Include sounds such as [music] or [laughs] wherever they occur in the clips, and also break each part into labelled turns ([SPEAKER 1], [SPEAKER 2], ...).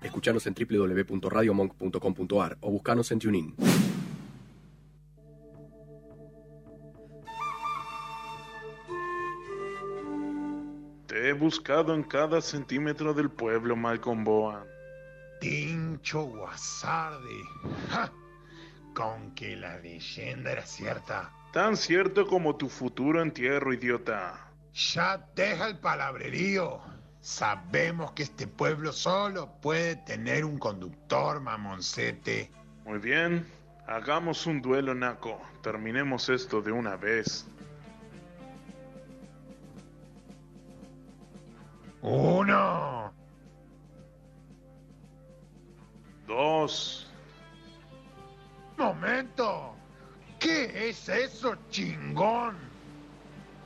[SPEAKER 1] Escuchanos en www.radiomonk.com.ar o buscanos en TuneIn.
[SPEAKER 2] Te he buscado en cada centímetro del pueblo, Malcolm Boan.
[SPEAKER 3] Tincho Guasardi. ¡Ja! Con que la leyenda era cierta.
[SPEAKER 2] Tan cierto como tu futuro entierro, idiota.
[SPEAKER 3] Ya deja el palabrerío. Sabemos que este pueblo solo puede tener un conductor, mamoncete.
[SPEAKER 2] Muy bien, hagamos un duelo, Naco. Terminemos esto de una vez.
[SPEAKER 3] Uno,
[SPEAKER 2] Dos.
[SPEAKER 3] momento. ¿Qué es eso, chingón?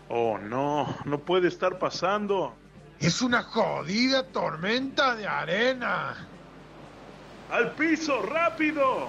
[SPEAKER 2] Oh, no, no puede estar pasando.
[SPEAKER 3] Es una jodida tormenta de arena.
[SPEAKER 2] ¡Al piso, rápido!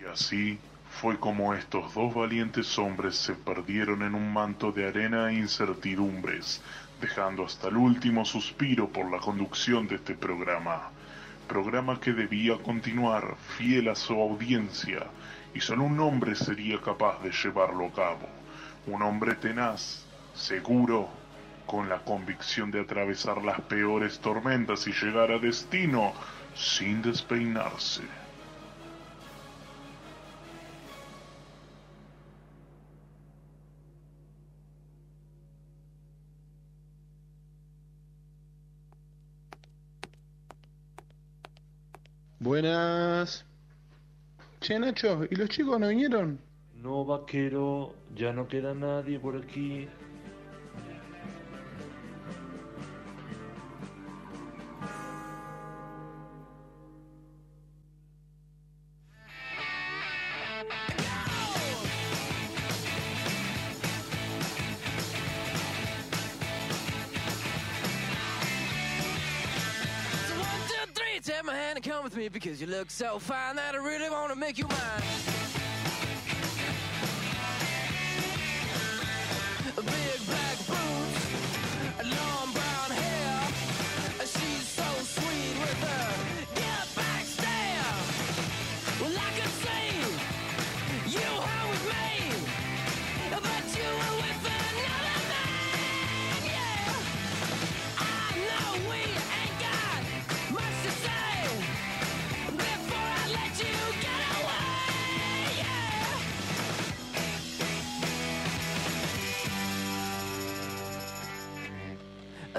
[SPEAKER 2] Y así fue como estos dos valientes hombres se perdieron en un manto de arena e incertidumbres, dejando hasta el último suspiro por la conducción de este programa. Programa que debía continuar fiel a su audiencia, y solo un hombre sería capaz de llevarlo a cabo. Un hombre tenaz, seguro, con la convicción de atravesar las peores tormentas y llegar a destino sin despeinarse.
[SPEAKER 4] Buenas. Che, Nacho, ¿y los chicos no vinieron?
[SPEAKER 5] No, vaquero, ya no queda nadie por aquí.
[SPEAKER 6] So one, two, three, take my hand and come with me because you look so fine that I really want to make you mine. Big black boots, long brown hair. She's so sweet with her get back stare. Well, I could see you were with me, but you were with another man. Yeah. I know we ain't got much to say before I let you get away. Yeah. I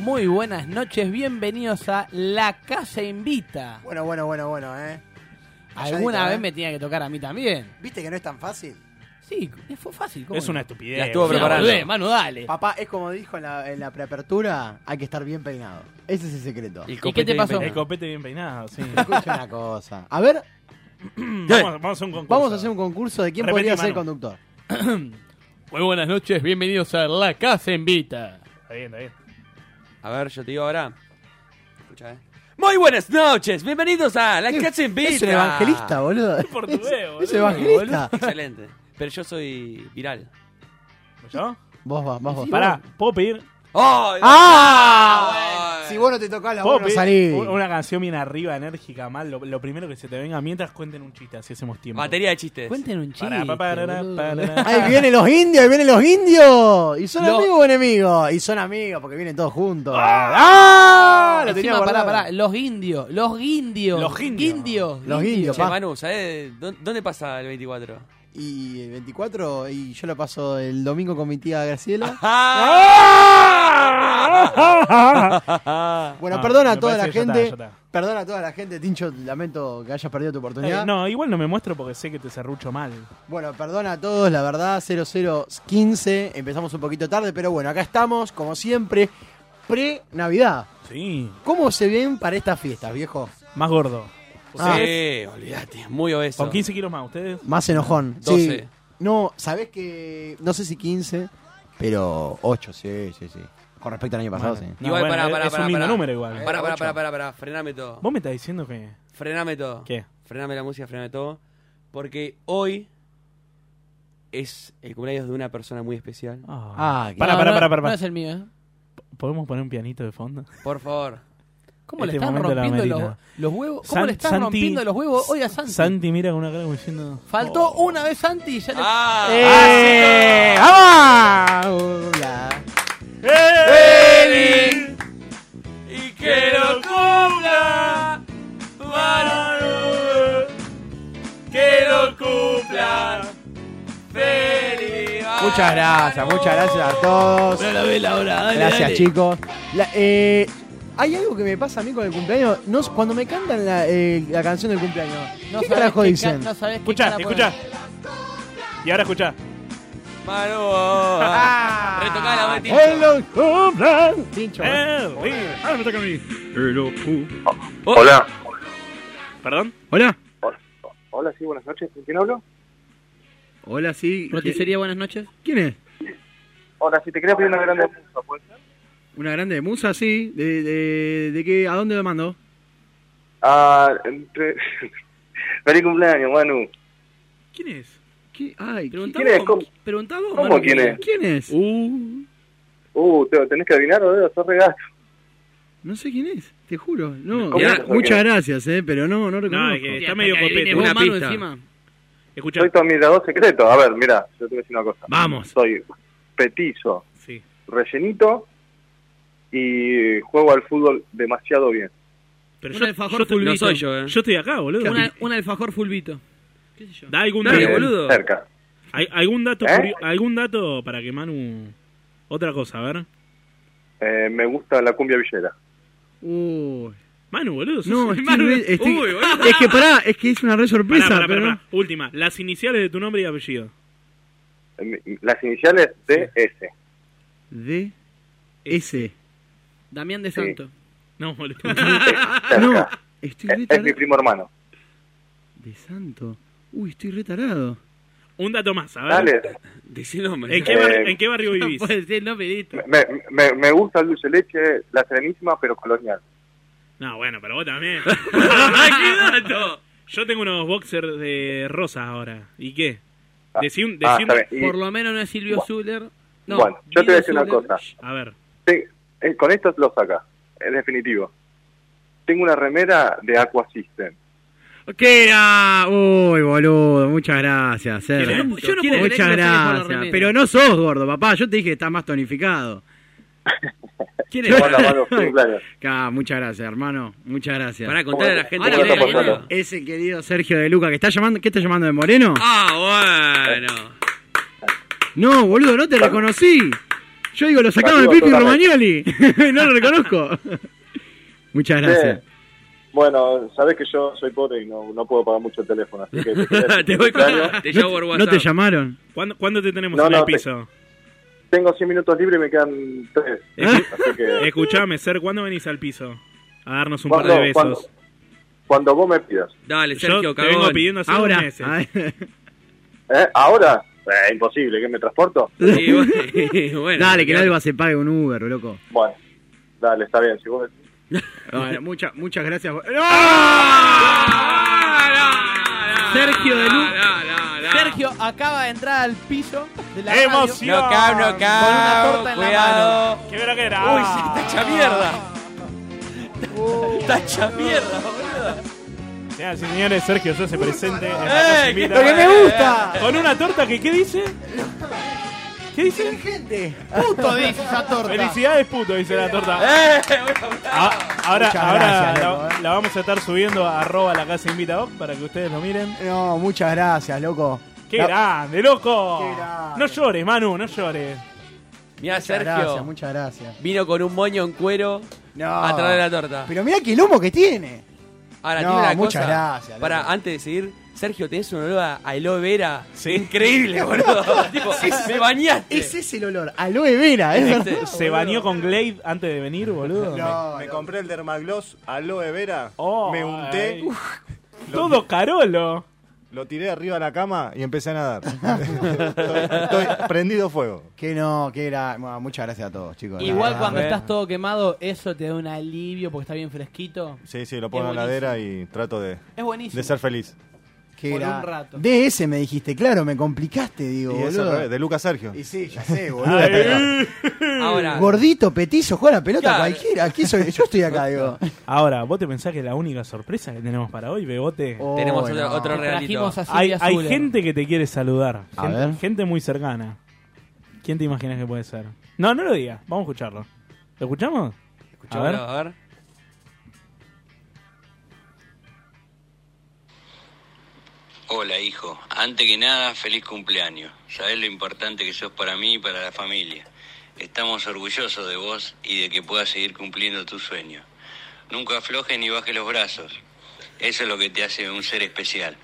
[SPEAKER 7] Muy buenas noches, bienvenidos a La Casa Invita.
[SPEAKER 8] Bueno, bueno, bueno, bueno, ¿eh?
[SPEAKER 7] Alguna
[SPEAKER 8] calladito,
[SPEAKER 7] vez
[SPEAKER 8] ¿eh?
[SPEAKER 7] me tenía que tocar a mí también.
[SPEAKER 8] ¿Viste que no es tan fácil?
[SPEAKER 7] Sí, fue fácil. ¿cómo
[SPEAKER 9] Es
[SPEAKER 7] no?
[SPEAKER 9] una estupidez.
[SPEAKER 10] La estuvo
[SPEAKER 9] boludo.
[SPEAKER 10] preparando.
[SPEAKER 7] boludez, Manu, dale.
[SPEAKER 8] Papá, es como dijo en la, en la preapertura, hay que estar bien peinado. Ese es el secreto.
[SPEAKER 10] El
[SPEAKER 7] qué
[SPEAKER 10] copete
[SPEAKER 7] te pasó?
[SPEAKER 9] El copete bien peinado, sí.
[SPEAKER 8] Escucha una cosa. A ver,
[SPEAKER 9] vamos, vamos a hacer un concurso.
[SPEAKER 8] vamos a hacer un concurso de quién
[SPEAKER 9] Repetí,
[SPEAKER 8] podría
[SPEAKER 9] Manu.
[SPEAKER 8] ser conductor.
[SPEAKER 7] Muy buenas noches, bienvenidos a La Casa Invita.
[SPEAKER 9] Está bien, está bien.
[SPEAKER 10] A ver, yo te digo ahora. Escucha, eh. Muy buenas noches, bienvenidos a La
[SPEAKER 8] ¿Qué?
[SPEAKER 10] Casa Invita.
[SPEAKER 8] Es un
[SPEAKER 10] [laughs]
[SPEAKER 8] evangelista, boludo.
[SPEAKER 9] portugués,
[SPEAKER 8] Es- Es
[SPEAKER 9] boludo,
[SPEAKER 8] evangelista.
[SPEAKER 10] Excelente. Pero yo soy viral.
[SPEAKER 9] ¿Yo?
[SPEAKER 8] Vos vas, vos vas.
[SPEAKER 9] Pará, ¿puedo pedir
[SPEAKER 10] ¡Ay!
[SPEAKER 8] ¡Ah! Si vos no te tocás la
[SPEAKER 9] ¿Puedo
[SPEAKER 8] voz, no
[SPEAKER 9] pedir
[SPEAKER 8] salí.
[SPEAKER 9] u- Una canción bien arriba, enérgica, mal. Lo, lo primero que se te venga mientras cuenten un chiste, así hacemos tiempo.
[SPEAKER 10] Batería de chistes.
[SPEAKER 7] Cuenten un chiste.
[SPEAKER 9] Pará, pará, pará,
[SPEAKER 7] boludo.
[SPEAKER 9] pará.
[SPEAKER 8] Ahí vienen los indios, ahí vienen los indios. ¿Y son
[SPEAKER 10] Lo-
[SPEAKER 8] amigos o enemigos? Y son amigos porque vienen todos juntos. ¡Ah! Lo tenía
[SPEAKER 7] Encima, pará,
[SPEAKER 8] guardado.
[SPEAKER 7] pará, Los indios. Los indios.
[SPEAKER 9] Los indios.
[SPEAKER 7] Indios.
[SPEAKER 8] Los indios,
[SPEAKER 10] Che,
[SPEAKER 8] pa.
[SPEAKER 10] Manu, ¿sabés dó- dónde pasa el 24?
[SPEAKER 8] Y el 24, y yo lo paso el domingo con mi tía Graciela. Bueno,
[SPEAKER 9] [laughs]
[SPEAKER 8] [laughs]
[SPEAKER 9] Ah,
[SPEAKER 8] perdona a
[SPEAKER 9] me
[SPEAKER 8] toda la
[SPEAKER 9] parece que ya
[SPEAKER 8] gente.
[SPEAKER 9] está, ya está.
[SPEAKER 8] Perdona a toda la gente, Tincho, lamento que hayas perdido tu oportunidad.
[SPEAKER 9] Eh, no, igual no me muestro porque sé que te serrucho mal.
[SPEAKER 8] Bueno, perdona a todos, la verdad, 0015. Empezamos un poquito tarde, pero bueno, acá estamos, como siempre, pre-Navidad.
[SPEAKER 9] Sí,
[SPEAKER 8] ¿Cómo se ven para estas fiestas, viejo? Ah,
[SPEAKER 9] más gordo. Eh,
[SPEAKER 10] Sí, olvídate, muy obeso.
[SPEAKER 9] Ah. Con 15 kilos más, ustedes.
[SPEAKER 8] Más enojón.
[SPEAKER 10] 12.
[SPEAKER 8] Sí. No, sabés que. Eh, No sé si 15, pero 8, sí, sí, sí. Con respecto al año pasado,
[SPEAKER 9] Bueno.
[SPEAKER 8] sí.
[SPEAKER 9] No,
[SPEAKER 10] igual,
[SPEAKER 9] bueno,
[SPEAKER 10] pará,
[SPEAKER 9] es-
[SPEAKER 10] pará,
[SPEAKER 9] es un
[SPEAKER 10] pará,
[SPEAKER 9] lindo
[SPEAKER 10] pará.
[SPEAKER 9] número igual.
[SPEAKER 10] Pará, pará,
[SPEAKER 9] Ocho.
[SPEAKER 10] pará, pará, pará, frename todo.
[SPEAKER 9] Vos me estás diciendo que.
[SPEAKER 10] Frename todo.
[SPEAKER 9] ¿Qué?
[SPEAKER 10] Frename la música, frename todo. Porque hoy es el cumpleaños de una persona muy especial.
[SPEAKER 8] Ah,
[SPEAKER 9] pará,
[SPEAKER 7] No,
[SPEAKER 9] pará,
[SPEAKER 7] no,
[SPEAKER 9] pará, pará.
[SPEAKER 7] No es el mío, ¿eh?
[SPEAKER 9] ¿Podemos poner un pianito de fondo?
[SPEAKER 10] Por favor.
[SPEAKER 7] ¿Cómo
[SPEAKER 9] Este
[SPEAKER 7] le están
[SPEAKER 9] momento la
[SPEAKER 7] rompiendo los,
[SPEAKER 9] amerita.
[SPEAKER 7] los huevos? ¿Cómo
[SPEAKER 9] San-
[SPEAKER 7] le están
[SPEAKER 9] Santi-
[SPEAKER 7] rompiendo los huevos hoy a Santi?
[SPEAKER 9] Santi mira con una cara como diciendo.
[SPEAKER 7] Faltó
[SPEAKER 8] Oh.
[SPEAKER 7] una vez Santi y ya le...
[SPEAKER 10] ¡Ah!
[SPEAKER 8] ¡Eh! ¡Ah! Hola.
[SPEAKER 10] Y que lo cumpla, que lo cumpla. Feliz.
[SPEAKER 8] Muchas gracias, muchas gracias a todos. gracias, chicos. La- eh, hay algo que me pasa a mí con el cumpleaños. No, sé, cuando me cantan la, eh, la canción del cumpleaños,
[SPEAKER 7] No
[SPEAKER 8] ¿qué
[SPEAKER 7] sabés
[SPEAKER 8] carajo
[SPEAKER 7] qué
[SPEAKER 8] dicen?
[SPEAKER 7] ca- no sabés qué
[SPEAKER 9] Escuchá,
[SPEAKER 7] cara
[SPEAKER 9] escuchá.
[SPEAKER 7] poner.
[SPEAKER 9] Y ahora escuchá.
[SPEAKER 10] Manu. Retocá la mano, Tincho.
[SPEAKER 8] Hello, cumpleaños. Tincho.
[SPEAKER 9] Eh, eh, ahora me toca a mí. Hello, uh.
[SPEAKER 11] Hola.
[SPEAKER 9] ¿Perdón? Hola.
[SPEAKER 11] Hola, sí, buenas noches. ¿Con quién hablo?
[SPEAKER 6] Hola, sí.
[SPEAKER 7] ¿Roticería, buenas noches?
[SPEAKER 6] ¿Quién es?
[SPEAKER 11] Hola, si te quería pedir una grande música, ¿puede ser?
[SPEAKER 6] Una grande musa, sí. ¿De, de, de qué? ¿A dónde lo mando?
[SPEAKER 11] Ah, entre... [laughs] Feliz cumpleaños, Manu.
[SPEAKER 6] ¿Quién es? ¿Qué? Ay,
[SPEAKER 11] ¿Quién es? ¿Cómo,
[SPEAKER 6] preguntado.
[SPEAKER 11] cómo quién es?
[SPEAKER 6] ¿Quién es? Uh,
[SPEAKER 11] Uh, te- tenés que adivinar, boludo, sos regazo.
[SPEAKER 6] no sé quién es, te juro. No,
[SPEAKER 11] ¿Cómo
[SPEAKER 6] gra-
[SPEAKER 11] no sabés
[SPEAKER 6] muchas
[SPEAKER 11] quién es?
[SPEAKER 6] gracias, eh, pero no, no lo
[SPEAKER 9] No,
[SPEAKER 6] conozco.
[SPEAKER 9] es que está medio copete.
[SPEAKER 6] Una
[SPEAKER 9] Manu,
[SPEAKER 6] pista.
[SPEAKER 9] Escuchá.
[SPEAKER 11] Soy tu admirador secreto. A ver, mira, yo te voy a decir una cosa.
[SPEAKER 6] Vamos.
[SPEAKER 11] Soy petizo,
[SPEAKER 9] Sí.
[SPEAKER 11] rellenito y juego al fútbol demasiado bien.
[SPEAKER 9] Pero
[SPEAKER 6] Un
[SPEAKER 9] yo,
[SPEAKER 6] alfajor
[SPEAKER 9] yo estoy-
[SPEAKER 6] fulbito.
[SPEAKER 9] no soy yo, eh. Yo estoy acá, boludo.
[SPEAKER 6] un alfajor fulbito.
[SPEAKER 9] Da algún
[SPEAKER 6] Dale,
[SPEAKER 9] dato.
[SPEAKER 6] boludo.
[SPEAKER 11] Cerca.
[SPEAKER 9] Hay- algún dato
[SPEAKER 11] ¿Eh?
[SPEAKER 9] curio- algún dato para que Manu otra cosa, a ver.
[SPEAKER 11] Eh, me gusta la cumbia villera.
[SPEAKER 6] Uy.
[SPEAKER 9] Manu, boludo. sos-
[SPEAKER 6] No, estoy-
[SPEAKER 9] Manu,
[SPEAKER 6] estoy-
[SPEAKER 9] Uy, boludo.
[SPEAKER 6] [laughs] es que pará, es que es una re
[SPEAKER 9] Pará,
[SPEAKER 6] sorpresa,
[SPEAKER 9] pará, pará,
[SPEAKER 6] pero
[SPEAKER 9] pará. Última, las iniciales de tu nombre y apellido.
[SPEAKER 11] Eh, mi- Las iniciales de S.
[SPEAKER 6] D S.
[SPEAKER 7] Damián de
[SPEAKER 11] Sí. Santo.
[SPEAKER 9] No,
[SPEAKER 7] [laughs]
[SPEAKER 9] boludo.
[SPEAKER 6] No,
[SPEAKER 11] Cerca.
[SPEAKER 6] estoy
[SPEAKER 11] Es, es mi
[SPEAKER 6] retarado.
[SPEAKER 11] primo hermano.
[SPEAKER 6] De santo. Uy, estoy retarado.
[SPEAKER 9] Un dato más, a ver.
[SPEAKER 11] Dale.
[SPEAKER 10] Decí nombre.
[SPEAKER 9] ¿En qué,
[SPEAKER 11] Eh,
[SPEAKER 9] barri- en qué barrio vivís?
[SPEAKER 11] Me, me, me gusta el dulce de leche, la serenísima, pero colonial.
[SPEAKER 9] No, bueno, pero vos también.
[SPEAKER 10] ¡Qué dato!
[SPEAKER 9] Yo tengo unos boxers de rosas ahora. ¿Y qué?
[SPEAKER 11] Ah,
[SPEAKER 9] Decí un,
[SPEAKER 11] Ah,
[SPEAKER 9] decí un-
[SPEAKER 11] está bien. Y,
[SPEAKER 7] lo menos no es Silvio Zuller.
[SPEAKER 11] bueno, yo te voy a decir una cosa.
[SPEAKER 9] A ver.
[SPEAKER 11] Sí, eh, con esto lo saca, en definitivo. Tengo una remera de Aqua System.
[SPEAKER 6] ¿Qué era? ah, Uy, boludo, muchas gracias. Sergio.
[SPEAKER 9] ¿Quién es? Yo no
[SPEAKER 6] ¿Quién
[SPEAKER 9] puedo
[SPEAKER 6] es? Muchas
[SPEAKER 9] creer que lo saques por la
[SPEAKER 6] gracias.
[SPEAKER 9] remera.
[SPEAKER 6] Pero no sos gordo, papá. Yo te dije que estás más tonificado.
[SPEAKER 10] ¿Quién es?
[SPEAKER 11] Hola,
[SPEAKER 9] [laughs]
[SPEAKER 11] Manu, feliz
[SPEAKER 6] [laughs]
[SPEAKER 11] cumpleaños.
[SPEAKER 6] Ca, Ah, muchas gracias, hermano. Muchas gracias.
[SPEAKER 10] Para contarle a la gente
[SPEAKER 11] Ahora
[SPEAKER 10] quién es,
[SPEAKER 11] vamos a
[SPEAKER 10] boludo.
[SPEAKER 11] pasarlo.
[SPEAKER 6] Ese querido Sergio de Luca que está llamando, ¿qué está llamando de Moreno?
[SPEAKER 10] Ah, bueno.
[SPEAKER 6] No, boludo, no te reconocí. Yo digo, lo sacaron el
[SPEAKER 11] Saludos,
[SPEAKER 6] Pipi
[SPEAKER 11] totalmente.
[SPEAKER 6] Romagnoli. [laughs] no lo reconozco. muchas gracias.
[SPEAKER 11] Sí. Bueno, sabés que yo soy pobre y no, no puedo pagar mucho el teléfono, así que... quería decir
[SPEAKER 10] Te voy
[SPEAKER 11] cumpleaños.
[SPEAKER 10] con. Te
[SPEAKER 6] ¿No
[SPEAKER 10] llamo por
[SPEAKER 6] te-
[SPEAKER 10] WhatsApp.
[SPEAKER 6] ¿No te llamaron?
[SPEAKER 9] ¿Cuándo, cuándo te tenemos
[SPEAKER 11] No,
[SPEAKER 9] en
[SPEAKER 11] no,
[SPEAKER 9] el
[SPEAKER 11] te-
[SPEAKER 9] piso?
[SPEAKER 11] Tengo 100 minutos libres y me quedan 3, así que...
[SPEAKER 9] Escuchame, Ser, ¿cuándo venís al piso? A darnos un par
[SPEAKER 11] Cuando,
[SPEAKER 9] de besos.
[SPEAKER 11] cuando, cuando vos me pidas.
[SPEAKER 10] Dale,
[SPEAKER 9] Yo
[SPEAKER 10] Sergio,
[SPEAKER 9] te vengo
[SPEAKER 10] cagón.
[SPEAKER 9] pidiendo hace
[SPEAKER 6] Ahora.
[SPEAKER 9] dos meses.
[SPEAKER 10] [laughs]
[SPEAKER 11] ¿Eh? ¿Ahora? Eh, imposible, ¿que me transporto?
[SPEAKER 10] Sí, [laughs] [laughs] bueno, bueno,
[SPEAKER 6] Dale, que
[SPEAKER 10] quedate.
[SPEAKER 6] Alba se pague un Uber, loco.
[SPEAKER 11] Bueno, dale, está bien, si vos...
[SPEAKER 6] Bueno, mucha- muchas gracias. ¡No!
[SPEAKER 10] Ah, no, no, no,
[SPEAKER 6] Sergio de Lu-
[SPEAKER 10] no, no, no, no.
[SPEAKER 7] Sergio acaba de entrar al piso de la
[SPEAKER 10] ¡Emoción!
[SPEAKER 7] radio
[SPEAKER 10] Knockout,
[SPEAKER 7] con una torta en
[SPEAKER 10] cuidado.
[SPEAKER 7] la mano.
[SPEAKER 10] ¡Qué hora que era! ¡Uy, sí, tacha mierda! ¡Tacha mierda, boludo!
[SPEAKER 9] Señoras y señores, Sergio Sosa se presente. en
[SPEAKER 10] ¡Ey,
[SPEAKER 9] Patos
[SPEAKER 10] Eh, qué-
[SPEAKER 9] Invita.
[SPEAKER 10] lo que me gusta!
[SPEAKER 9] Con una torta que, ¿qué dice? ¿Qué dice?
[SPEAKER 7] Puto dice esa torta.
[SPEAKER 9] Felicidades, puto, dice la torta.
[SPEAKER 10] Eh,
[SPEAKER 9] Ah, ahora
[SPEAKER 8] Muchas
[SPEAKER 9] ahora
[SPEAKER 8] gracias,
[SPEAKER 9] la,
[SPEAKER 8] loco, eh.
[SPEAKER 9] la vamos a estar subiendo a arroba la casa invita Op para que ustedes lo miren.
[SPEAKER 8] No, muchas gracias, loco.
[SPEAKER 9] ¡Qué
[SPEAKER 8] La-
[SPEAKER 9] grande, loco! No llores, Manu, no llores.
[SPEAKER 10] Mira,
[SPEAKER 8] Muchas
[SPEAKER 10] Sergio.
[SPEAKER 8] gracias, muchas gracias.
[SPEAKER 10] Vino con un moño en cuero a traer la torta.
[SPEAKER 8] Ah, Pero mirá qué lomo que tiene.
[SPEAKER 10] Ahora,
[SPEAKER 8] No,
[SPEAKER 10] tiene una
[SPEAKER 8] muchas
[SPEAKER 10] cosa.
[SPEAKER 8] gracias, loco.
[SPEAKER 10] Para, antes de seguir, Sergio, tenés un olor a aloe vera. [laughs] Increíble, boludo. tipo, me bañaste.
[SPEAKER 8] Ese es el olor. Aloe vera, ¿eh? es verdad.
[SPEAKER 9] Este
[SPEAKER 10] Este
[SPEAKER 9] Se bañó con Glade antes de venir, boludo.
[SPEAKER 11] me, me compré el Dermagloss aloe vera,
[SPEAKER 9] Oh,
[SPEAKER 11] me unté,
[SPEAKER 9] ay. Todo carolo.
[SPEAKER 11] lo tiré arriba de la cama y empecé a nadar. estoy, estoy prendido fuego.
[SPEAKER 8] Que no, que era. Bueno, muchas gracias a todos, chicos.
[SPEAKER 7] Igual
[SPEAKER 11] Ah,
[SPEAKER 7] cuando
[SPEAKER 11] bueno.
[SPEAKER 7] estás todo quemado, eso te da un alivio porque está bien fresquito.
[SPEAKER 11] Sí, sí, lo pongo
[SPEAKER 7] Es
[SPEAKER 11] en la
[SPEAKER 7] buenísimo.
[SPEAKER 11] ladera y trato de,
[SPEAKER 7] Es buenísimo.
[SPEAKER 11] de ser feliz.
[SPEAKER 8] Que
[SPEAKER 7] Por
[SPEAKER 8] era-
[SPEAKER 7] un rato.
[SPEAKER 8] DS me dijiste, claro, me complicaste, digo,
[SPEAKER 11] Y es al
[SPEAKER 8] boludo.
[SPEAKER 11] revés, de Lucas Sergio.
[SPEAKER 8] Y sí, ya sé, boludo.
[SPEAKER 11] Ay.
[SPEAKER 8] pero-
[SPEAKER 10] Ahora.
[SPEAKER 8] Gordito, petizo, juega la pelota
[SPEAKER 10] Claro.
[SPEAKER 8] cualquiera. Aquí soy, yo estoy acá, digo.
[SPEAKER 9] Ahora, ¿vos te pensás que es la única sorpresa que tenemos para hoy, Bebote?
[SPEAKER 10] Tenemos Oh, otro- no. otro Te regalito. trajimos a Silvia
[SPEAKER 9] Hay, hay
[SPEAKER 10] Zuller.
[SPEAKER 9] gente que te quiere saludar.
[SPEAKER 10] A
[SPEAKER 9] gente,
[SPEAKER 10] ver.
[SPEAKER 9] gente muy cercana. ¿Quién te imaginas que puede ser? No, no lo digas. Vamos a escucharlo. ¿Lo escuchamos?
[SPEAKER 10] A ver. A ver.
[SPEAKER 12] Hola hijo, antes que nada feliz cumpleaños. Sabés lo importante que sos para mí y para la familia. Estamos orgullosos de vos y de que puedas seguir cumpliendo tus sueños. Nunca aflojes ni bajes los brazos. Eso es lo que te hace un ser especial.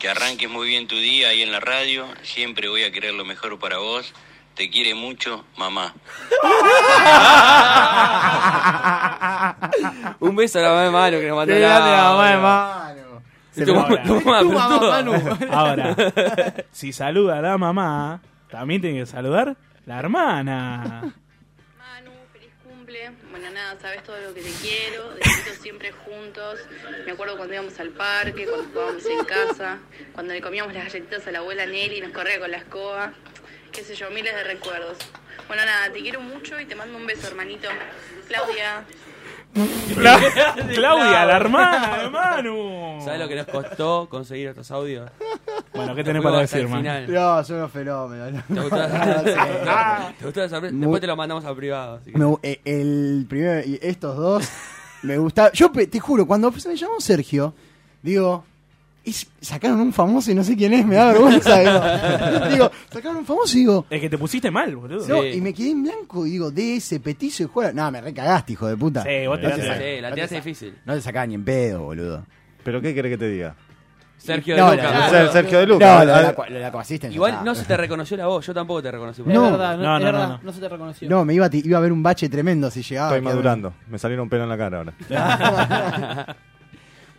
[SPEAKER 12] Que arranques muy bien tu día ahí en la radio. Siempre voy a querer lo mejor para vos. Te quiere mucho, mamá.
[SPEAKER 10] Un beso a la mamá de Manu que nos mandó
[SPEAKER 8] Qué
[SPEAKER 10] la
[SPEAKER 8] grande la mamá de
[SPEAKER 10] Manu.
[SPEAKER 9] Se
[SPEAKER 10] Tu,
[SPEAKER 9] me-
[SPEAKER 10] mamá- tu mamá,
[SPEAKER 9] Tu mamá,
[SPEAKER 10] pelotudo.
[SPEAKER 9] [laughs] Ahora, si saluda a la mamá, también tiene que saludar la hermana.
[SPEAKER 13] cumple. Bueno, nada, sabes todo lo que te quiero. De chiquitos siempre juntos. Me acuerdo cuando íbamos al parque, cuando jugábamos en casa, cuando le comíamos las galletitas a la abuela Nelly y nos corría con la escoba. Qué sé yo, miles de recuerdos. Bueno, nada, te quiero mucho y te mando un beso, hermanito. Claudia.
[SPEAKER 10] [laughs]
[SPEAKER 9] Cla- Claudia, la hermana de Manu.
[SPEAKER 10] ¿Sabes lo que nos costó conseguir estos audios?
[SPEAKER 9] Bueno, ¿qué
[SPEAKER 10] Nos
[SPEAKER 9] tenés
[SPEAKER 10] fuimos
[SPEAKER 9] para
[SPEAKER 10] hasta
[SPEAKER 9] decir,
[SPEAKER 10] el
[SPEAKER 9] man?
[SPEAKER 10] final.
[SPEAKER 8] No, son unos fenómenos.
[SPEAKER 10] ¿Te
[SPEAKER 8] [laughs]
[SPEAKER 10] gustó [laughs]
[SPEAKER 8] Ah.
[SPEAKER 10] la- ¿Te gustó la sorpresa? Después te lo mandamos al privado. así que-
[SPEAKER 8] Me gu- eh, el primero y estos dos me gustaban. Yo pe- te juro, cuando se me llamó Sergio, digo, es- sacaron un famoso y no sé quién es, me da vergüenza.
[SPEAKER 11] [laughs]
[SPEAKER 8] digo. digo, sacaron un famoso y digo,
[SPEAKER 9] Es que te pusiste mal, boludo.
[SPEAKER 8] no, y me quedé en blanco y digo, de ese petizo y juega. No, me recagaste, hijo de puta.
[SPEAKER 9] Sí, vos te la-
[SPEAKER 8] no saca-
[SPEAKER 10] Sí, la
[SPEAKER 8] no
[SPEAKER 10] te hace
[SPEAKER 8] saca-
[SPEAKER 10] difícil.
[SPEAKER 8] No te sacaba ni en pedo, boludo.
[SPEAKER 11] ¿Pero qué querés que te diga?
[SPEAKER 10] Ah, Sergio
[SPEAKER 8] No,
[SPEAKER 10] de
[SPEAKER 8] la-
[SPEAKER 10] Luca.
[SPEAKER 8] la-
[SPEAKER 10] boludo.
[SPEAKER 11] Sergio de Ah, Luca.
[SPEAKER 8] No, lo de la cua- lo de la coasisten ya
[SPEAKER 10] Igual
[SPEAKER 8] está.
[SPEAKER 10] no se te reconoció la voz, yo tampoco te reconocí.
[SPEAKER 8] No. Es verdad,
[SPEAKER 7] no- No, es no, verdad, no, no. no se te reconoció.
[SPEAKER 8] [laughs] No, me iba a, ti- iba a haber un bache tremendo si llegaba.
[SPEAKER 11] Estoy
[SPEAKER 8] quedaba-
[SPEAKER 11] madurando. Me salieron pelo en la cara ahora.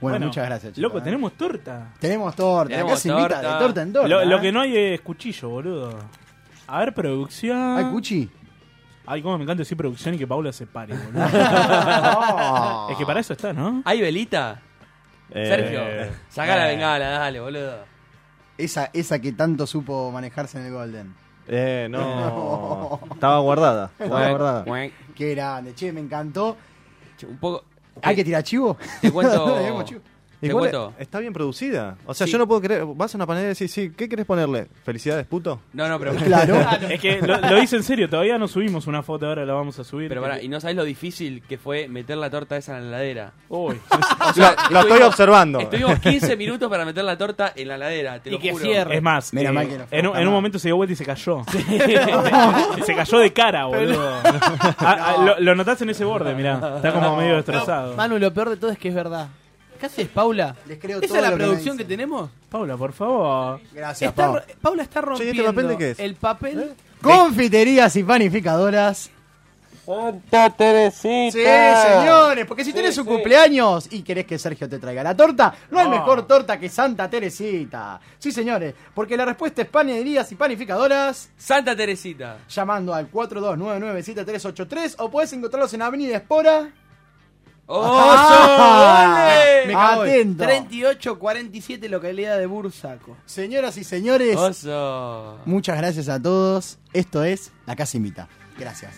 [SPEAKER 8] Bueno, muchas gracias, chicos,
[SPEAKER 9] Loco,
[SPEAKER 8] eh.
[SPEAKER 9] tenemos torta.
[SPEAKER 8] Tenemos torta, acá se invita de torta en torta.
[SPEAKER 9] Lo, lo
[SPEAKER 8] ¿eh?
[SPEAKER 9] que no hay es cuchillo, boludo. A ver, producción.
[SPEAKER 8] ¿Hay cuchi?
[SPEAKER 9] Ay, cómo me encanta decir producción y que Paula se pare,
[SPEAKER 8] [laughs]
[SPEAKER 9] boludo.
[SPEAKER 10] No.
[SPEAKER 9] Es que para eso está, ¿no?
[SPEAKER 10] ¿Hay velita?
[SPEAKER 9] Eh,
[SPEAKER 10] Sergio, saca la
[SPEAKER 9] eh.
[SPEAKER 10] bengala, dale, boludo.
[SPEAKER 8] Esa, esa que tanto supo manejarse en el Golden.
[SPEAKER 11] Eh, no. Estaba guardada. Estaba guardada.
[SPEAKER 8] Qué grande, che, me encantó.
[SPEAKER 10] Un poco.
[SPEAKER 8] ¿Hay que tirar chivo?
[SPEAKER 10] Te cuento-
[SPEAKER 8] [laughs] No tenemos chivo.
[SPEAKER 10] Te
[SPEAKER 11] Igual
[SPEAKER 10] cuento.
[SPEAKER 11] está bien producida. O sea,
[SPEAKER 10] Sí.
[SPEAKER 11] yo no puedo creer. Vas a una panadería y decís, sí, ¿qué querés ponerle? ¿Felicidades, puto?
[SPEAKER 10] No, no, pero. [laughs]
[SPEAKER 9] Es que lo, lo hice en serio, todavía no subimos una foto, ahora la vamos a subir.
[SPEAKER 10] Pero pará, y no sabés lo difícil que fue meter la torta esa en la heladera.
[SPEAKER 9] Uy.
[SPEAKER 10] [laughs] O
[SPEAKER 11] La- la estoy
[SPEAKER 10] estuvimos-
[SPEAKER 11] observando.
[SPEAKER 8] [laughs]
[SPEAKER 10] Estuvimos 15 minutos para meter la torta en la heladera, te lo juro.
[SPEAKER 9] Es más,
[SPEAKER 8] Menos
[SPEAKER 9] eh,
[SPEAKER 8] mal que no fue
[SPEAKER 9] en, un,
[SPEAKER 8] jamás.
[SPEAKER 9] en un momento se dio vuelta y se cayó. [laughs] se cayó de cara, boludo. Ah, ah, lo, lo notás en ese borde, mirá. Está como medio destrozado.
[SPEAKER 7] Manu, lo peor de todo es que es verdad. ¿Qué haces, Paula?
[SPEAKER 8] Les creo
[SPEAKER 7] ¿Esa
[SPEAKER 8] todo
[SPEAKER 7] es la
[SPEAKER 8] lo que me
[SPEAKER 7] producción que, tenemos?
[SPEAKER 9] Paula, por favor.
[SPEAKER 8] Gracias,
[SPEAKER 7] Está
[SPEAKER 8] Pau.
[SPEAKER 7] ro- Paula está
[SPEAKER 8] Che, ¿y
[SPEAKER 7] rompiendo
[SPEAKER 8] este papel de qué es?
[SPEAKER 7] el papel.
[SPEAKER 8] Confiterías y panificadoras.
[SPEAKER 6] Santa Teresita.
[SPEAKER 8] Sí, señores, porque si tenés un cumpleaños y querés que Sergio te traiga la torta, no hay
[SPEAKER 6] No.
[SPEAKER 8] mejor torta que Santa Teresita. Sí, señores, porque la respuesta es panaderías y panificadoras.
[SPEAKER 10] Santa Teresita.
[SPEAKER 8] Llamando al 42997383 o puedes encontrarlos en Avenida Espora. Ah,
[SPEAKER 14] ¡Oso!
[SPEAKER 10] Ah,
[SPEAKER 15] Atento.
[SPEAKER 14] 38-47 localidad de Bursaco.
[SPEAKER 15] Señoras y señores.
[SPEAKER 16] Oso.
[SPEAKER 15] Muchas gracias a todos. Esto es La Casa Invita. Gracias.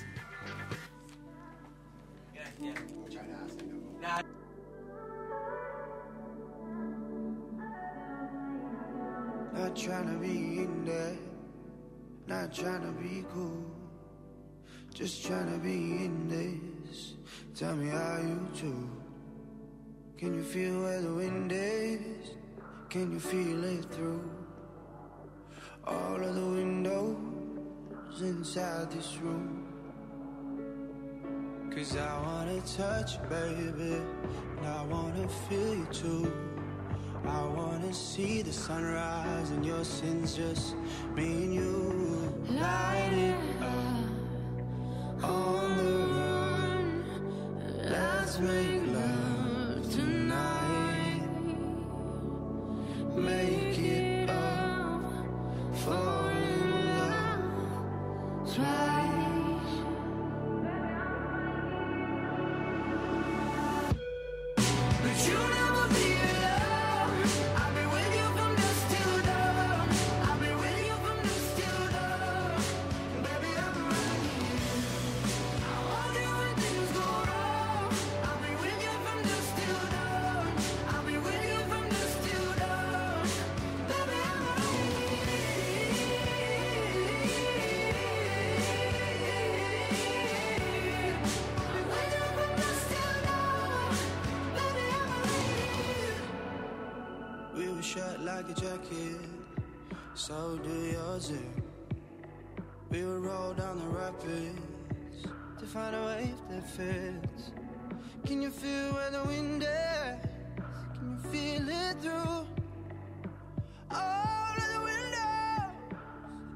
[SPEAKER 6] Not trying to be in there, not trying to be cool, just trying to be in this. Tell me how you do. Can you feel where the wind is? Can you feel it through all of the windows inside this room? Cause I wanna touch you, baby, and I wanna feel you too. I wanna see the sunrise and your sins just me and you. Light it up on the run. Let's make love tonight. Make it up. Fall in love twice. But you never be alone. I'll be with you from dusk till dawn. I'll be with you from dusk till dawn. Baby, I'm right here. I want you when things go wrong. I'll be with you from dusk till dawn. I'll be with you from dusk till dawn. Baby, I'm right here. I'm with you from dusk till dawn. We were shot like a jacket, so do yours. yeah. We would roll down the rapids to find a wave that fits. Can you feel where the wind is? Can you feel it through all of the windows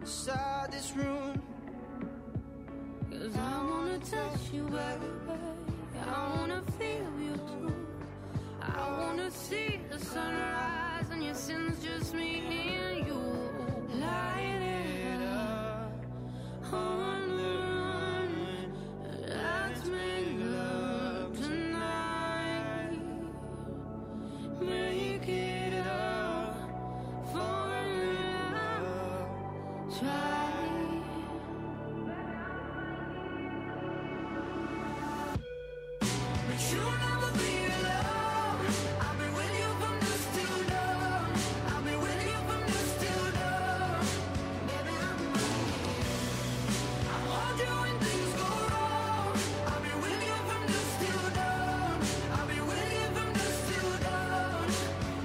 [SPEAKER 6] inside this room? Cause I wanna touch you, baby. I wanna feel you too. I wanna see the sunrise and your sins just me and you. Light it up Oh, on the run. Let's make love tonight. Make it up for love. Try. But you'll never be alone. I'll be with you from dusk till dawn. I'll be with you from dusk till dawn. Baby, I'm right here. I want you when things go wrong. I'll be with you from dusk till dawn. I'll be with you from dusk till dawn.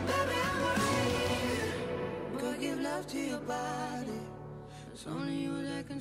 [SPEAKER 6] Baby, I'm right here. Go give love to your body. It's only you that can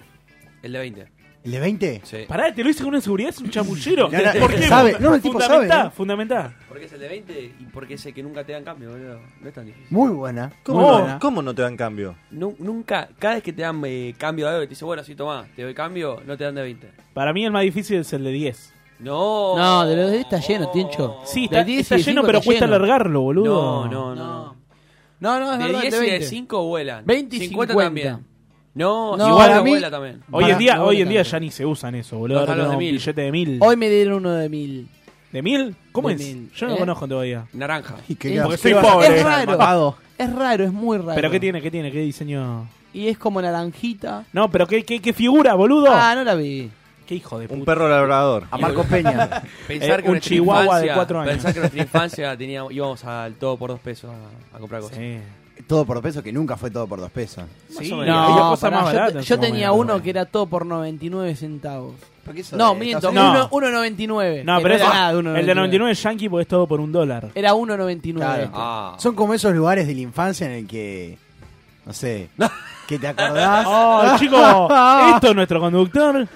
[SPEAKER 10] El de 20.
[SPEAKER 8] ¿El de 20?
[SPEAKER 10] Sí.
[SPEAKER 9] Pará, te lo hice con una seguridad, es un chamullero.
[SPEAKER 8] [laughs] No, no,
[SPEAKER 9] ¿Por qué?
[SPEAKER 8] sabe. No, el tipo
[SPEAKER 9] fundamentá,
[SPEAKER 8] sabe, ¿eh?
[SPEAKER 9] fundamentá.
[SPEAKER 10] Porque es el de 20 y porque es el que nunca te dan cambio, boludo. No es tan difícil.
[SPEAKER 8] Muy buena.
[SPEAKER 10] ¿Cómo
[SPEAKER 8] Muy
[SPEAKER 10] no?
[SPEAKER 8] buena.
[SPEAKER 11] ¿Cómo no te dan cambio?
[SPEAKER 10] Nu- nunca, cada vez que te dan eh, cambio de algo, te dice, bueno, sí, tomá, te doy cambio, no te dan de 20.
[SPEAKER 9] Para mí el más difícil es el de 10.
[SPEAKER 10] No.
[SPEAKER 7] No, de los 10 está lleno, Tincho.
[SPEAKER 9] Sí,
[SPEAKER 7] De
[SPEAKER 9] está,
[SPEAKER 7] 10 y
[SPEAKER 9] está
[SPEAKER 7] de
[SPEAKER 9] lleno,
[SPEAKER 7] 5
[SPEAKER 9] pero
[SPEAKER 7] está
[SPEAKER 9] cuesta
[SPEAKER 7] lleno.
[SPEAKER 9] alargarlo, boludo.
[SPEAKER 10] No, no, no.
[SPEAKER 7] No, no, es
[SPEAKER 10] de
[SPEAKER 7] verdad,
[SPEAKER 10] 10
[SPEAKER 7] de
[SPEAKER 10] y de
[SPEAKER 7] 20.
[SPEAKER 10] 5 vuelan.
[SPEAKER 7] 20 y
[SPEAKER 10] 50,
[SPEAKER 7] 50.
[SPEAKER 10] también. No,
[SPEAKER 7] No,
[SPEAKER 10] 50
[SPEAKER 7] para mí-
[SPEAKER 10] vuela también.
[SPEAKER 9] Hoy
[SPEAKER 7] Pará,
[SPEAKER 9] en día,
[SPEAKER 7] no,
[SPEAKER 9] hoy en
[SPEAKER 7] no,
[SPEAKER 9] día
[SPEAKER 7] no.
[SPEAKER 9] ya ni se usan eso, boludo.
[SPEAKER 10] Los
[SPEAKER 9] Ahora
[SPEAKER 10] jalos de
[SPEAKER 9] tenemos
[SPEAKER 10] mil.
[SPEAKER 9] un billete de 1000.
[SPEAKER 7] Hoy me dieron uno de mil.
[SPEAKER 9] ¿De 1000? ¿Cómo
[SPEAKER 7] De
[SPEAKER 9] es?
[SPEAKER 7] mil.
[SPEAKER 9] Yo no
[SPEAKER 7] ¿Eh?
[SPEAKER 9] lo conozco todavía.
[SPEAKER 10] Naranja.
[SPEAKER 9] Y
[SPEAKER 7] Es-
[SPEAKER 9] Porque soy
[SPEAKER 7] es
[SPEAKER 9] pobre.
[SPEAKER 7] raro. Es raro, es muy raro.
[SPEAKER 9] ¿Pero qué tiene? ¿Qué tiene? ¿Qué diseño?
[SPEAKER 7] Y es como naranjita.
[SPEAKER 9] No, pero ¿qué, qué, qué figura, boludo?
[SPEAKER 7] Ah, no la vi.
[SPEAKER 9] ¿Qué hijo de puta?
[SPEAKER 11] Un perro labrador.
[SPEAKER 7] A Marcos Peña.
[SPEAKER 10] [laughs] Pensar
[SPEAKER 9] Eh,
[SPEAKER 10] que
[SPEAKER 9] un
[SPEAKER 10] nuestra
[SPEAKER 9] chihuahua
[SPEAKER 10] infancia-
[SPEAKER 9] de cuatro años.
[SPEAKER 10] Pensar que en nuestra infancia teníamos, íbamos al todo por dos pesos a, a comprar cosas.
[SPEAKER 8] Todo por dos pesos, que nunca fue todo por dos pesos.
[SPEAKER 10] Sí,
[SPEAKER 8] Más o
[SPEAKER 10] no,
[SPEAKER 8] menos.
[SPEAKER 10] había
[SPEAKER 7] No,
[SPEAKER 10] cosas
[SPEAKER 7] pará,
[SPEAKER 10] más
[SPEAKER 7] yo,
[SPEAKER 10] baratas
[SPEAKER 7] te-
[SPEAKER 10] en
[SPEAKER 7] yo
[SPEAKER 10] su
[SPEAKER 7] tenía
[SPEAKER 10] momento,
[SPEAKER 7] uno que era todo por 99 centavos.
[SPEAKER 8] eso
[SPEAKER 7] No,
[SPEAKER 8] de
[SPEAKER 7] miento,
[SPEAKER 8] Estados Unidos?
[SPEAKER 7] uno- 1.99.
[SPEAKER 9] No,
[SPEAKER 7] que
[SPEAKER 9] pero
[SPEAKER 7] era
[SPEAKER 9] ese-
[SPEAKER 7] nada,
[SPEAKER 9] el de 99 es yankee porque es todo por un dólar.
[SPEAKER 7] Era 1.99.
[SPEAKER 8] Claro. Ah.
[SPEAKER 9] Ah.
[SPEAKER 8] Son como esos lugares de la infancia en el que. No sé. Que te acordás.
[SPEAKER 9] [laughs] Oh,
[SPEAKER 8] [laughs]
[SPEAKER 9] chico, esto es nuestro conductor.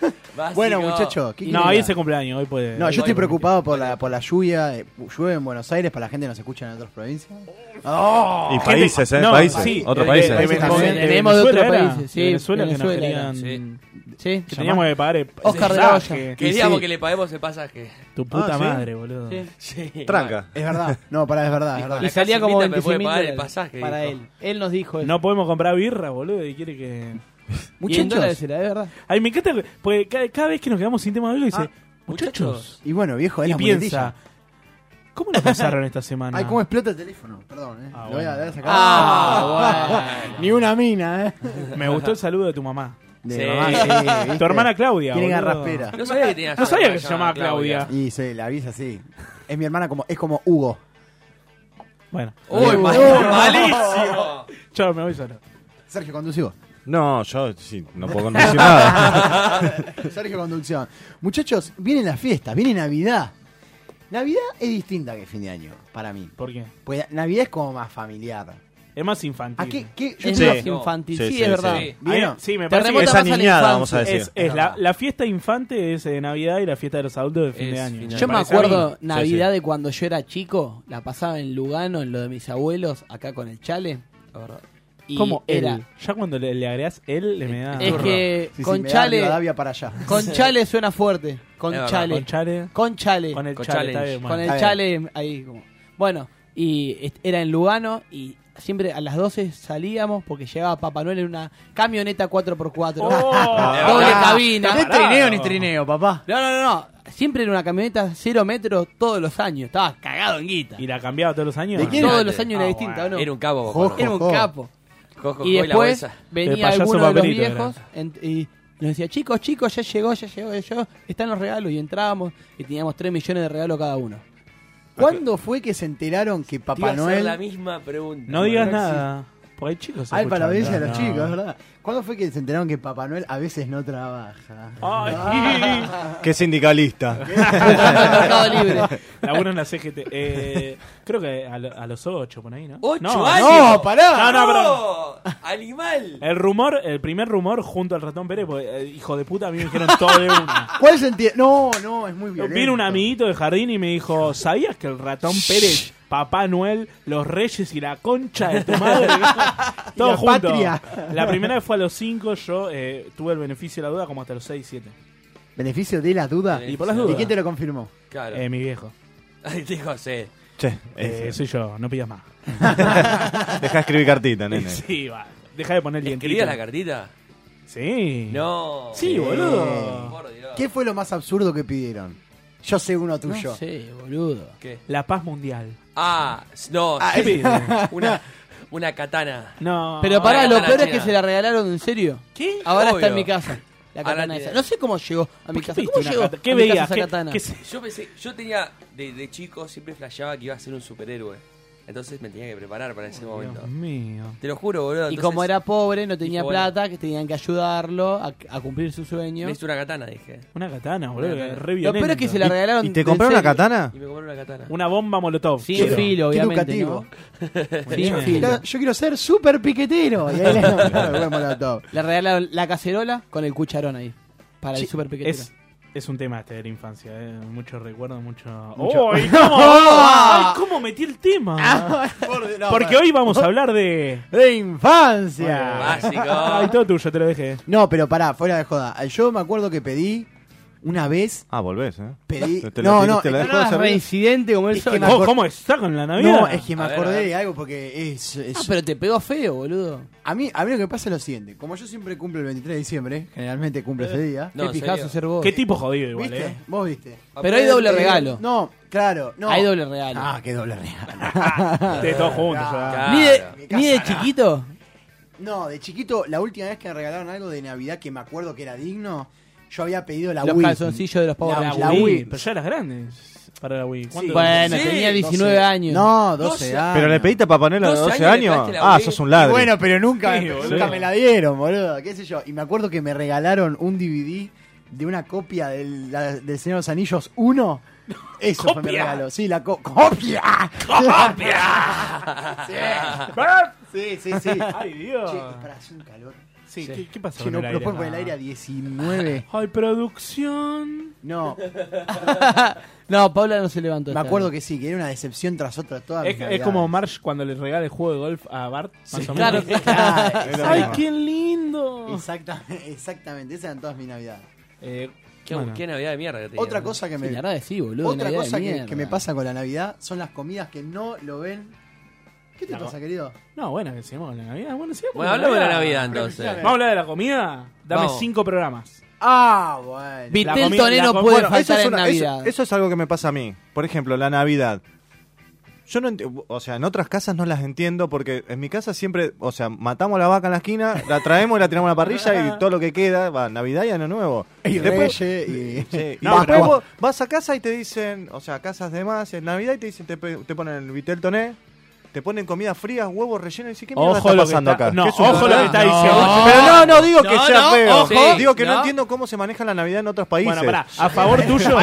[SPEAKER 8] Bueno, muchachos, ¿qué
[SPEAKER 9] No,
[SPEAKER 8] quieren?
[SPEAKER 9] hoy es el cumpleaños, hoy puede.
[SPEAKER 8] No, yo estoy preocupado por la, por la lluvia. eh, llueve en Buenos Aires, para la gente que nos escucha en otras provincias. Oh.
[SPEAKER 11] Y países, ¿eh? países. Otros
[SPEAKER 9] de-
[SPEAKER 11] países.
[SPEAKER 9] de- de-
[SPEAKER 8] También.
[SPEAKER 9] de-
[SPEAKER 7] Tenemos de otros
[SPEAKER 9] Venezuela era.
[SPEAKER 7] países, sí,
[SPEAKER 9] De Venezuela,
[SPEAKER 7] Venezuela
[SPEAKER 9] que
[SPEAKER 7] era.
[SPEAKER 9] nos querían.
[SPEAKER 7] Sí,
[SPEAKER 9] que teníamos que pagar. el-
[SPEAKER 7] Oscar
[SPEAKER 9] el
[SPEAKER 7] de la
[SPEAKER 9] pasaje.
[SPEAKER 7] Hoya.
[SPEAKER 10] Queríamos que le paguemos el pasaje.
[SPEAKER 9] Tu puta
[SPEAKER 11] Ah,
[SPEAKER 9] madre, boludo.
[SPEAKER 10] Sí. Sí.
[SPEAKER 8] [laughs] Es verdad. No, para es verdad. Es verdad.
[SPEAKER 10] la salía como me puede pagar el pasaje.
[SPEAKER 7] Para
[SPEAKER 10] dijo.
[SPEAKER 7] él. Él nos dijo eso.
[SPEAKER 9] No podemos comprar birra, boludo, y quiere que.
[SPEAKER 7] [laughs] Y en dólares era, es verdad.
[SPEAKER 9] Ay, me encanta, porque cada, cada vez que nos quedamos sin tema de algo dice,
[SPEAKER 7] Ah,
[SPEAKER 9] muchachos,
[SPEAKER 8] Y bueno, viejo, es
[SPEAKER 9] y
[SPEAKER 8] la
[SPEAKER 9] piensa,
[SPEAKER 8] muletilla.
[SPEAKER 9] ¿cómo la pasaron esta semana?
[SPEAKER 8] Ay, cómo explota el teléfono. Perdón, eh. Lo voy
[SPEAKER 9] bueno.
[SPEAKER 8] a- lo voy a sacar. [laughs]
[SPEAKER 9] Ah, bueno.
[SPEAKER 8] Ni una mina, eh.
[SPEAKER 9] Me gustó el saludo de tu mamá.
[SPEAKER 8] De
[SPEAKER 9] Sí. [laughs]
[SPEAKER 8] mamá, sí,
[SPEAKER 9] Tu
[SPEAKER 8] ¿viste?
[SPEAKER 9] hermana Claudia.
[SPEAKER 8] Tiene
[SPEAKER 9] boludo.
[SPEAKER 8] garraspera.
[SPEAKER 10] No sabía que tenía
[SPEAKER 9] No sabía que se
[SPEAKER 10] llamaba
[SPEAKER 9] llamaba Claudia.
[SPEAKER 8] Y se la avisa así. Es mi hermana como, es como Hugo.
[SPEAKER 9] Bueno.
[SPEAKER 10] Uy, mal- malísimo.
[SPEAKER 9] Chao, me voy solo.
[SPEAKER 8] Sergio, conducí vos.
[SPEAKER 11] No, yo sí, no
[SPEAKER 8] [laughs]
[SPEAKER 11] puedo conducir nada. [laughs]
[SPEAKER 8] Sergio Conducción. Muchachos, vienen las fiestas, viene Navidad. Navidad es distinta que fin de año, para mí.
[SPEAKER 9] ¿Por qué?
[SPEAKER 8] Pues Navidad es como más familiar.
[SPEAKER 9] Es más infantil.
[SPEAKER 8] ¿A Ah, qué? qué?
[SPEAKER 7] Es
[SPEAKER 8] creo-
[SPEAKER 7] más infantil, sí, es verdad.
[SPEAKER 9] Sí,
[SPEAKER 8] ¿Vieron?
[SPEAKER 9] Ahí- sí, me
[SPEAKER 7] Te
[SPEAKER 9] parece que
[SPEAKER 7] remonta
[SPEAKER 9] es
[SPEAKER 7] más a la
[SPEAKER 11] aniñada,
[SPEAKER 7] infancia.
[SPEAKER 11] vamos a decir.
[SPEAKER 9] Es, es la, la fiesta infante es de Navidad y la fiesta de los adultos de fin de año.
[SPEAKER 7] Yo me
[SPEAKER 9] parece a mí.
[SPEAKER 7] acuerdo Navidad de cuando yo era chico, la pasaba en Lugano, en lo de mis abuelos, acá con el chale. Y
[SPEAKER 9] ¿Cómo
[SPEAKER 7] era?
[SPEAKER 9] él? Ya cuando le, le agregás él, le me da.
[SPEAKER 7] Es que
[SPEAKER 8] Sí, sí,
[SPEAKER 7] con
[SPEAKER 8] me da
[SPEAKER 7] chale.
[SPEAKER 8] Rivadavia para allá.
[SPEAKER 7] Con
[SPEAKER 8] [laughs]
[SPEAKER 7] chale suena fuerte. Con
[SPEAKER 9] Es verdad,
[SPEAKER 7] chale.
[SPEAKER 9] con chale.
[SPEAKER 7] Con chale.
[SPEAKER 9] Con el
[SPEAKER 7] Con
[SPEAKER 9] chale,
[SPEAKER 7] challenge.
[SPEAKER 9] está bien, bueno.
[SPEAKER 7] Con el
[SPEAKER 9] Está
[SPEAKER 7] chale ahí como. Bueno, y est- era en Lugano y siempre a las 12 salíamos porque llegaba Papá Noel en una camioneta 4x4.
[SPEAKER 9] Oh.
[SPEAKER 7] [laughs] Doble
[SPEAKER 8] Ah,
[SPEAKER 7] cabina.
[SPEAKER 8] No es trineo ni trineo, papá.
[SPEAKER 7] No, no, no, no. Siempre era una camioneta cero metros todos los años. Estaba cagado en guita.
[SPEAKER 9] ¿Y la cambiaba todos los años? Ah.
[SPEAKER 7] ¿De quién Todos era? los años era distinta, ¿o no?
[SPEAKER 10] Era un cabo.
[SPEAKER 7] Jojo, Era un jojo. capo. y después
[SPEAKER 10] El
[SPEAKER 7] venía
[SPEAKER 10] payaso
[SPEAKER 7] alguno de los
[SPEAKER 10] Paperito
[SPEAKER 7] viejos en- y nos decía, chicos, chicos, ya llegó, ya llegó, ya llegó, están los regalos. Y entrábamos y teníamos 3 millones de regalos cada uno.
[SPEAKER 8] ¿Cuándo fue que se enteraron que
[SPEAKER 10] Te iba
[SPEAKER 8] Papá
[SPEAKER 10] a hacer la
[SPEAKER 8] Noel.
[SPEAKER 10] misma pregunta.
[SPEAKER 9] No digas
[SPEAKER 10] existe.
[SPEAKER 9] nada. Porque hay chicos.
[SPEAKER 8] Ay, para la
[SPEAKER 9] escuchando,
[SPEAKER 8] audiencia de los
[SPEAKER 9] no.
[SPEAKER 8] chicos, es ¿verdad? ¿Cuándo fue que se enteraron que Papá Noel a veces no trabaja? Ah.
[SPEAKER 11] Qué sindicalista.
[SPEAKER 9] Mercado Libre. Laburo en la CGT. Eh, creo que a, lo- a los 8, por ahí, ¿no?
[SPEAKER 10] ¡Ocho
[SPEAKER 9] no,
[SPEAKER 10] años!
[SPEAKER 9] ¡No, pará! No, no, pero-
[SPEAKER 10] ¡Animal!
[SPEAKER 9] El rumor, el primer rumor junto al ratón Pérez, porque, eh, hijo de puta, a mí me dijeron todo de una.
[SPEAKER 8] ¿Cuál se entiende? No, no, es muy violento.
[SPEAKER 9] Vino un amiguito de jardín y me dijo, ¿sabías que el ratón Pérez, Papá Noel, los reyes y la concha de tu
[SPEAKER 8] [laughs]
[SPEAKER 9] madre?
[SPEAKER 8] Y
[SPEAKER 9] todo
[SPEAKER 8] la
[SPEAKER 9] junto.
[SPEAKER 8] patria.
[SPEAKER 9] La primera vez fue a los 5, yo eh, tuve el beneficio de la duda como hasta los 6, 7.
[SPEAKER 8] ¿Beneficio de la duda?
[SPEAKER 9] Y por las dudas.
[SPEAKER 8] Ah, ¿Y quién te lo confirmó?
[SPEAKER 10] Claro.
[SPEAKER 9] Eh, mi viejo.
[SPEAKER 10] Ay, te [laughs] dijo, sí.
[SPEAKER 11] Che,
[SPEAKER 9] Eh, [laughs] soy yo, no
[SPEAKER 8] [laughs]
[SPEAKER 9] pidas más.
[SPEAKER 11] Deja de
[SPEAKER 10] [laughs]
[SPEAKER 11] escribir cartita, nene.
[SPEAKER 9] Sí, va. Deja de poner el dientito.
[SPEAKER 10] ¿Querías la cartita?
[SPEAKER 9] Sí.
[SPEAKER 10] No.
[SPEAKER 9] Sí, boludo.
[SPEAKER 10] Por Dios.
[SPEAKER 8] ¿Qué fue lo más absurdo que pidieron? Yo sé uno tuyo.
[SPEAKER 7] No sé, boludo.
[SPEAKER 10] ¿Qué?
[SPEAKER 9] La paz mundial.
[SPEAKER 10] Ah, no.
[SPEAKER 9] ¿Qué
[SPEAKER 10] sí.
[SPEAKER 9] pide? [laughs]
[SPEAKER 10] Una, una katana.
[SPEAKER 9] No.
[SPEAKER 7] Pero pará,
[SPEAKER 10] Una
[SPEAKER 7] lo
[SPEAKER 10] katana
[SPEAKER 7] peor es que
[SPEAKER 10] china.
[SPEAKER 7] se la regalaron en serio. ¿Qué? Ahora
[SPEAKER 10] Obvio.
[SPEAKER 7] está en mi casa. La
[SPEAKER 10] Ahora
[SPEAKER 7] katana
[SPEAKER 10] tiene-
[SPEAKER 7] esa. No sé cómo llegó a mi casa.
[SPEAKER 9] pediste
[SPEAKER 7] ¿Cómo
[SPEAKER 9] una
[SPEAKER 7] llegó?
[SPEAKER 9] katana? ¿Qué
[SPEAKER 7] a mi casa
[SPEAKER 9] veías?
[SPEAKER 7] esa
[SPEAKER 9] ¿Qué-
[SPEAKER 7] katana?
[SPEAKER 9] qué se-
[SPEAKER 10] Yo pensé, yo tenía, de, de chico siempre flasheaba que iba a ser un superhéroe. Entonces me tenía que preparar para ese momento.
[SPEAKER 9] Dios mío.
[SPEAKER 10] Te lo juro, boludo.
[SPEAKER 7] Y
[SPEAKER 10] entonces
[SPEAKER 7] como era pobre, no tenía
[SPEAKER 10] dijo, bueno.
[SPEAKER 7] plata, que tenían que ayudarlo a, a cumplir su sueño.
[SPEAKER 10] Me hice una katana, dije.
[SPEAKER 9] Una katana, boludo.
[SPEAKER 10] Una katana.
[SPEAKER 9] Re
[SPEAKER 7] Lo peor es que se la regalaron. del serio.
[SPEAKER 10] Y me compraron una katana.
[SPEAKER 9] Una bomba molotov.
[SPEAKER 7] Sin filo,
[SPEAKER 8] Qué
[SPEAKER 7] obviamente.
[SPEAKER 8] educativo.
[SPEAKER 7] ¿no?
[SPEAKER 8] yo,
[SPEAKER 7] Sin
[SPEAKER 8] quiero,
[SPEAKER 7] filo.
[SPEAKER 8] yo quiero ser súper piquetero. Y
[SPEAKER 9] [laughs]
[SPEAKER 8] ahí le-
[SPEAKER 7] [laughs]
[SPEAKER 8] claro, bueno, molotov.
[SPEAKER 7] Le regalaron la cacerola con el cucharón ahí. Para
[SPEAKER 9] Sí,
[SPEAKER 7] el super piquetero.
[SPEAKER 9] Es, es un tema este de la infancia, eh. mucho recuerdo, mucho...
[SPEAKER 7] Mucho- [laughs]
[SPEAKER 9] ¡Ay, cómo!
[SPEAKER 8] Ah.
[SPEAKER 9] ¡Ay, cómo metí el tema! Porque hoy vamos a hablar
[SPEAKER 7] [laughs]
[SPEAKER 9] de...
[SPEAKER 8] De infancia.
[SPEAKER 10] Básico.
[SPEAKER 9] Ay, todo tuyo, te lo dejé.
[SPEAKER 8] No, pero pará, fuera de joda. Yo me acuerdo que pedí una vez.
[SPEAKER 11] Ah, volvés, ¿eh.
[SPEAKER 8] Pedí.
[SPEAKER 11] [laughs] Te la
[SPEAKER 8] no,
[SPEAKER 11] pedí,
[SPEAKER 8] no,
[SPEAKER 11] te la
[SPEAKER 8] es-
[SPEAKER 11] dejó de servir.
[SPEAKER 7] reincidente como él
[SPEAKER 8] Es que
[SPEAKER 7] solo.
[SPEAKER 8] me acor-
[SPEAKER 9] ¿Cómo está con la Navidad?
[SPEAKER 8] No, es que me
[SPEAKER 9] A ver,
[SPEAKER 8] acordé
[SPEAKER 9] a ver.
[SPEAKER 8] de algo porque es. es-
[SPEAKER 7] Ah, pero te pegó feo, boludo.
[SPEAKER 8] A mí, a mí lo que pasa es lo siguiente. Como yo siempre cumplo el 23 de diciembre, generalmente cumplo ese día.
[SPEAKER 7] Eh, No, Qué ¿en pijazo serio? ser vos.
[SPEAKER 9] Qué tipo jodido igual,
[SPEAKER 8] ¿Viste?
[SPEAKER 9] eh.
[SPEAKER 8] Vos viste.
[SPEAKER 7] Pero hay doble
[SPEAKER 8] Eh,
[SPEAKER 7] regalo.
[SPEAKER 8] No, claro. No.
[SPEAKER 7] Hay doble regalo.
[SPEAKER 8] Ah, qué doble regalo.
[SPEAKER 7] [laughs]
[SPEAKER 9] Ustedes todos juntos, ya.
[SPEAKER 7] Ni de,
[SPEAKER 8] Mi
[SPEAKER 7] ni de
[SPEAKER 8] casa, no.
[SPEAKER 7] chiquito.
[SPEAKER 8] No, de chiquito, la última vez que me regalaron algo de Navidad que me acuerdo que era digno, yo había pedido la
[SPEAKER 7] Los
[SPEAKER 8] Wii.
[SPEAKER 7] calzoncillos de los Power
[SPEAKER 8] La,
[SPEAKER 7] Rangers.
[SPEAKER 8] la
[SPEAKER 9] Wii,
[SPEAKER 8] Wii.
[SPEAKER 9] Pero ya eras grandes para la Wii. ¿Cuánto-
[SPEAKER 7] Bueno,
[SPEAKER 8] Sí,
[SPEAKER 7] tenía 19
[SPEAKER 8] 12.
[SPEAKER 7] años.
[SPEAKER 8] Ah, No, 12 años.
[SPEAKER 11] ¿Pero le pediste a Papá Noel a los 12 años? Ah, sos un
[SPEAKER 8] Y
[SPEAKER 11] ladro.
[SPEAKER 8] Bueno, pero nunca,
[SPEAKER 11] Sí,
[SPEAKER 8] nunca
[SPEAKER 11] boludo.
[SPEAKER 8] me la dieron, boludo. ¿Qué sé yo? Y me acuerdo que me regalaron un DVD de una copia del, la- del Señor de los Anillos
[SPEAKER 11] [laughs]
[SPEAKER 8] 1. Eso fue mi
[SPEAKER 16] ¿Copia?
[SPEAKER 8] regalo. Sí, la co- copia.
[SPEAKER 16] ¡Copia!
[SPEAKER 9] [laughs]
[SPEAKER 8] Sí, sí, sí.
[SPEAKER 9] Ay, Dios.
[SPEAKER 8] Che, y pará, hace un calor.
[SPEAKER 9] Sí, ¿qué, qué pasa
[SPEAKER 8] Che,
[SPEAKER 9] con
[SPEAKER 8] no,
[SPEAKER 9] el
[SPEAKER 8] no
[SPEAKER 9] aire?
[SPEAKER 8] puedo poner el aire a 19.
[SPEAKER 9] [laughs] Ay, producción.
[SPEAKER 11] [laughs]
[SPEAKER 8] No.
[SPEAKER 7] [laughs] no, Paula no se levantó.
[SPEAKER 8] Me
[SPEAKER 7] esta
[SPEAKER 8] acuerdo
[SPEAKER 7] vez.
[SPEAKER 8] que sí, que era una decepción tras otra toda mi
[SPEAKER 9] Es, es como Marsh cuando le regala el juego de golf a Bart. más o
[SPEAKER 8] claro,
[SPEAKER 9] menos.
[SPEAKER 8] claro,
[SPEAKER 9] [laughs]
[SPEAKER 8] es lo
[SPEAKER 9] Ay,
[SPEAKER 8] mismo.
[SPEAKER 9] qué lindo.
[SPEAKER 8] Exactamente, exactamente. Esas eran todas mis navidades.
[SPEAKER 9] Eh,
[SPEAKER 10] Qué,
[SPEAKER 9] bueno.
[SPEAKER 10] qué Navidad de mierda que tenía.
[SPEAKER 8] Otra cosa que me.
[SPEAKER 7] Sí, la verdad que sí, boludo,
[SPEAKER 8] Otra
[SPEAKER 7] Navidad de
[SPEAKER 8] cosa que,
[SPEAKER 7] mierda.
[SPEAKER 8] que me pasa con la Navidad son las comidas que no lo ven. ¿Qué te
[SPEAKER 9] No.
[SPEAKER 8] pasa, querido?
[SPEAKER 9] No, bueno, que sigamos con la Navidad. Bueno, sigamos
[SPEAKER 10] Bueno,
[SPEAKER 9] con la
[SPEAKER 10] hablamos de la
[SPEAKER 9] Navidad.
[SPEAKER 10] Navidad, entonces.
[SPEAKER 9] Vamos a hablar de la comida. Dame
[SPEAKER 10] Vamos.
[SPEAKER 9] cinco programas.
[SPEAKER 8] Ah, bueno.
[SPEAKER 7] Vitel
[SPEAKER 9] La comi-
[SPEAKER 7] Tonero
[SPEAKER 9] la com-
[SPEAKER 7] puede
[SPEAKER 9] bueno,
[SPEAKER 11] Eso
[SPEAKER 7] faltar
[SPEAKER 11] es
[SPEAKER 7] en
[SPEAKER 11] una- eso-
[SPEAKER 7] Navidad.
[SPEAKER 11] Eso, es algo que me pasa a mí. Por ejemplo, la Navidad. Yo no enti- o sea, en otras casas no las entiendo porque en mi casa siempre, o sea, matamos la vaca en la esquina, la traemos y la tiramos a la parrilla y todo lo que queda va Navidad y Año Nuevo.
[SPEAKER 8] Y
[SPEAKER 11] después,
[SPEAKER 8] Reyes y.
[SPEAKER 11] sí, y
[SPEAKER 8] No,
[SPEAKER 11] después
[SPEAKER 8] pero-
[SPEAKER 11] vos vas a casa y te dicen, o sea, casas de más, en Navidad y te dicen, te, pe- te ponen el vitel toné, te ponen comidas frías, huevos rellenos y sí, ¿qué mierda
[SPEAKER 9] Ojo
[SPEAKER 11] está
[SPEAKER 9] lo que
[SPEAKER 11] pasando
[SPEAKER 9] está-
[SPEAKER 11] acá?
[SPEAKER 9] no,
[SPEAKER 11] ¿Qué es un-
[SPEAKER 9] ojo lo que está diciendo.
[SPEAKER 11] Pero no, no digo que
[SPEAKER 9] No,
[SPEAKER 11] sea
[SPEAKER 9] no,
[SPEAKER 11] feo.
[SPEAKER 9] ojo.
[SPEAKER 11] digo que no.
[SPEAKER 9] No.
[SPEAKER 11] entiendo cómo se maneja la Navidad en otros países.
[SPEAKER 9] Bueno,
[SPEAKER 11] [laughs]
[SPEAKER 9] pará, a favor tuyo.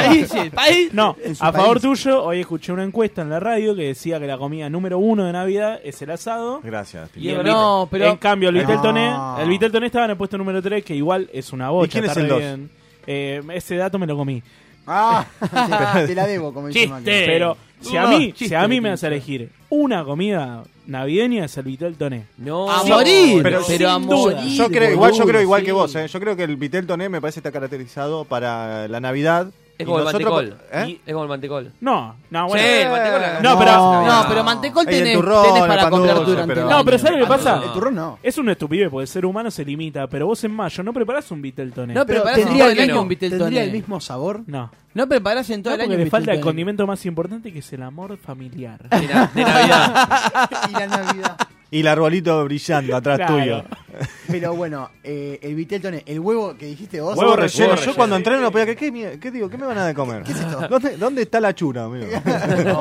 [SPEAKER 9] No,
[SPEAKER 8] En su
[SPEAKER 9] a favor
[SPEAKER 8] país.
[SPEAKER 9] tuyo, hoy escuché una encuesta en la radio que decía que la comida número uno de Navidad es el asado.
[SPEAKER 11] Gracias.
[SPEAKER 9] Y
[SPEAKER 7] No,
[SPEAKER 9] el vitel-
[SPEAKER 7] pero-
[SPEAKER 9] En cambio, el
[SPEAKER 8] No.
[SPEAKER 9] Vitel Toné, el Vitel Toné estaba en el puesto número 3, que igual es una bocha.
[SPEAKER 11] ¿Y quién es
[SPEAKER 9] está
[SPEAKER 11] el
[SPEAKER 9] re
[SPEAKER 11] dos?
[SPEAKER 9] bien. Eh, ese dato me lo comí.
[SPEAKER 8] Ah, te, te la debo, como dice Macri.
[SPEAKER 9] Pero si a
[SPEAKER 7] No,
[SPEAKER 9] mí,
[SPEAKER 7] chiste
[SPEAKER 9] si a mí
[SPEAKER 7] que
[SPEAKER 9] me
[SPEAKER 7] tiene
[SPEAKER 9] hace elegir una comida navideña, es el Vitel Toné.
[SPEAKER 10] No,
[SPEAKER 7] A
[SPEAKER 10] sí.
[SPEAKER 7] morir, pero,
[SPEAKER 11] pero sin
[SPEAKER 7] a
[SPEAKER 9] duda.
[SPEAKER 7] morir.
[SPEAKER 11] Yo creo, igual, yo
[SPEAKER 7] boludo,
[SPEAKER 11] creo igual
[SPEAKER 7] sí.
[SPEAKER 11] que vos, ¿eh? Yo creo que el Vitel Toné me parece que está caracterizado para la Navidad.
[SPEAKER 10] Es como el mantecol.
[SPEAKER 11] ¿eh?
[SPEAKER 10] Es como el mantecol.
[SPEAKER 9] No, no, bueno.
[SPEAKER 10] Sí, el mantecol. acá.
[SPEAKER 9] No, pero-
[SPEAKER 7] No, pero mantecol
[SPEAKER 11] Ahí el
[SPEAKER 7] tenés,
[SPEAKER 11] turrón,
[SPEAKER 7] tenés
[SPEAKER 11] el
[SPEAKER 7] para
[SPEAKER 11] pan
[SPEAKER 7] comprar
[SPEAKER 11] dulce,
[SPEAKER 7] durante
[SPEAKER 11] pero-
[SPEAKER 7] el
[SPEAKER 9] No,
[SPEAKER 7] año.
[SPEAKER 9] pero ¿sabes qué pasa?
[SPEAKER 8] El turrón no.
[SPEAKER 9] Es una estupidez, porque el ser humano se limita, pero vos en mayo no preparás un Vitel Toné.
[SPEAKER 7] No, pero preparás en
[SPEAKER 8] tendría,
[SPEAKER 7] todo
[SPEAKER 8] el,
[SPEAKER 7] el año un Vitel
[SPEAKER 8] tendría
[SPEAKER 7] Toné.
[SPEAKER 8] el mismo sabor.
[SPEAKER 9] No.
[SPEAKER 7] No preparás en todo
[SPEAKER 9] No,
[SPEAKER 7] el año
[SPEAKER 9] porque
[SPEAKER 7] un
[SPEAKER 9] le falta el
[SPEAKER 7] Vitel Toné.
[SPEAKER 9] condimento más importante que es el amor
[SPEAKER 7] [laughs]
[SPEAKER 9] familiar.
[SPEAKER 10] De, na- de Navidad.
[SPEAKER 8] [laughs] y la Navidad.
[SPEAKER 11] Y el arbolito brillando atrás
[SPEAKER 9] Claro.
[SPEAKER 11] tuyo.
[SPEAKER 8] [laughs] Pero bueno, eh, el vitel toné, el huevo que dijiste vos.
[SPEAKER 11] Huevo relleno.
[SPEAKER 10] huevo
[SPEAKER 11] Yo
[SPEAKER 10] relleno.
[SPEAKER 11] cuando entré no podía creer. ¿Qué, mier- qué digo? ¿Qué me van a dar de comer?
[SPEAKER 8] ¿Qué es esto?
[SPEAKER 11] [laughs] ¿Dónde, dónde está la
[SPEAKER 8] [laughs]
[SPEAKER 11] chura, amigo?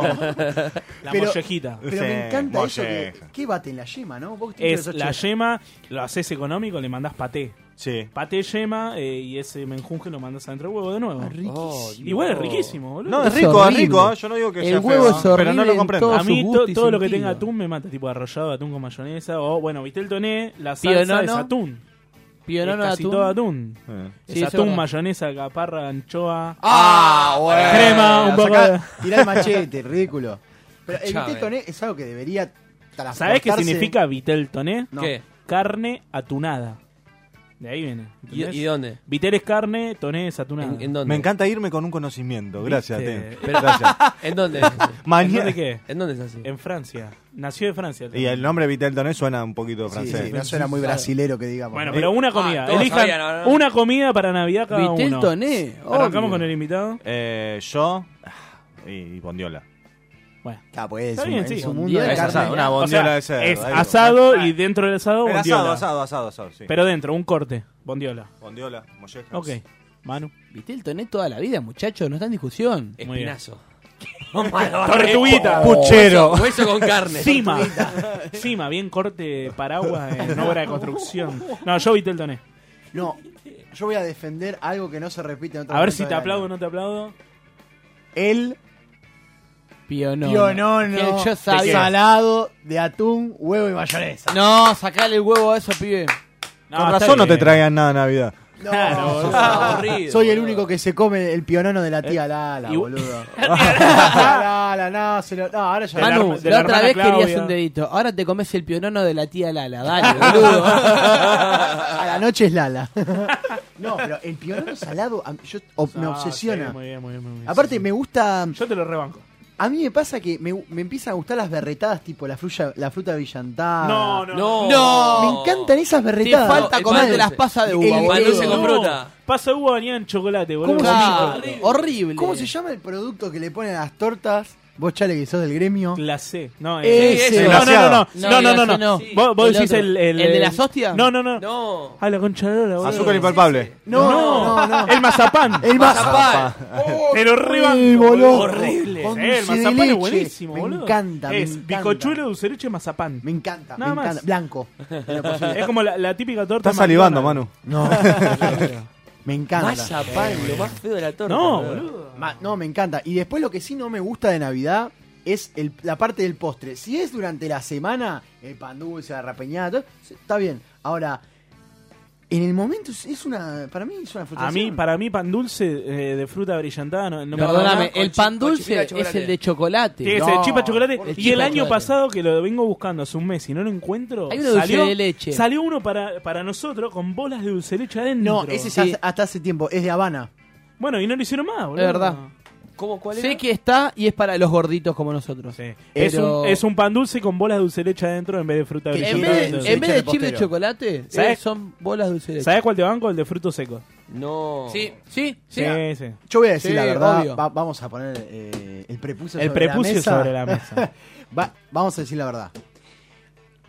[SPEAKER 9] La
[SPEAKER 8] Pero-
[SPEAKER 9] mollejita.
[SPEAKER 8] Pero me encanta eso que, que baten la yema, ¿no? Vos que
[SPEAKER 9] Es
[SPEAKER 8] sos
[SPEAKER 9] la
[SPEAKER 8] chef.
[SPEAKER 9] yema, lo haces económico, le mandás paté.
[SPEAKER 11] Sí.
[SPEAKER 9] Paté yema eh, y ese menjunje lo mandás adentro del huevo de nuevo.
[SPEAKER 10] Oh,
[SPEAKER 9] Y bueno, es
[SPEAKER 10] Dios.
[SPEAKER 9] riquísimo, boludo.
[SPEAKER 11] No, es
[SPEAKER 7] Ah, Es
[SPEAKER 11] rico, es
[SPEAKER 7] horrible.
[SPEAKER 11] rico. ¿eh? Yo no digo que
[SPEAKER 7] El
[SPEAKER 11] sea
[SPEAKER 7] huevo
[SPEAKER 11] feo,
[SPEAKER 7] es
[SPEAKER 11] ¿eh? pero no
[SPEAKER 7] horrible
[SPEAKER 11] lo
[SPEAKER 7] en
[SPEAKER 11] comprendo.
[SPEAKER 7] todo.
[SPEAKER 9] a mí
[SPEAKER 7] su
[SPEAKER 9] to-
[SPEAKER 7] gusto y
[SPEAKER 9] todo lo que
[SPEAKER 7] sentido.
[SPEAKER 9] tenga atún me mata, tipo arrollado de atún con mayonesa o bueno, viste el toné, la
[SPEAKER 7] Pío
[SPEAKER 9] salsa es
[SPEAKER 7] nono,
[SPEAKER 9] atún.
[SPEAKER 7] Pionono
[SPEAKER 9] es
[SPEAKER 7] de
[SPEAKER 9] casi
[SPEAKER 7] atún.
[SPEAKER 9] todo atún.
[SPEAKER 11] Eh.
[SPEAKER 9] Es
[SPEAKER 7] Sí, eso es
[SPEAKER 9] atún,
[SPEAKER 7] verdad.
[SPEAKER 9] mayonesa, caparra, anchoa,
[SPEAKER 10] Ah, bueno.
[SPEAKER 9] crema, un
[SPEAKER 8] Sacá-
[SPEAKER 9] poco de...
[SPEAKER 8] Tirá el machete, ridículo. Pero el
[SPEAKER 10] Escuchame.
[SPEAKER 8] vitel toné es algo que debería transportarse.
[SPEAKER 9] ¿Sabés qué significa vitel toné?
[SPEAKER 8] No.
[SPEAKER 10] ¿Qué?
[SPEAKER 9] Carne atunada. De ahí viene.
[SPEAKER 10] ¿Y,
[SPEAKER 9] ¿entendés?
[SPEAKER 10] y dónde?
[SPEAKER 9] Vitel es carne, toné es atunada.
[SPEAKER 10] ¿En, en dónde?
[SPEAKER 11] Me encanta irme con un conocimiento. Gracias,
[SPEAKER 9] Viste.
[SPEAKER 11] Ten.
[SPEAKER 10] Pero-
[SPEAKER 9] [laughs]
[SPEAKER 11] Gracias.
[SPEAKER 10] [laughs] ¿En dónde?
[SPEAKER 9] ¿En
[SPEAKER 11] [laughs] Mañana. Eh,
[SPEAKER 9] dónde qué?
[SPEAKER 10] ¿En dónde es así?
[SPEAKER 9] En Francia. Nació de Francia.
[SPEAKER 11] Y el nombre Vitel Toné suena un poquito
[SPEAKER 8] Sí,
[SPEAKER 11] francés.
[SPEAKER 8] sí, no suena muy brasilero que digamos.
[SPEAKER 9] Bueno,
[SPEAKER 8] ¿no?
[SPEAKER 9] pero una comida.
[SPEAKER 10] Ah, todos
[SPEAKER 9] Elijan
[SPEAKER 10] sabían, ahora.
[SPEAKER 9] una comida para Navidad cada
[SPEAKER 7] Vitel
[SPEAKER 9] uno.
[SPEAKER 7] Toné. obvio.
[SPEAKER 9] Arrancamos con el invitado.
[SPEAKER 11] Eh, yo ah, y, y bondiola.
[SPEAKER 9] Bueno.
[SPEAKER 8] Ah, pues,
[SPEAKER 9] Está
[SPEAKER 8] un-
[SPEAKER 9] bien,
[SPEAKER 8] es
[SPEAKER 9] sí.
[SPEAKER 8] un mundo de
[SPEAKER 7] Es
[SPEAKER 8] carne.
[SPEAKER 11] asado, una
[SPEAKER 9] O sea,
[SPEAKER 11] bondiola de cerdo,
[SPEAKER 9] es
[SPEAKER 11] ahí va.
[SPEAKER 9] asado
[SPEAKER 10] Ah.
[SPEAKER 9] y dentro del asado
[SPEAKER 11] Era
[SPEAKER 9] bondiola.
[SPEAKER 11] asado, asado, asado, asado, sí.
[SPEAKER 9] Pero dentro, un corte. Bondiola.
[SPEAKER 11] Bondiola, mollejas.
[SPEAKER 9] Ok. Manu.
[SPEAKER 7] Vitel Toné toda la vida, muchachos, no está en discusión.
[SPEAKER 9] Muy bien.
[SPEAKER 7] [laughs]
[SPEAKER 11] [laughs]
[SPEAKER 10] Espinazo.
[SPEAKER 9] Tortuguita.
[SPEAKER 11] Puchero.
[SPEAKER 9] Hueso-
[SPEAKER 11] Hueso con carne.
[SPEAKER 9] Cima.
[SPEAKER 11] Tortuguita.
[SPEAKER 9] Cima, bien corte paraguas en obra de construcción. No, yo vi Teltoné.
[SPEAKER 8] No, yo voy a defender algo que no se repite en otro
[SPEAKER 9] A ver
[SPEAKER 8] momento
[SPEAKER 9] si te
[SPEAKER 8] del
[SPEAKER 9] aplaudo o
[SPEAKER 8] año.
[SPEAKER 9] no te aplaudo.
[SPEAKER 8] El
[SPEAKER 7] Pionono.
[SPEAKER 8] pionono
[SPEAKER 7] Que yo sabía.
[SPEAKER 8] salado de atún, huevo y mayonesa.
[SPEAKER 7] No, sacale el huevo a eso, pibe.
[SPEAKER 9] Ah,
[SPEAKER 11] Con razón no te traigan nada a Navidad.
[SPEAKER 7] boludo.
[SPEAKER 8] Soy el único que se come el pionono de la tía Lala,
[SPEAKER 9] [laughs]
[SPEAKER 7] Y-
[SPEAKER 8] boludo. Lala, Lala, no, se lo- no, ahora ya
[SPEAKER 7] Manu, la, otra vez querías un dedito. Ahora te comes el pionono de la tía Lala. Dale,
[SPEAKER 9] [laughs]
[SPEAKER 7] boludo.
[SPEAKER 8] A la noche es Lala. [laughs] No, pero el pionono salado a- yo, o- me
[SPEAKER 9] No,
[SPEAKER 8] obsesiona.
[SPEAKER 9] Ah, sí, muy bien, muy bien, muy bien.
[SPEAKER 8] Aparte, me gusta.
[SPEAKER 9] Yo te lo rebanco.
[SPEAKER 8] A mí me pasa que me, me empiezan a gustar las berretadas tipo la, fruta la fruta brillantada.
[SPEAKER 9] No, no, no.
[SPEAKER 8] Me
[SPEAKER 9] No.
[SPEAKER 8] encantan esas berretadas.
[SPEAKER 7] falta comer de las pasas de uva, boludo.
[SPEAKER 8] No.
[SPEAKER 9] Pasa uva bañada en chocolate, boludo.
[SPEAKER 8] ¿Cómo se llama?
[SPEAKER 7] Horrible.
[SPEAKER 8] ¿Cómo se llama el producto que le ponen a las tortas? Vos, Chale, que sos del gremio.
[SPEAKER 9] Glacé. No,
[SPEAKER 8] Ese.
[SPEAKER 9] ese.
[SPEAKER 8] Sí, ese.
[SPEAKER 9] no, no, no, no, no,
[SPEAKER 8] No,
[SPEAKER 9] no,
[SPEAKER 8] glacé
[SPEAKER 9] no,
[SPEAKER 8] no.
[SPEAKER 9] Sí. Vos, vos
[SPEAKER 8] El
[SPEAKER 9] decís
[SPEAKER 8] otro.
[SPEAKER 9] el, el,
[SPEAKER 8] ¿El de las hostias?
[SPEAKER 9] No, no, no.
[SPEAKER 7] No.
[SPEAKER 9] Ah, la concha de oro, boludo.
[SPEAKER 11] Azúcar impalpable.
[SPEAKER 9] No, no, El mazapán.
[SPEAKER 8] El
[SPEAKER 9] mazapán. Pero
[SPEAKER 8] horrible,
[SPEAKER 9] rebanco.
[SPEAKER 8] boludo.
[SPEAKER 9] Horrible.
[SPEAKER 8] Con
[SPEAKER 9] Eh, el
[SPEAKER 8] dulce de
[SPEAKER 9] mazapán es
[SPEAKER 8] leche.
[SPEAKER 9] buenísimo,
[SPEAKER 8] Me
[SPEAKER 9] boludo.
[SPEAKER 8] encanta, me
[SPEAKER 9] Es
[SPEAKER 8] encanta.
[SPEAKER 9] bizcochuelo, dulce de leche, mazapán.
[SPEAKER 8] Me encanta,
[SPEAKER 9] Nada
[SPEAKER 8] me
[SPEAKER 9] más.
[SPEAKER 8] encanta. Blanco.
[SPEAKER 9] Es como la, la típica torta.
[SPEAKER 11] Estás salivando, Manu.
[SPEAKER 9] [laughs]
[SPEAKER 8] No. me encanta. Eh,
[SPEAKER 10] Mazapán, lo más feo de la torta.
[SPEAKER 8] No, Ma- no, me encanta. Y después lo que sí no me gusta de Navidad es el- la parte del postre. Si es durante la semana, el pan dulce, la rapeñada, todo, se- está bien. Ahora, en el momento es, es una. Para mí es una
[SPEAKER 9] A
[SPEAKER 8] frustración.
[SPEAKER 9] mí, para mí, pan dulce eh, de fruta brillantada no, no me
[SPEAKER 7] Perdóname,
[SPEAKER 9] perdona.
[SPEAKER 7] el pan dulce
[SPEAKER 9] chocolate.
[SPEAKER 7] es el de chocolate.
[SPEAKER 9] Tiene que ser chipa chocolate.
[SPEAKER 7] El
[SPEAKER 9] Y
[SPEAKER 7] chipa
[SPEAKER 9] el año
[SPEAKER 7] chocolate.
[SPEAKER 9] pasado que lo vengo buscando hace un mes y no lo encuentro.
[SPEAKER 7] Hay uno de dulce
[SPEAKER 9] salió-
[SPEAKER 7] de leche.
[SPEAKER 9] Salió uno para, para nosotros con bolas de dulce de leche adentro.
[SPEAKER 8] No, ese es hasta, hasta hace tiempo, es de Habana.
[SPEAKER 9] Bueno, y no lo hicieron más, boludo.
[SPEAKER 7] Es verdad. Sé que está y es para los gorditos como nosotros.
[SPEAKER 9] Es,
[SPEAKER 7] Pero-
[SPEAKER 9] un, es un pan dulce con bolas de dulce de leche adentro en vez de fruta
[SPEAKER 7] Que en
[SPEAKER 9] brillantada.
[SPEAKER 7] vez de,
[SPEAKER 9] adentro.
[SPEAKER 7] en vez de chip de chocolate, eh,
[SPEAKER 9] ¿Sabes?
[SPEAKER 7] son bolas dulce de leche.
[SPEAKER 9] ¿Sabés cuál te banco? El de frutos secos.
[SPEAKER 10] No.
[SPEAKER 7] Sí, sí, sí.
[SPEAKER 9] Sí, sí.
[SPEAKER 8] Yo voy a decir
[SPEAKER 9] Sí,
[SPEAKER 8] la verdad.
[SPEAKER 9] obvio.
[SPEAKER 8] va- vamos a poner eh, el prepucio
[SPEAKER 9] El
[SPEAKER 8] sobre
[SPEAKER 9] prepucio
[SPEAKER 8] la mesa.
[SPEAKER 9] sobre la mesa.
[SPEAKER 8] [laughs] Va- vamos a decir la verdad.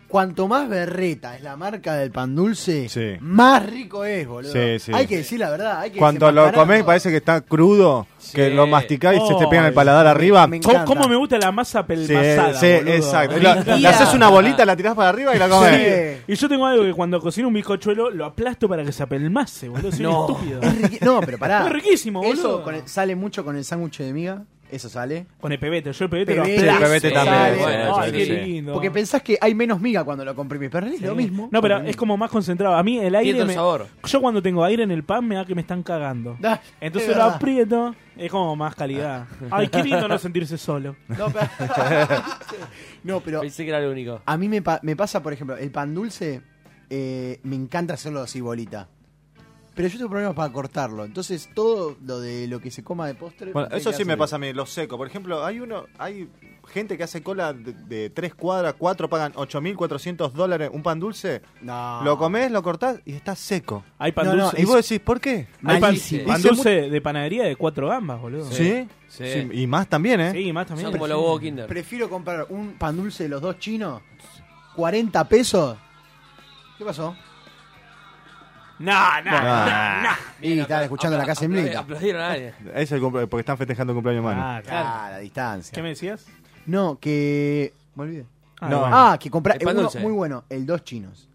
[SPEAKER 8] Cuanto más berreta es la marca del pan dulce, más rico es, boludo.
[SPEAKER 11] Sí, sí.
[SPEAKER 8] Hay que decir la verdad. Hay que
[SPEAKER 11] Cuando lo
[SPEAKER 8] desempacar
[SPEAKER 11] comés parece que está crudo, que lo masticás y se te
[SPEAKER 9] Oh,
[SPEAKER 11] pega en el paladar
[SPEAKER 9] me-
[SPEAKER 11] arriba.
[SPEAKER 9] me ¿Cómo, cómo me gusta la masa pelmazada,
[SPEAKER 11] sí,
[SPEAKER 9] boludo?
[SPEAKER 11] exacto. La- le haces una bolita, la tirás para arriba y la comes.
[SPEAKER 9] Sí. Y yo tengo algo que cuando cocino un bizcochuelo lo aplasto para que se apelmase, boludo. Soy
[SPEAKER 8] No.
[SPEAKER 9] un estúpido.
[SPEAKER 8] riqui- No, pero
[SPEAKER 9] [laughs]
[SPEAKER 8] pará.
[SPEAKER 9] Es riquísimo, boludo.
[SPEAKER 8] Eso con el- sale mucho con el sándwich de miga. Eso sale.
[SPEAKER 9] Con el pebete, yo el pebete,
[SPEAKER 8] Pebete,
[SPEAKER 9] lo aplasto.
[SPEAKER 11] pebete también,
[SPEAKER 9] Sale.
[SPEAKER 11] sí, sí,
[SPEAKER 9] Ay, qué
[SPEAKER 11] sí.
[SPEAKER 9] lindo.
[SPEAKER 8] Porque pensás que hay menos miga cuando lo comprimís, pero es lo mismo.
[SPEAKER 9] No, pero es como más concentrado. A mí el aire.
[SPEAKER 10] Tiene otro
[SPEAKER 9] me-
[SPEAKER 10] sabor.
[SPEAKER 9] Yo cuando tengo aire en el pan me da que me están
[SPEAKER 11] [laughs]
[SPEAKER 9] cagando.
[SPEAKER 8] Da,
[SPEAKER 9] Entonces
[SPEAKER 8] es
[SPEAKER 9] lo
[SPEAKER 8] verdad.
[SPEAKER 9] aprieto, es como más calidad. Ay, qué lindo no sentirse solo.
[SPEAKER 8] [laughs] No, pero...
[SPEAKER 11] [laughs]
[SPEAKER 8] [laughs] no, pero
[SPEAKER 10] Pensé que era lo único.
[SPEAKER 8] A mí me, pa- me pasa, por ejemplo, el pan dulce, eh, me encanta hacerlo así bolita. Pero yo tengo problemas para cortarlo. Entonces, todo lo de lo que se coma de postre.
[SPEAKER 11] Bueno,
[SPEAKER 8] no sé
[SPEAKER 11] eso
[SPEAKER 8] qué
[SPEAKER 11] sí me
[SPEAKER 8] hacer.
[SPEAKER 11] pasa a mí, los secos. Por ejemplo, hay uno, hay gente que hace cola de, de tres cuadras, cuatro, pagan 8.400 dólares un pan dulce.
[SPEAKER 8] No.
[SPEAKER 11] Lo comés, lo cortás y está seco.
[SPEAKER 9] Hay pan
[SPEAKER 11] No, no,
[SPEAKER 9] dulce.
[SPEAKER 11] y vos decís, ¿por qué?
[SPEAKER 9] Hay pan,
[SPEAKER 11] Malísimo.
[SPEAKER 9] pan
[SPEAKER 11] Dice
[SPEAKER 9] dulce de panadería de cuatro gambas, boludo.
[SPEAKER 11] ¿Sí?
[SPEAKER 9] Sí.
[SPEAKER 11] Sí, Y más también, ¿eh?
[SPEAKER 9] Sí, más también.
[SPEAKER 8] Prefiero comprar un pan dulce de los dos chinos, 40 pesos. ¿Qué pasó?
[SPEAKER 9] No, no,
[SPEAKER 11] No.
[SPEAKER 9] no, no.
[SPEAKER 8] Y estaba escuchando la casa en Blinda.
[SPEAKER 11] [laughs] Es el cumple- porque están festejando el cumpleaños de Manu.
[SPEAKER 9] Ah,
[SPEAKER 8] claro. Ah, la distancia.
[SPEAKER 9] ¿Qué me decías?
[SPEAKER 8] No, que. Me olvidé.
[SPEAKER 9] Ah,
[SPEAKER 8] No.
[SPEAKER 9] bueno.
[SPEAKER 8] Ah, que compré
[SPEAKER 9] El pan
[SPEAKER 8] uno
[SPEAKER 9] dulce.
[SPEAKER 8] muy bueno, el dos chinos.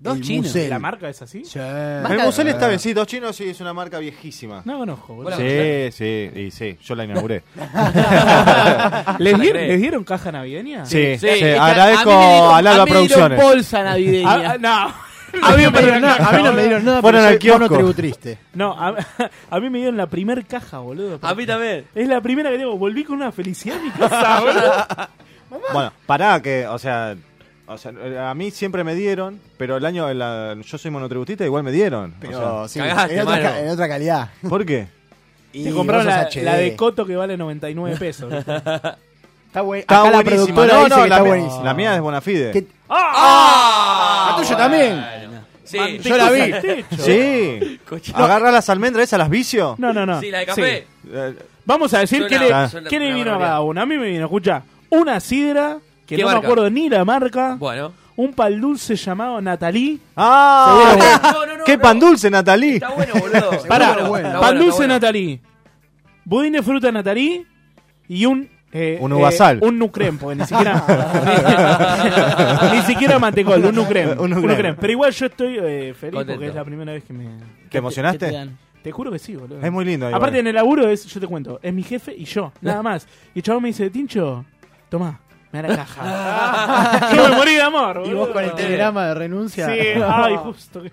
[SPEAKER 9] Dos
[SPEAKER 8] El
[SPEAKER 9] chinos.
[SPEAKER 8] Musel.
[SPEAKER 9] ¿La marca es así?
[SPEAKER 8] Sí.
[SPEAKER 11] El Musel está bien, sí, dos chinos sí, es una marca viejísima.
[SPEAKER 9] No conozco, boludo.
[SPEAKER 11] Sí, sí, y sí, yo la [laughs] inauguré.
[SPEAKER 9] ¿Les, dieron, les dieron caja navideña?
[SPEAKER 11] Sí, Sí, sí, esta- agradezco a mí me dieron- a Larva a mí me dieron Producciones. bolsa navideña.
[SPEAKER 9] Ah, ah, no.
[SPEAKER 11] [laughs]
[SPEAKER 9] [laughs]
[SPEAKER 8] [laughs]
[SPEAKER 11] A mí no me dieron nada, a mí no me dieron nada, Fueron pero al soy kiosco.
[SPEAKER 8] monotributriste.
[SPEAKER 9] No, a, [laughs] a mí me dieron la primer caja, boludo.
[SPEAKER 10] A mí también.
[SPEAKER 9] Es la primera que tengo. Volví con una felicidad
[SPEAKER 10] [laughs]
[SPEAKER 9] en mi casa, boludo.
[SPEAKER 11] Bueno, pará que, o sea, o sea, a mí siempre me dieron, pero el año, la- yo soy monotributista, igual me dieron.
[SPEAKER 8] Pero,
[SPEAKER 11] o
[SPEAKER 8] sí,
[SPEAKER 11] sea.
[SPEAKER 8] en, otra, ca- en otra calidad.
[SPEAKER 11] ¿Por qué?
[SPEAKER 8] Y
[SPEAKER 9] Te compraron
[SPEAKER 8] vos
[SPEAKER 9] la,
[SPEAKER 8] sos HD.
[SPEAKER 9] la de Coto que vale 99 pesos. ¿viste?
[SPEAKER 8] Está, buen,
[SPEAKER 11] Está
[SPEAKER 8] acá la
[SPEAKER 11] buenísima.
[SPEAKER 8] productora
[SPEAKER 11] No,
[SPEAKER 8] dice
[SPEAKER 11] no,
[SPEAKER 8] que
[SPEAKER 11] la
[SPEAKER 8] está
[SPEAKER 11] mía-
[SPEAKER 8] buenísima.
[SPEAKER 11] la mía es Bonafide.
[SPEAKER 8] Que-
[SPEAKER 9] ¡Ah!
[SPEAKER 8] La tuya también.
[SPEAKER 10] Sí.
[SPEAKER 8] Yo la vi.
[SPEAKER 11] [laughs] Sí.
[SPEAKER 10] Cochino.
[SPEAKER 11] Agarra las almendras esas, las vicio.
[SPEAKER 9] No, no, no.
[SPEAKER 10] Sí, la de café.
[SPEAKER 11] Eh,
[SPEAKER 9] Vamos a decir
[SPEAKER 11] Suena-
[SPEAKER 9] qué le,
[SPEAKER 11] suena
[SPEAKER 9] qué le
[SPEAKER 11] una
[SPEAKER 9] vino a
[SPEAKER 11] barbaridad.
[SPEAKER 9] cada uno. A mí me vino, escucha, una sidra, que
[SPEAKER 10] ¿Qué
[SPEAKER 9] no me
[SPEAKER 10] marca?
[SPEAKER 9] acuerdo ni la marca.
[SPEAKER 10] Bueno.
[SPEAKER 9] Un pan dulce llamado Natalí.
[SPEAKER 11] ¡Ah! ¡Qué pan dulce, Natalí!
[SPEAKER 9] Pará,
[SPEAKER 11] Está
[SPEAKER 9] pan
[SPEAKER 11] bueno,
[SPEAKER 9] dulce
[SPEAKER 11] está bueno.
[SPEAKER 9] Natalí. Budín de fruta Natalí. y un. eh,
[SPEAKER 11] Un
[SPEAKER 9] eh,
[SPEAKER 11] uvasal.
[SPEAKER 9] un nucrem, porque ni siquiera. [laughs] ni siquiera mantecol, un nucrem.
[SPEAKER 11] [laughs] Un
[SPEAKER 9] Un
[SPEAKER 11] nucrem.
[SPEAKER 9] nucrem. Pero igual yo estoy eh, feliz
[SPEAKER 11] Contento.
[SPEAKER 9] porque es la primera vez que me.
[SPEAKER 11] ¿Te emocionaste?
[SPEAKER 9] que te dan. Te juro que sí, boludo.
[SPEAKER 11] Es muy lindo, igual.
[SPEAKER 9] Aparte, en el laburo es, yo te cuento, es mi jefe y
[SPEAKER 8] [laughs]
[SPEAKER 9] yo, nada más. Y el chabón me dice, Tincho, toma, me da la
[SPEAKER 8] [laughs]
[SPEAKER 9] caja. yo me morí de amor,
[SPEAKER 8] Y
[SPEAKER 9] boludo.
[SPEAKER 8] vos con el telegrama de renuncia.
[SPEAKER 9] Sí,
[SPEAKER 8] [laughs]
[SPEAKER 7] Ah.
[SPEAKER 9] ay,
[SPEAKER 10] [laughs]
[SPEAKER 9] justo. que-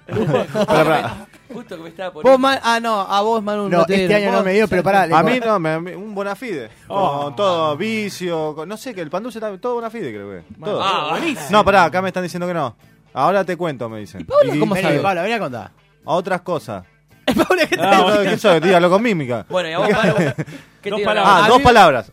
[SPEAKER 10] Justo que me estaba
[SPEAKER 7] Vos, Man- ah, no, a vos, Manu.
[SPEAKER 8] No, este
[SPEAKER 7] dieron.
[SPEAKER 8] año no
[SPEAKER 7] Vos-
[SPEAKER 8] me dio, pero pará, le-
[SPEAKER 11] A mí no, me- me- un Bonafide.
[SPEAKER 8] Oh.
[SPEAKER 11] Con todo vicio, con- no sé, que el Panduce está todo Bonafide, creo que.
[SPEAKER 8] Bueno,
[SPEAKER 11] Todo.
[SPEAKER 8] ah, buenísimo.
[SPEAKER 11] No, pará, acá me están diciendo que no. Ahora te cuento, me dicen.
[SPEAKER 8] Paula cómo Vení, sabe? Paula,
[SPEAKER 11] vení a contar. A otras cosas. Paula, ¿qué
[SPEAKER 10] tal?
[SPEAKER 11] ¿Quién soy? Dígalo con mímica.
[SPEAKER 10] Bueno, y a vos,
[SPEAKER 11] [laughs]
[SPEAKER 10] Pablo, ¿qué
[SPEAKER 11] Dos
[SPEAKER 10] te-
[SPEAKER 11] palabras. Ah,
[SPEAKER 7] A
[SPEAKER 11] dos
[SPEAKER 7] mí- [laughs]
[SPEAKER 11] [laughs] palabras.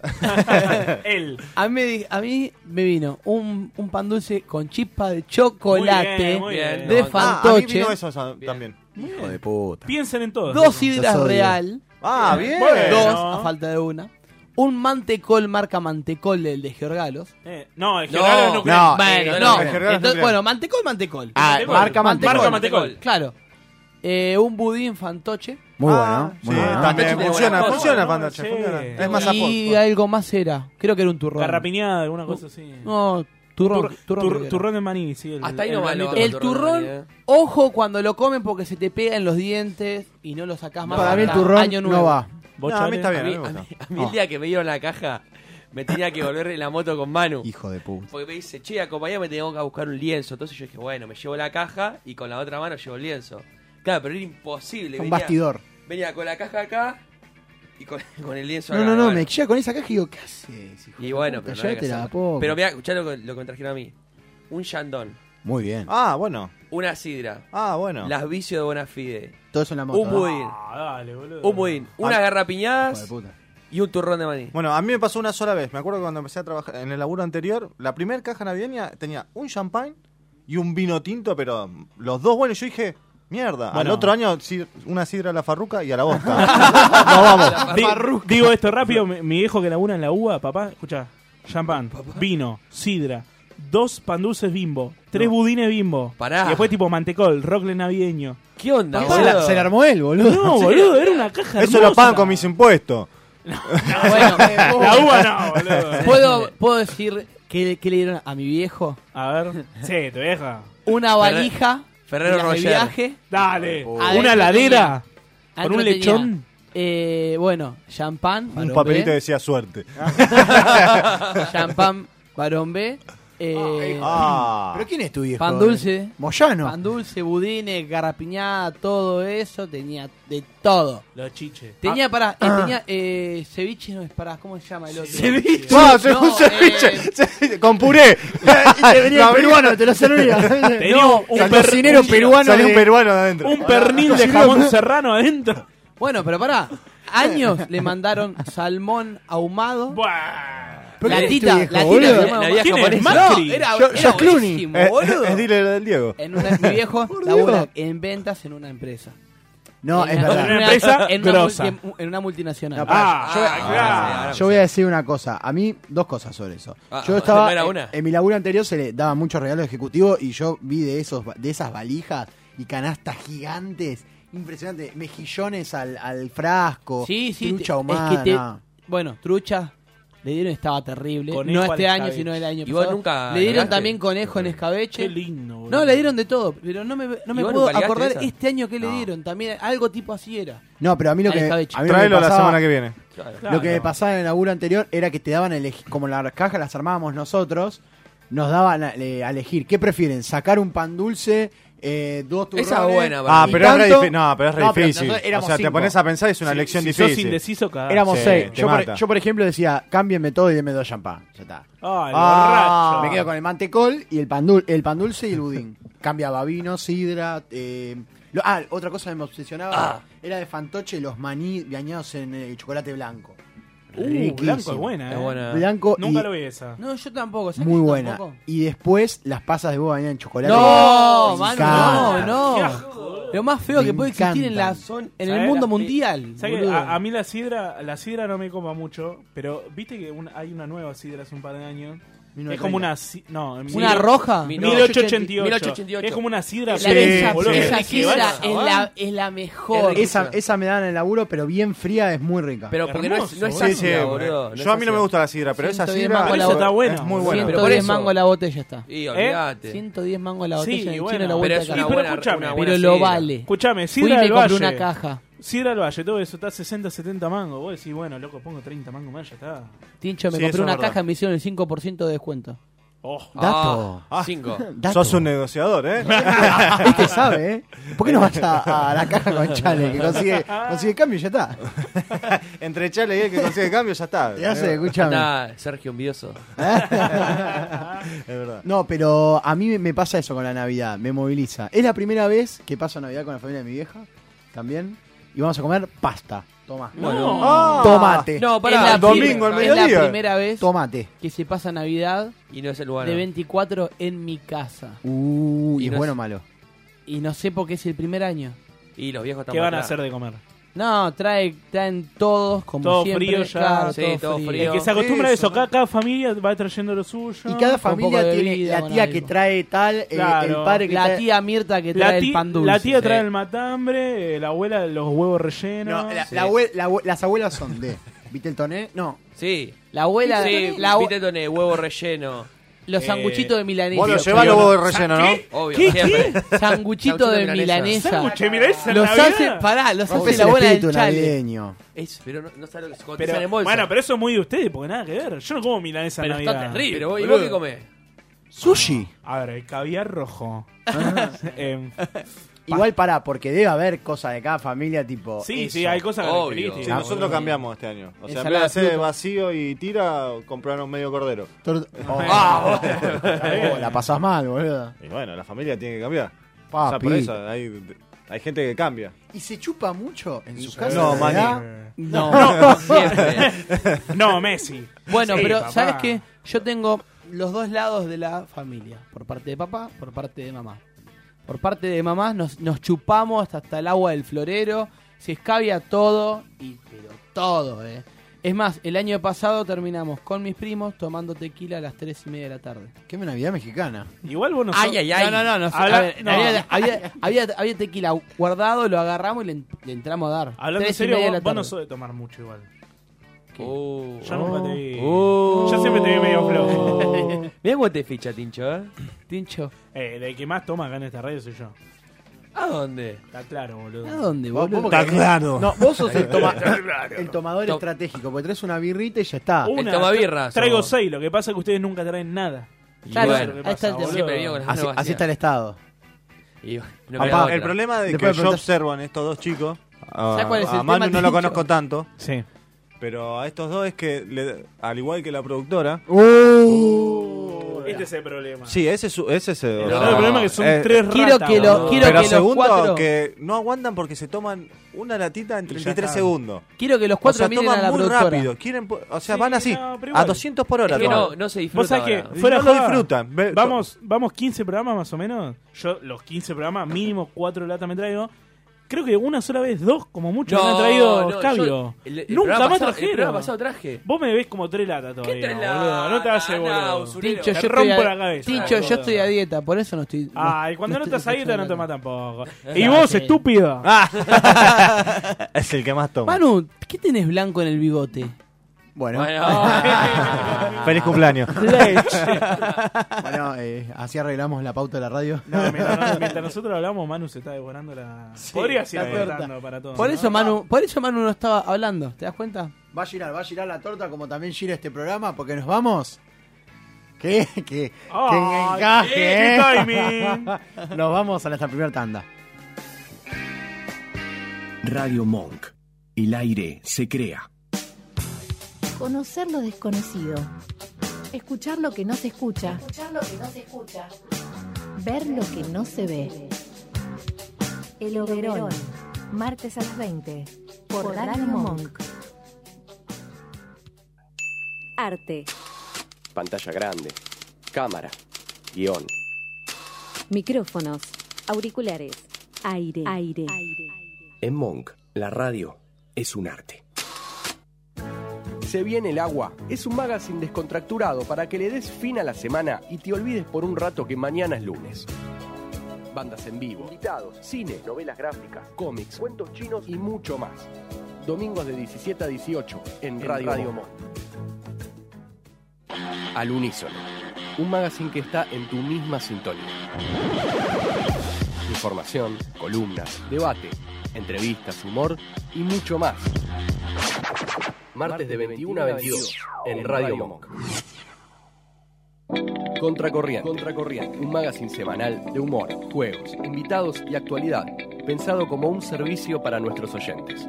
[SPEAKER 9] Él.
[SPEAKER 7] A mí, me di- a mí me vino un, un pan dulce con chispa de chocolate
[SPEAKER 9] Muy bien, muy bien.
[SPEAKER 7] de
[SPEAKER 9] Ah, a mí
[SPEAKER 7] fantoche.
[SPEAKER 11] vino eso, eso, también.
[SPEAKER 7] Hijo
[SPEAKER 11] de puta.
[SPEAKER 9] Piensen en todo.
[SPEAKER 7] Dos sidras real.
[SPEAKER 11] Ah, bien.
[SPEAKER 7] Dos,
[SPEAKER 9] Bueno.
[SPEAKER 7] a falta de una. Un mantecol, marca mantecol del de Georgalos.
[SPEAKER 9] Eh, no, el Georgalo no creo.
[SPEAKER 7] bueno,
[SPEAKER 9] Eh,
[SPEAKER 7] no.
[SPEAKER 9] el Georgalo no
[SPEAKER 7] Entonces,
[SPEAKER 9] creo.
[SPEAKER 7] bueno, mantecol, mantecol.
[SPEAKER 9] Ah, Mantecol. marca Mantecol.
[SPEAKER 7] Marca
[SPEAKER 9] Mantecol.
[SPEAKER 7] mantecol. Claro. Eh, un budín fantoche.
[SPEAKER 8] Muy bueno. Muy
[SPEAKER 11] sí,
[SPEAKER 9] Ah,
[SPEAKER 8] bueno.
[SPEAKER 11] también
[SPEAKER 8] Fantoche
[SPEAKER 11] funciona,
[SPEAKER 8] tiene
[SPEAKER 11] funciona,
[SPEAKER 8] buena
[SPEAKER 11] Fantoche,
[SPEAKER 8] cosa.
[SPEAKER 11] funciona.
[SPEAKER 8] Sí.
[SPEAKER 11] Es más aporte.
[SPEAKER 7] Y algo más era. Creo que era un turrón. Uh,
[SPEAKER 9] Carrapiñada, alguna cosa así.
[SPEAKER 7] No, turrón.
[SPEAKER 9] Tur-
[SPEAKER 7] turrón
[SPEAKER 9] tur-
[SPEAKER 7] creo que era.
[SPEAKER 9] turrón de maní, sí. el-
[SPEAKER 10] Hasta ahí
[SPEAKER 9] el
[SPEAKER 10] no va, no
[SPEAKER 9] blandito.
[SPEAKER 10] va
[SPEAKER 7] El turrón, ¿eh? ojo cuando lo comen porque se te pega en los dientes y no lo sacás más.
[SPEAKER 8] Para mí el
[SPEAKER 7] hasta
[SPEAKER 8] turrón
[SPEAKER 7] año nuevo.
[SPEAKER 8] no va.
[SPEAKER 10] Vos,
[SPEAKER 11] No, a mí está bien,
[SPEAKER 10] A mí,
[SPEAKER 11] a mí me
[SPEAKER 10] a mí-
[SPEAKER 11] gusta.
[SPEAKER 10] [laughs] a mí el día que me dieron la caja, me tenía que volver en la moto con Manu.
[SPEAKER 8] Hijo de puta.
[SPEAKER 10] Porque me dice, che, acompañame, tenemos que buscar un lienzo. Entonces yo dije, bueno, me llevo la caja y con la otra mano llevo el lienzo. Claro, pero era imposible.
[SPEAKER 8] Un
[SPEAKER 10] venía-
[SPEAKER 8] bastidor.
[SPEAKER 10] Venía con la caja acá y con, [laughs] con el lienzo
[SPEAKER 8] No,
[SPEAKER 10] acá.
[SPEAKER 8] no, no,
[SPEAKER 10] bueno.
[SPEAKER 8] me llega con esa caja y digo, ¿qué haces? hijo
[SPEAKER 10] Y
[SPEAKER 8] de
[SPEAKER 10] bueno,
[SPEAKER 8] puta?
[SPEAKER 10] pero no había que
[SPEAKER 8] Llévatela,
[SPEAKER 10] hacerlo.
[SPEAKER 8] poco.
[SPEAKER 10] Pero mirá, escuchá lo, que- lo que me trajeron a mí. Un yandón,
[SPEAKER 8] Muy bien.
[SPEAKER 11] Ah, bueno.
[SPEAKER 10] una sidra.
[SPEAKER 11] Ah, bueno.
[SPEAKER 10] Las vicios de Bonafide.
[SPEAKER 8] Todo eso en la moto.
[SPEAKER 10] Un
[SPEAKER 8] ¿no?
[SPEAKER 10] budín.
[SPEAKER 9] Ah,
[SPEAKER 10] Un budín. Unas
[SPEAKER 11] Ah.
[SPEAKER 10] garrapiñadas y un turrón de maní.
[SPEAKER 11] Bueno, a mí me pasó una sola vez. Me acuerdo cuando empecé a trabajar en el laburo anterior, la primera caja navideña tenía un champagne y un vino tinto, pero los dos buenos. Yo dije, mierda, al
[SPEAKER 9] Bueno.
[SPEAKER 11] otro año si- una sidra a la farruca y a la boca. Nos vamos.
[SPEAKER 9] Di- digo esto rápido, mi, mi hijo que labura en la uva, papá, escucha, champán, vino, sidra, dos pan dulces bimbo, tres
[SPEAKER 10] No.
[SPEAKER 9] budines bimbo,
[SPEAKER 10] Pará.
[SPEAKER 9] y después tipo mantecol, rocle navideño.
[SPEAKER 10] ¿Qué onda,
[SPEAKER 8] Se la, se la armó él, boludo.
[SPEAKER 9] No, [laughs] boludo, era una caja
[SPEAKER 11] Eso lo
[SPEAKER 9] hermosa.
[SPEAKER 11] pagan con mis impuestos.
[SPEAKER 8] [laughs]
[SPEAKER 7] [laughs]
[SPEAKER 9] La uva no, boludo.
[SPEAKER 7] ¿Puedo, puedo decir que, le dieron a mi viejo?
[SPEAKER 9] A ver. Sí, tu vieja.
[SPEAKER 7] Una valija
[SPEAKER 10] Ferrero
[SPEAKER 7] de las de
[SPEAKER 10] Rocher. Uh.
[SPEAKER 7] viaje.
[SPEAKER 9] Dale.
[SPEAKER 7] Adentro
[SPEAKER 9] una ladera.
[SPEAKER 7] tenía-
[SPEAKER 9] Con
[SPEAKER 7] adentro
[SPEAKER 9] un
[SPEAKER 7] tenía,
[SPEAKER 9] lechón.
[SPEAKER 7] eh, bueno, champán.
[SPEAKER 11] Un
[SPEAKER 7] Barón
[SPEAKER 11] papelito que
[SPEAKER 7] B,
[SPEAKER 11] decía suerte.
[SPEAKER 7] [laughs] Champán, varón B. eh,
[SPEAKER 11] Ah.
[SPEAKER 8] ¿Pero quién es tu viejo?
[SPEAKER 7] Pan dulce.
[SPEAKER 8] Moyano.
[SPEAKER 7] Pan dulce, budines, garrapiñada, todo eso. Tenía de todo.
[SPEAKER 9] Los chiches.
[SPEAKER 7] Tenía,
[SPEAKER 11] Ah.
[SPEAKER 7] pará, eh,
[SPEAKER 9] Ah.
[SPEAKER 7] tenía eh, ceviche, no es pará, ¿cómo se llama el otro?
[SPEAKER 11] Ceviche.
[SPEAKER 7] No,
[SPEAKER 11] Ah, un ceviche.
[SPEAKER 7] eh,
[SPEAKER 11] Ceviche Con puré.
[SPEAKER 8] [laughs] Y te venía
[SPEAKER 11] [laughs] No,
[SPEAKER 8] el peruano, te lo [laughs]
[SPEAKER 11] [laughs]
[SPEAKER 8] servía.
[SPEAKER 9] Tenía
[SPEAKER 8] No,
[SPEAKER 9] un- un
[SPEAKER 8] el
[SPEAKER 9] per-
[SPEAKER 8] cocinero
[SPEAKER 9] un-
[SPEAKER 8] peruano.
[SPEAKER 11] Salió un
[SPEAKER 8] de-
[SPEAKER 11] peruano de adentro.
[SPEAKER 9] Un pernil de jamón serrano adentro.
[SPEAKER 7] Bueno, pero pará, años le mandaron salmón ahumado.
[SPEAKER 8] ¿Pero
[SPEAKER 7] La
[SPEAKER 8] quién es tu
[SPEAKER 7] tita,
[SPEAKER 8] Este viejo,
[SPEAKER 7] la tita que
[SPEAKER 8] boludo?
[SPEAKER 7] le mandaban-
[SPEAKER 8] La vieja
[SPEAKER 7] ¿Quién es?
[SPEAKER 8] japonesa.
[SPEAKER 7] Macri.
[SPEAKER 8] No,
[SPEAKER 7] era,
[SPEAKER 8] Yo-
[SPEAKER 7] era
[SPEAKER 8] Josh Clooney.
[SPEAKER 7] buenísimo,
[SPEAKER 11] Eh,
[SPEAKER 7] boludo.
[SPEAKER 11] Es dealer del Diego.
[SPEAKER 7] En una, mi viejo
[SPEAKER 8] [laughs] Por
[SPEAKER 7] labura
[SPEAKER 8] Dios.
[SPEAKER 7] en ventas en una empresa.
[SPEAKER 8] No,
[SPEAKER 7] En
[SPEAKER 8] es
[SPEAKER 7] una-
[SPEAKER 8] verdad.
[SPEAKER 7] en una-
[SPEAKER 9] empresa
[SPEAKER 7] en una
[SPEAKER 9] grosa.
[SPEAKER 7] multi- en una multinacional.
[SPEAKER 8] No, pará,
[SPEAKER 9] Ah,
[SPEAKER 8] yo, voy-
[SPEAKER 9] claro.
[SPEAKER 8] yo voy a decir una cosa. A mí, dos cosas sobre eso.
[SPEAKER 10] Ah,
[SPEAKER 8] yo
[SPEAKER 10] ¿no
[SPEAKER 8] estaba.
[SPEAKER 10] era
[SPEAKER 8] en-
[SPEAKER 10] una?
[SPEAKER 8] En mi laburo anterior se le daba muchos regalos ejecutivos y yo vi de, esos, de esas valijas y canastas gigantes. Impresionante. Mejillones al, al frasco.
[SPEAKER 7] Sí, sí.
[SPEAKER 8] Trucha
[SPEAKER 7] te- es
[SPEAKER 8] ahumada.
[SPEAKER 7] que te- bueno, trucha le dieron estaba terrible.
[SPEAKER 9] Conejo
[SPEAKER 7] no
[SPEAKER 9] al
[SPEAKER 7] este año,
[SPEAKER 9] escabeche.
[SPEAKER 7] sino el año
[SPEAKER 10] ¿Y vos
[SPEAKER 7] pasado.
[SPEAKER 10] nunca
[SPEAKER 7] le dieron
[SPEAKER 10] ganaste?
[SPEAKER 7] también conejo en escabeche.
[SPEAKER 9] Qué lindo, boludo.
[SPEAKER 7] No, le dieron de todo, pero no me, no
[SPEAKER 10] ¿Y
[SPEAKER 7] me
[SPEAKER 10] vos
[SPEAKER 7] puedo
[SPEAKER 10] nunca liaste
[SPEAKER 7] acordar
[SPEAKER 10] esa?
[SPEAKER 7] este año que le
[SPEAKER 10] No.
[SPEAKER 7] dieron. También algo tipo así era.
[SPEAKER 8] No, pero a mí lo
[SPEAKER 7] Al
[SPEAKER 8] que.
[SPEAKER 7] escabeche.
[SPEAKER 8] a mí lo que
[SPEAKER 11] Tráelo la
[SPEAKER 8] pasaba-
[SPEAKER 11] semana que viene.
[SPEAKER 8] Lo que me pasaba en el laburo anterior era que te daban a elegir, como las cajas las armábamos nosotros, nos daban a, le- a elegir, ¿qué prefieren? ¿Sacar un pan dulce? Eh, dos turrones.
[SPEAKER 10] Esa es buena,
[SPEAKER 11] Ah,
[SPEAKER 8] y
[SPEAKER 11] pero es, re
[SPEAKER 8] tanto?
[SPEAKER 11] difi- no, pero es re difícil.
[SPEAKER 8] nosotros éramos
[SPEAKER 11] o sea, te
[SPEAKER 8] cinco.
[SPEAKER 11] pones a pensar, es una elección
[SPEAKER 9] si
[SPEAKER 11] difícil.
[SPEAKER 9] sos indeciso, cagás.
[SPEAKER 8] Éramos
[SPEAKER 11] Sí,
[SPEAKER 8] seis.
[SPEAKER 11] te
[SPEAKER 8] Yo por, e-
[SPEAKER 11] mata.
[SPEAKER 8] yo, por ejemplo, decía, cámbienme todo y denme dos champán. Ya está.
[SPEAKER 9] Ay,
[SPEAKER 8] Ah,
[SPEAKER 9] borracho.
[SPEAKER 8] me quedo con el mantecol y el pan, dul- el pan dulce y
[SPEAKER 9] [laughs]
[SPEAKER 8] el budín. Cambiaba vino, sidra. eh, lo- ah, otra cosa que me obsesionaba
[SPEAKER 9] Ah.
[SPEAKER 8] era de fantoche los maní bañados en eh, chocolate blanco.
[SPEAKER 9] Uh, blanco
[SPEAKER 8] Riquísimo.
[SPEAKER 9] es buena, eh.
[SPEAKER 10] Es buena.
[SPEAKER 8] Blanco y-
[SPEAKER 9] Nunca lo vi esa.
[SPEAKER 7] No, yo tampoco. ¿sabes
[SPEAKER 8] Muy
[SPEAKER 7] que
[SPEAKER 8] buena.
[SPEAKER 7] tampoco?
[SPEAKER 8] Y después las pasas de uva bañadas en chocolate.
[SPEAKER 7] No,
[SPEAKER 8] Me
[SPEAKER 7] mano,
[SPEAKER 8] encanta.
[SPEAKER 9] Qué
[SPEAKER 7] no,
[SPEAKER 9] asco,
[SPEAKER 7] no. Lo más feo
[SPEAKER 8] Me
[SPEAKER 7] que puede existir en, la,
[SPEAKER 8] encantan.
[SPEAKER 7] en
[SPEAKER 9] ¿Sabés
[SPEAKER 7] el mundo
[SPEAKER 9] la-
[SPEAKER 7] mundial.
[SPEAKER 9] ¿Sabés que
[SPEAKER 7] boludo.
[SPEAKER 9] a, a mí la sidra, la sidra no me coma mucho, pero viste que un- hay una nueva sidra hace un par de años. Es como una. ci- No, en
[SPEAKER 7] ¿Una
[SPEAKER 9] mil-
[SPEAKER 7] roja?
[SPEAKER 9] 1888.
[SPEAKER 7] 1888.
[SPEAKER 9] Es como una sidra.
[SPEAKER 7] La- esa-
[SPEAKER 9] boludo,
[SPEAKER 7] esa
[SPEAKER 9] que
[SPEAKER 7] sidra
[SPEAKER 9] vaya,
[SPEAKER 7] es
[SPEAKER 9] ¿no?
[SPEAKER 7] la- es la mejor.
[SPEAKER 8] Esa, esa me dan en el laburo, pero bien fría, es muy rica.
[SPEAKER 11] Pero porque no es- Hermoso, no es boludo. ácida, boludo, no es
[SPEAKER 8] Yo a mí no
[SPEAKER 11] ácida.
[SPEAKER 8] me gusta la sidra, pero esa
[SPEAKER 7] 110
[SPEAKER 8] sidra
[SPEAKER 7] mango la botella.
[SPEAKER 8] Es muy buena.
[SPEAKER 7] 110 mango la botella está. ¿Eh?
[SPEAKER 10] Y olvídate.
[SPEAKER 7] 110 mango la
[SPEAKER 9] Sí,
[SPEAKER 7] botella. en el
[SPEAKER 9] bueno.
[SPEAKER 7] chino la
[SPEAKER 9] Pero
[SPEAKER 7] vuelta
[SPEAKER 9] es
[SPEAKER 7] acá.
[SPEAKER 9] una
[SPEAKER 7] pero
[SPEAKER 9] buena-
[SPEAKER 7] escuchame,
[SPEAKER 9] una buena
[SPEAKER 7] pero lo
[SPEAKER 9] sidra.
[SPEAKER 7] vale.
[SPEAKER 9] Escuchame,
[SPEAKER 7] Fui y
[SPEAKER 9] sidra
[SPEAKER 7] me
[SPEAKER 9] del
[SPEAKER 7] compré
[SPEAKER 9] Valle.
[SPEAKER 7] una caja.
[SPEAKER 9] Sidra del Valle, todo eso está 60, 70 mangos. Vos decís, bueno, loco, pongo 30 mangos más, ya está.
[SPEAKER 7] Tincho, me compré una caja y me hicieron el 5% de descuento.
[SPEAKER 9] Oh.
[SPEAKER 11] Dato. Ah,
[SPEAKER 10] cinco.
[SPEAKER 7] Dato.
[SPEAKER 11] Sos un negociador,
[SPEAKER 7] [laughs]
[SPEAKER 11] ¿eh?
[SPEAKER 8] [laughs] Este sabe, ¿eh? ¿Por qué no vas a, a la caja con Chale? Que consigue, consigue cambio y ya está.
[SPEAKER 11] Entre Chale y el que consigue cambio, ya está. Eh.
[SPEAKER 8] Ya sé, escúchame.
[SPEAKER 10] Anda, Sergio
[SPEAKER 11] [laughs]
[SPEAKER 10] envidioso.
[SPEAKER 11] es verdad.
[SPEAKER 8] ¿Eh? No, pero a mí me pasa eso con la Navidad, me moviliza. Es la primera vez que paso Navidad con la familia de mi vieja, también, y vamos a comer pasta. Tomá.
[SPEAKER 7] Bueno.
[SPEAKER 8] Ah. Tomate.
[SPEAKER 7] No, pará.
[SPEAKER 8] Es la domingo al
[SPEAKER 7] Es
[SPEAKER 8] mediodía.
[SPEAKER 7] la primera vez
[SPEAKER 8] Tomate.
[SPEAKER 7] que se pasa Navidad
[SPEAKER 10] Y no es el lugar.
[SPEAKER 7] de 24 en mi casa.
[SPEAKER 8] Uh,
[SPEAKER 7] Y
[SPEAKER 8] y,
[SPEAKER 7] no
[SPEAKER 8] es bueno
[SPEAKER 7] es-
[SPEAKER 8] o malo.
[SPEAKER 7] Y no sé por qué es el primer año.
[SPEAKER 10] Y los viejos están
[SPEAKER 9] ¿Qué van a
[SPEAKER 10] atrás.
[SPEAKER 9] hacer de comer?
[SPEAKER 7] No, trae, traen todos, como
[SPEAKER 9] Todo
[SPEAKER 7] siempre.
[SPEAKER 9] frío ya.
[SPEAKER 7] claro,
[SPEAKER 9] Sí,
[SPEAKER 7] todo,
[SPEAKER 9] todo
[SPEAKER 7] frío.
[SPEAKER 9] El que se acostumbra a eso, cada, cada familia va trayendo lo suyo.
[SPEAKER 8] Y cada
[SPEAKER 9] Con un poco
[SPEAKER 8] familia
[SPEAKER 9] de
[SPEAKER 8] tiene
[SPEAKER 9] bebida,
[SPEAKER 8] la
[SPEAKER 9] con
[SPEAKER 8] tía
[SPEAKER 9] algo.
[SPEAKER 8] que trae tal, eh, el-
[SPEAKER 9] Claro.
[SPEAKER 8] el padre que
[SPEAKER 7] La
[SPEAKER 8] trae-
[SPEAKER 7] tía Mirta que
[SPEAKER 9] La,
[SPEAKER 7] trae el
[SPEAKER 9] ti-
[SPEAKER 7] pan dulce.
[SPEAKER 9] la tía trae el matambre, eh, la abuela los huevos rellenos.
[SPEAKER 8] No, la- la abue- la abue- las abuelas son de Viteltoné, no.
[SPEAKER 10] Sí.
[SPEAKER 7] La abuela
[SPEAKER 10] Sí,
[SPEAKER 7] la abue-
[SPEAKER 10] pite toné, huevo relleno.
[SPEAKER 9] Eh,
[SPEAKER 7] Los sanguchitos de milanesa.
[SPEAKER 10] vos lo
[SPEAKER 11] llevás los huevos de relleno, ¿no?
[SPEAKER 10] Obvio, [laughs]
[SPEAKER 7] ¿Qué?
[SPEAKER 10] siempre.
[SPEAKER 7] ¿Qué? Sanguchito de milanesa.
[SPEAKER 9] Sándwich de milanesa en
[SPEAKER 7] Los
[SPEAKER 9] Navidad.
[SPEAKER 7] hace, pará, los
[SPEAKER 8] Rompes
[SPEAKER 7] hace
[SPEAKER 8] el
[SPEAKER 7] la abuela del
[SPEAKER 8] espíritu
[SPEAKER 7] chale.
[SPEAKER 8] navideño.
[SPEAKER 10] Es, pero no, no sabe lo que es. cuando te
[SPEAKER 9] Pero-
[SPEAKER 10] sale en bolsa.
[SPEAKER 9] bueno, pero eso es muy de ustedes, porque nada que ver. Yo no como milanesa en
[SPEAKER 10] Pero
[SPEAKER 9] Navidad.
[SPEAKER 10] está terrible. Pero vos- ¿y
[SPEAKER 9] boludo.
[SPEAKER 10] vos qué comés?
[SPEAKER 8] Sushi.
[SPEAKER 9] A ver, el caviar rojo.
[SPEAKER 7] Ah.
[SPEAKER 9] [laughs] Em,
[SPEAKER 8] Igual pará, porque debe haber cosas de cada familia tipo.
[SPEAKER 9] Sí,
[SPEAKER 8] eso.
[SPEAKER 9] sí, hay cosas características.
[SPEAKER 11] Sí, nosotros cambiamos este año. O sea, en vez
[SPEAKER 8] Ensalada
[SPEAKER 11] de
[SPEAKER 8] de
[SPEAKER 11] hacer
[SPEAKER 8] fruta.
[SPEAKER 11] vacío y tira, compraron medio cordero. [laughs]
[SPEAKER 8] Tor-
[SPEAKER 9] [laughs]
[SPEAKER 8] Oh.
[SPEAKER 11] Ah, [laughs] bueno.
[SPEAKER 8] Oh, la pasás mal, boludo.
[SPEAKER 11] Y bueno, la familia tiene que cambiar. O sea,
[SPEAKER 8] Papi.
[SPEAKER 11] por eso hay, hay gente que cambia.
[SPEAKER 8] ¿Y se chupa mucho en sus
[SPEAKER 11] Sí.
[SPEAKER 8] casas?
[SPEAKER 11] No,
[SPEAKER 8] de verdad?
[SPEAKER 11] maní.
[SPEAKER 7] No,
[SPEAKER 11] No.
[SPEAKER 7] siempre.
[SPEAKER 9] [laughs]
[SPEAKER 11] [laughs]
[SPEAKER 9] No, Messi.
[SPEAKER 7] Bueno,
[SPEAKER 9] Sí,
[SPEAKER 7] pero
[SPEAKER 9] papá.
[SPEAKER 7] ¿sabes qué? Yo tengo los dos lados de la familia. Por parte de papá, por parte de mamá. Por parte de mamá nos, nos chupamos hasta, hasta el agua del florero. Se escabia todo, y pero todo, ¿eh? Es más, el año pasado terminamos con mis primos tomando tequila a las 3 y media de la tarde.
[SPEAKER 8] Qué Navidad mexicana.
[SPEAKER 9] Igual vos no
[SPEAKER 7] Ay,
[SPEAKER 9] sos-
[SPEAKER 7] ay, ay. No, no, no. no,
[SPEAKER 9] Habla-
[SPEAKER 7] a ver,
[SPEAKER 9] no.
[SPEAKER 7] Había, había- había- había tequila guardado, lo agarramos y le, en- le entramos a dar.
[SPEAKER 9] Hablando en
[SPEAKER 7] Tres y
[SPEAKER 9] serio,
[SPEAKER 7] media de
[SPEAKER 9] vos,
[SPEAKER 7] la
[SPEAKER 9] vos no
[SPEAKER 7] tarde.
[SPEAKER 9] sos de tomar mucho igual.
[SPEAKER 10] Oh.
[SPEAKER 9] Yo nunca te vi.
[SPEAKER 10] Oh.
[SPEAKER 9] Yo siempre te vi medio flojo.
[SPEAKER 10] [laughs] Mirá cómo te ficha, Tincho,
[SPEAKER 8] [clears throat]
[SPEAKER 10] ¿eh?
[SPEAKER 7] Tincho.
[SPEAKER 9] Eh, de que más toma acá en esta radio soy yo.
[SPEAKER 10] ¿A dónde?
[SPEAKER 9] Está Ah, claro, boludo.
[SPEAKER 8] ¿A dónde,
[SPEAKER 9] Vos-
[SPEAKER 8] boludo?
[SPEAKER 9] vos porque-
[SPEAKER 8] No, vos sos el, toma-
[SPEAKER 9] Está [laughs] claro.
[SPEAKER 8] el tomador
[SPEAKER 9] To-
[SPEAKER 8] estratégico, porque traes una birrita y ya está.
[SPEAKER 9] Una, tra- Traigo seis, lo que pasa es que ustedes nunca traen nada.
[SPEAKER 8] Y Claro,
[SPEAKER 10] bueno, ahí
[SPEAKER 8] está el tema.
[SPEAKER 10] Siempre vivo con las
[SPEAKER 8] así,
[SPEAKER 10] manos
[SPEAKER 8] así
[SPEAKER 10] vacías.
[SPEAKER 8] está el estado.
[SPEAKER 10] Y bueno, no
[SPEAKER 11] Papá,
[SPEAKER 10] queda otra.
[SPEAKER 11] el problema de
[SPEAKER 8] Después Ah.
[SPEAKER 11] que yo
[SPEAKER 8] preguntás-
[SPEAKER 11] observo en estos dos chicos, a,
[SPEAKER 8] cuál es el
[SPEAKER 11] a
[SPEAKER 8] tema,
[SPEAKER 11] Manu no lo
[SPEAKER 8] Tincho?
[SPEAKER 11] conozco tanto,
[SPEAKER 9] Sí.
[SPEAKER 11] pero a estos dos es que, le- al igual que la productora,
[SPEAKER 8] Uh.
[SPEAKER 9] Este es el problema.
[SPEAKER 11] Sí, ese es, su- ese es el,
[SPEAKER 9] El otro problema es que son tres eh, Quiero ratas, que lo- boludo. quiero
[SPEAKER 11] Pero
[SPEAKER 9] que los
[SPEAKER 11] segundo,
[SPEAKER 9] cuatro-
[SPEAKER 11] que no aguantan porque se toman una latita en
[SPEAKER 9] Y ya
[SPEAKER 11] 33
[SPEAKER 9] está.
[SPEAKER 11] segundos.
[SPEAKER 7] Quiero que los cuatro
[SPEAKER 11] o sea,
[SPEAKER 7] miren
[SPEAKER 11] toman
[SPEAKER 7] a la
[SPEAKER 11] muy
[SPEAKER 7] productora.
[SPEAKER 11] rápido. Quieren, po- o sea,
[SPEAKER 9] Sí,
[SPEAKER 11] van así,
[SPEAKER 9] no, pero
[SPEAKER 11] a
[SPEAKER 9] igual.
[SPEAKER 11] 200 por hora. toman.
[SPEAKER 9] Vos sabés que fuera
[SPEAKER 11] no lo
[SPEAKER 9] joda,
[SPEAKER 11] disfrutan. Ve-
[SPEAKER 9] Vamos, vamos 15 programas más o menos. Yo los 15 programas, mínimo 4 latas me traigo. Creo que una sola vez, dos como mucho, me han traído
[SPEAKER 10] no,
[SPEAKER 9] cabio.
[SPEAKER 10] yo- el- el
[SPEAKER 9] Nunca
[SPEAKER 10] programa
[SPEAKER 9] más
[SPEAKER 10] pasado- El
[SPEAKER 9] trajeron.
[SPEAKER 10] programa pasado traje.
[SPEAKER 9] Vos me ves como tres latas todavía,
[SPEAKER 10] tres
[SPEAKER 9] boludo. No te
[SPEAKER 10] latas?
[SPEAKER 9] haces,
[SPEAKER 10] Nah,
[SPEAKER 9] boludo.
[SPEAKER 10] usurero.
[SPEAKER 9] te
[SPEAKER 7] Yo estoy
[SPEAKER 9] rompo
[SPEAKER 7] a-
[SPEAKER 9] la cabeza. Ah,
[SPEAKER 7] Tincho, yo
[SPEAKER 9] boludo.
[SPEAKER 7] estoy a dieta, por eso no estoy.
[SPEAKER 9] Ay, cuando no
[SPEAKER 7] estoy-
[SPEAKER 9] estás a dieta no
[SPEAKER 7] estoy-
[SPEAKER 9] tomas tampoco.
[SPEAKER 7] No,
[SPEAKER 9] Y vos,
[SPEAKER 7] sí. Ah.
[SPEAKER 9] estúpido. [laughs]
[SPEAKER 11] Ah,
[SPEAKER 10] [laughs]
[SPEAKER 7] [laughs]
[SPEAKER 9] Ah.
[SPEAKER 11] [laughs] es el que más toma.
[SPEAKER 7] Manu, ¿qué tenés blanco en el bigote?
[SPEAKER 8] Bueno.
[SPEAKER 7] Ah.
[SPEAKER 11] Feliz cumpleaños.
[SPEAKER 7] [laughs]
[SPEAKER 8] bueno, eh, así arreglamos la pauta de la radio.
[SPEAKER 9] No, mientras, mientras nosotros hablamos, Manu se está devorando la. Podría seguir
[SPEAKER 8] [laughs] la torta.
[SPEAKER 9] cortando para todos.
[SPEAKER 7] Por
[SPEAKER 9] ¿no?
[SPEAKER 7] eso, Manu, por eso Manu no estaba hablando, ¿te das cuenta?
[SPEAKER 8] Va a girar, va a girar la torta como también gira este programa, porque nos vamos. ¿Qué? ¿Qué?
[SPEAKER 9] Ay,
[SPEAKER 8] encaje,
[SPEAKER 9] qué
[SPEAKER 8] eh.
[SPEAKER 9] timing.
[SPEAKER 8] [laughs] Nos vamos a nuestra primera tanda.
[SPEAKER 1] Radio Monk. El aire se crea.
[SPEAKER 17] Conocer lo desconocido. Escuchar lo que no se escucha. Escuchar lo que no se escucha. Ver lo que no se ve. El Oberón. Martes a las 20. Por,
[SPEAKER 18] Por
[SPEAKER 17] Radio
[SPEAKER 18] Radio
[SPEAKER 17] Monk. Arte.
[SPEAKER 1] Pantalla grande. Cámara. Guión.
[SPEAKER 18] Micrófonos, auriculares, aire, aire.
[SPEAKER 1] En Monk, la radio es un arte. Se viene el agua. Es un magazine descontracturado para que le des fin a la semana y te olvides por un rato que mañana es lunes. Bandas en vivo, invitados, cine, novelas gráficas, cómics, cuentos chinos y mucho más. Domingos de 17 a 18 en, Radio,
[SPEAKER 6] Radio
[SPEAKER 1] Monk. Al unísono. Un magazine que está en tu misma sintonía. Información, columnas, debate, entrevistas, humor y mucho más. Martes de 21 a 22 en Radio Monk. Contracorriente. Contracorriente. Un magazine semanal de humor, juegos, invitados y actualidad, pensado como un servicio para nuestros oyentes.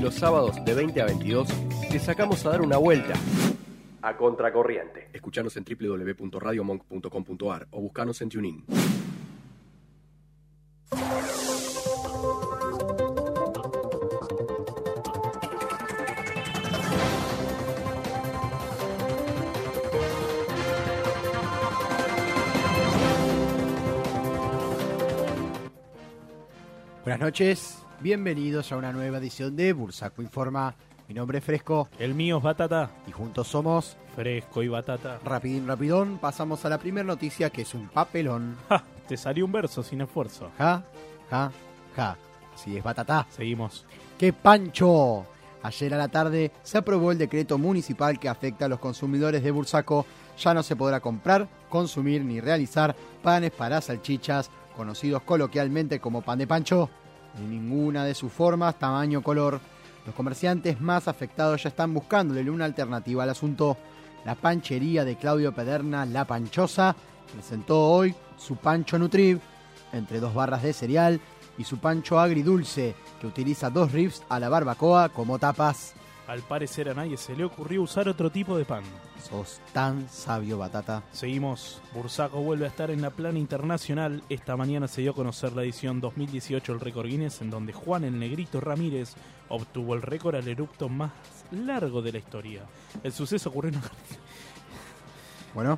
[SPEAKER 1] Los sábados de 20 a 22 te sacamos a dar una vuelta a Contracorriente. Escuchanos en www.radiomonk.com.ar o buscanos en TuneIn.
[SPEAKER 8] Buenas noches, bienvenidos a una nueva edición de Bursaco Informa. Mi nombre es Fresco.
[SPEAKER 9] El mío es Batata.
[SPEAKER 8] Y juntos somos
[SPEAKER 9] Fresco y batata.
[SPEAKER 8] Rapidín Rapidón. Pasamos a la primera noticia que es un papelón.
[SPEAKER 9] Ja, te salió un verso sin esfuerzo.
[SPEAKER 8] Ja, ja, ja. Así es, Batata.
[SPEAKER 9] Seguimos.
[SPEAKER 8] ¡Qué pancho! Ayer a la tarde se aprobó el decreto municipal que afecta a los consumidores de Bursaco. Ya no se podrá comprar, consumir ni realizar panes para salchichas, conocidos coloquialmente como pan de pancho, en ninguna de sus formas, tamaño o color. Los comerciantes más afectados ya están buscándole una alternativa al asunto. La panchería de Claudio Pederna, La Panchosa, presentó hoy su Pancho Nutriv, entre dos barras de cereal, y su Pancho Agridulce, que utiliza dos ribs a la barbacoa como tapas.
[SPEAKER 9] Al parecer a nadie se le ocurrió usar otro tipo de pan.
[SPEAKER 8] Sos tan sabio, Batata.
[SPEAKER 9] Seguimos. Bursaco vuelve a estar en la plana internacional. Esta mañana se dio a conocer la edición 2018 del récord Guinness, en donde Juan el Negrito Ramírez obtuvo el récord al eructo más largo de la historia. El suceso ocurrió en
[SPEAKER 8] Bueno,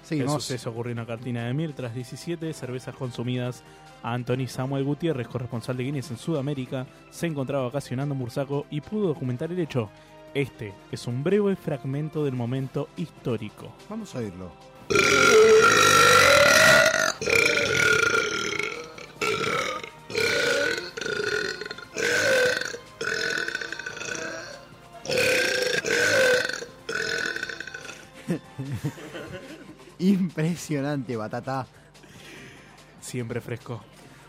[SPEAKER 9] El
[SPEAKER 8] seguimos.
[SPEAKER 9] suceso ocurrió en la cartina de Mir tras 17 cervezas consumidas. Anthony Samuel Gutiérrez, corresponsal de Guinness en Sudamérica, se encontraba ocasionando Mursaco y pudo documentar el hecho. Este es un breve fragmento del momento histórico.
[SPEAKER 8] Vamos a oírlo. [laughs] Impresionante, Batata.
[SPEAKER 9] Siempre fresco.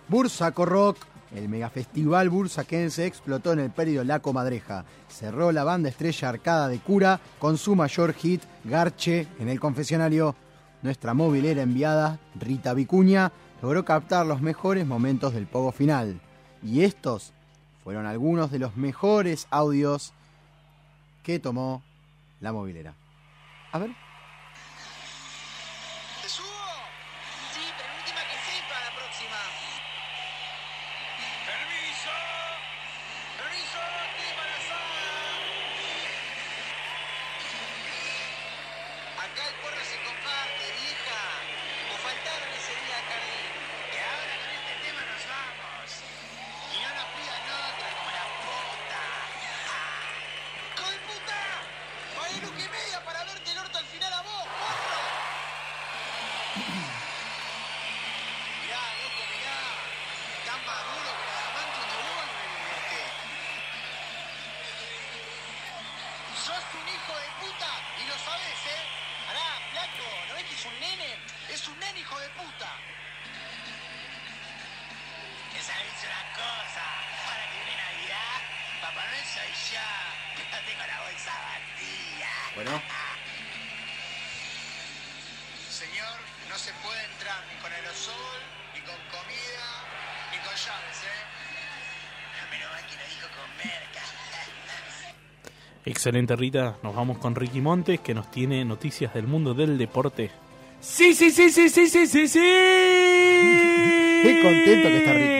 [SPEAKER 8] Bursaco Rock. El megafestival bursaquense explotó en el predio La Comadreja. Cerró la banda estrella Arcada de Cura con su mayor hit, Garche, en el confesionario. Nuestra movilera enviada, Rita Vicuña, logró captar los mejores momentos del pogo final. Y estos fueron algunos de los mejores audios que tomó la movilera. A ver.
[SPEAKER 6] ¿Te subo? Sí, pero última que sepa la próxima. ¡Permiso! ¡Permiso! ¡Estoy embarazada! Acá el porro se comparte, vieja. Nos faltaron ese día, Cari. Que ahora con este tema nos vamos. Y no nos pidan otra como la puta. ¡Ah! ¡Hijo de puta! Va a ir luz y media para verte el orto al final a vos, porro. Mirá, loco, mirá. Tan maduro que la amante no vuelve, loco. Sos un hijo de puta y lo sabés, ¿eh? Pará, flaco, ¿no ves que es un nene? Es un nene hijo de puta. Que sabés una cosa, para que viene Navidad, Papá Noel soy yo. No tengo la bolsa vacía.
[SPEAKER 8] Bueno.
[SPEAKER 6] Señor, no se puede entrar ni con aerosol, ni con comida, ni con llaves, ¿eh? Menos mal que lo dijo con merca.
[SPEAKER 9] Excelente Rita, nos vamos con Ricky Montes que nos tiene noticias del mundo del deporte.
[SPEAKER 6] Sí, sí, sí, sí, sí, sí, sí, sí. Qué
[SPEAKER 8] contento que
[SPEAKER 6] está Ricky.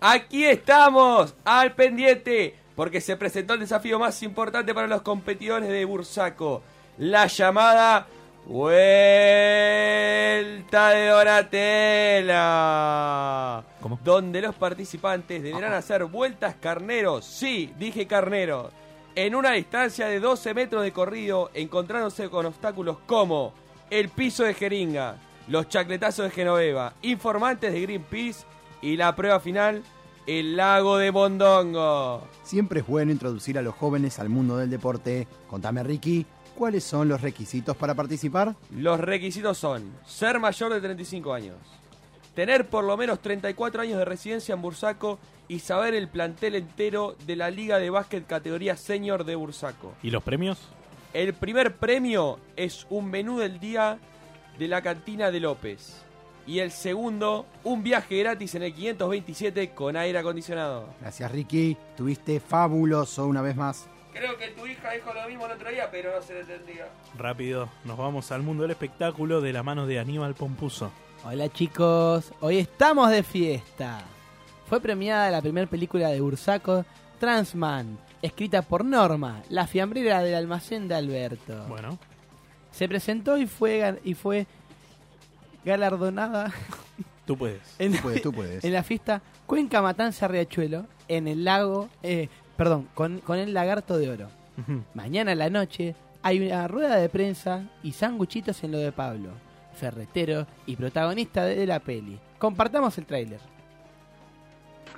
[SPEAKER 6] Aquí estamos, al pendiente, porque se presentó el desafío más importante para los competidores de Bursaco, la llamada Vuelta de Donatella.
[SPEAKER 9] ¿Cómo?
[SPEAKER 10] donde los participantes deberán hacer vueltas carneros, sí, dije carneros, en una distancia de 12 metros de corrido, encontrándose con obstáculos como el piso de jeringa, los chacletazos de Genoveva, informantes de Greenpeace y la prueba final, el lago de Mondongo.
[SPEAKER 8] Siempre es bueno introducir a los jóvenes al mundo del deporte. Contame, Ricky, ¿cuáles son los requisitos para participar?
[SPEAKER 10] Los requisitos son ser mayor de 35 años, tener por lo menos 34 años de residencia en Bursaco y saber el plantel entero de la Liga de Básquet categoría senior de Bursaco.
[SPEAKER 9] ¿Y los premios?
[SPEAKER 10] El primer premio es un menú del día de la cantina de López. Y el segundo, un viaje gratis en el 527 con aire acondicionado.
[SPEAKER 8] Gracias, Ricky. Tuviste fabuloso una vez más.
[SPEAKER 10] Creo que tu hija dijo lo mismo el otro día, pero no se lo entendía.
[SPEAKER 9] Rápido, nos vamos al mundo del espectáculo de la mano de Aníbal Pompuso.
[SPEAKER 7] Hola chicos, hoy estamos de fiesta. Fue premiada la primera película de Bursaco, Transman, escrita por Norma, la fiambrera del almacén de Alberto.
[SPEAKER 9] Bueno.
[SPEAKER 7] Se presentó y fue, gan- y fue
[SPEAKER 9] [laughs]
[SPEAKER 7] galardonada
[SPEAKER 9] Tú puedes.
[SPEAKER 7] en,
[SPEAKER 9] tú puedes, tú
[SPEAKER 8] puedes.
[SPEAKER 7] en la fiesta Cuenca Matanza Riachuelo, en el lago, eh, perdón, con, con el lagarto de oro. Mañana en la noche hay una rueda de prensa y sanguchitos en lo de Pablo, ferretero y protagonista de la peli. Compartamos el tráiler.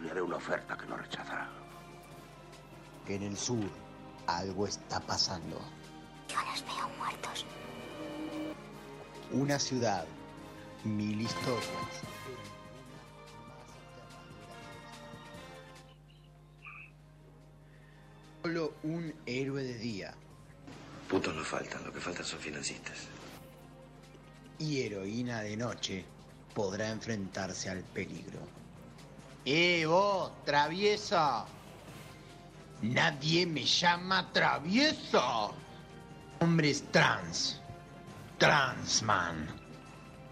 [SPEAKER 2] Le haré una oferta que no rechazará.
[SPEAKER 19] Que en el sur algo está pasando. Yo los veo muertos. Una ciudad, mil historias. Solo un héroe de día
[SPEAKER 2] Putos no faltan, lo que faltan son financistas.
[SPEAKER 19] y heroína de noche podrá enfrentarse al peligro. ¡Eh, vos, traviesa! Nadie me llama traviesa. Hombres trans. Transman.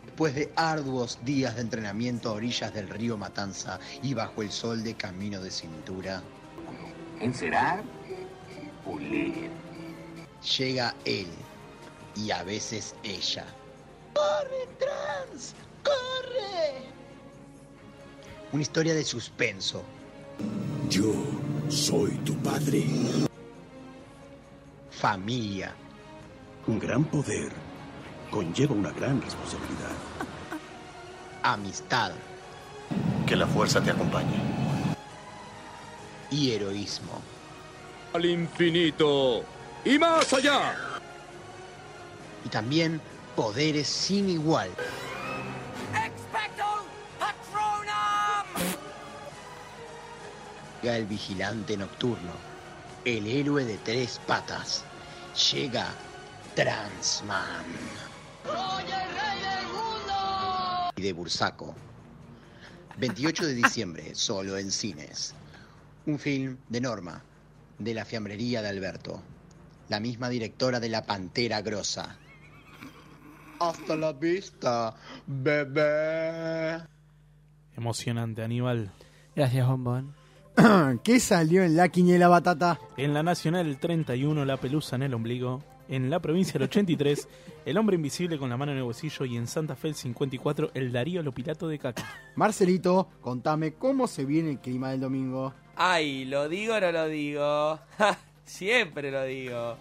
[SPEAKER 19] Después de arduos días de entrenamiento a orillas del río Matanza y bajo el sol de camino de cintura,
[SPEAKER 2] Encerar, pulir.
[SPEAKER 19] llega él y a veces ella. ¡Corre, trans! ¡Corre! Una historia de suspenso. Yo soy tu padre. Familia.
[SPEAKER 2] Un gran poder conlleva una gran responsabilidad.
[SPEAKER 19] [laughs] Amistad.
[SPEAKER 2] Que la fuerza te acompañe.
[SPEAKER 19] y heroísmo.
[SPEAKER 2] Al infinito y más allá.
[SPEAKER 19] Y también poderes sin igual. Llega el vigilante nocturno, el héroe de tres patas. Llega Transman. Y de Bursaco. 28 de diciembre, solo en cines. Un film de Norma, de la fiambrería de Alberto. La misma directora de La Pantera Grosa. Hasta la vista, bebé.
[SPEAKER 9] Emocionante, Aníbal.
[SPEAKER 7] Gracias, Bombón.
[SPEAKER 8] [clears throat] ¿Qué salió en la quiniela batata?
[SPEAKER 9] En la Nacional el 31, la pelusa en el ombligo. En la provincia el 83, el hombre invisible con la mano en el bolsillo. Y en Santa Fe el 54, el Darío Lopilato de Caca.
[SPEAKER 8] Marcelito, contame cómo se viene el clima del domingo.
[SPEAKER 10] Ay, lo digo o no lo digo. [laughs] Ja, Siempre lo digo.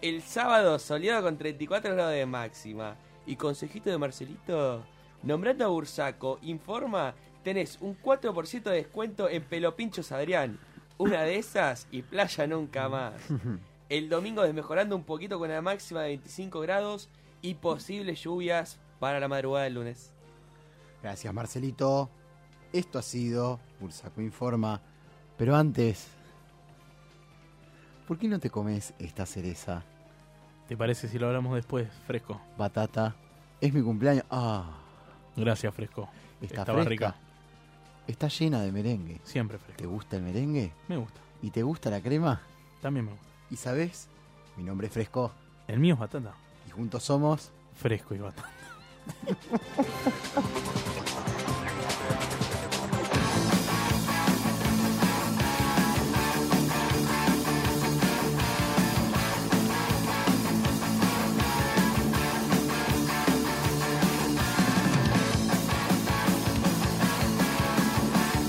[SPEAKER 10] El sábado soleado con 34 grados de máxima. Y consejito de Marcelito, nombrando a Bursaco, informa, tenés un 4% de descuento en Pelopinchos Adrián. Una de esas y playa nunca más. El domingo desmejorando un poquito con la máxima de 25 grados y posibles lluvias para la madrugada del lunes.
[SPEAKER 8] Gracias, Marcelito. Esto ha sido Bursaco Informa. Pero antes, ¿por qué no te comes esta cereza?
[SPEAKER 9] ¿Te parece si lo hablamos después, Fresco?
[SPEAKER 8] Batata, es mi cumpleaños. Ah,
[SPEAKER 9] Gracias, Fresco.
[SPEAKER 8] está
[SPEAKER 9] Estaba
[SPEAKER 8] fresca.
[SPEAKER 9] rica.
[SPEAKER 8] Está llena de merengue.
[SPEAKER 9] Siempre fresca.
[SPEAKER 8] ¿Te gusta el merengue?
[SPEAKER 9] Me gusta.
[SPEAKER 8] ¿Y te gusta la crema?
[SPEAKER 9] También me gusta.
[SPEAKER 8] ¿Y sabes? Mi nombre es Fresco.
[SPEAKER 9] El mío es Batata.
[SPEAKER 8] Y juntos somos
[SPEAKER 9] Fresco y Batata.
[SPEAKER 16] Thank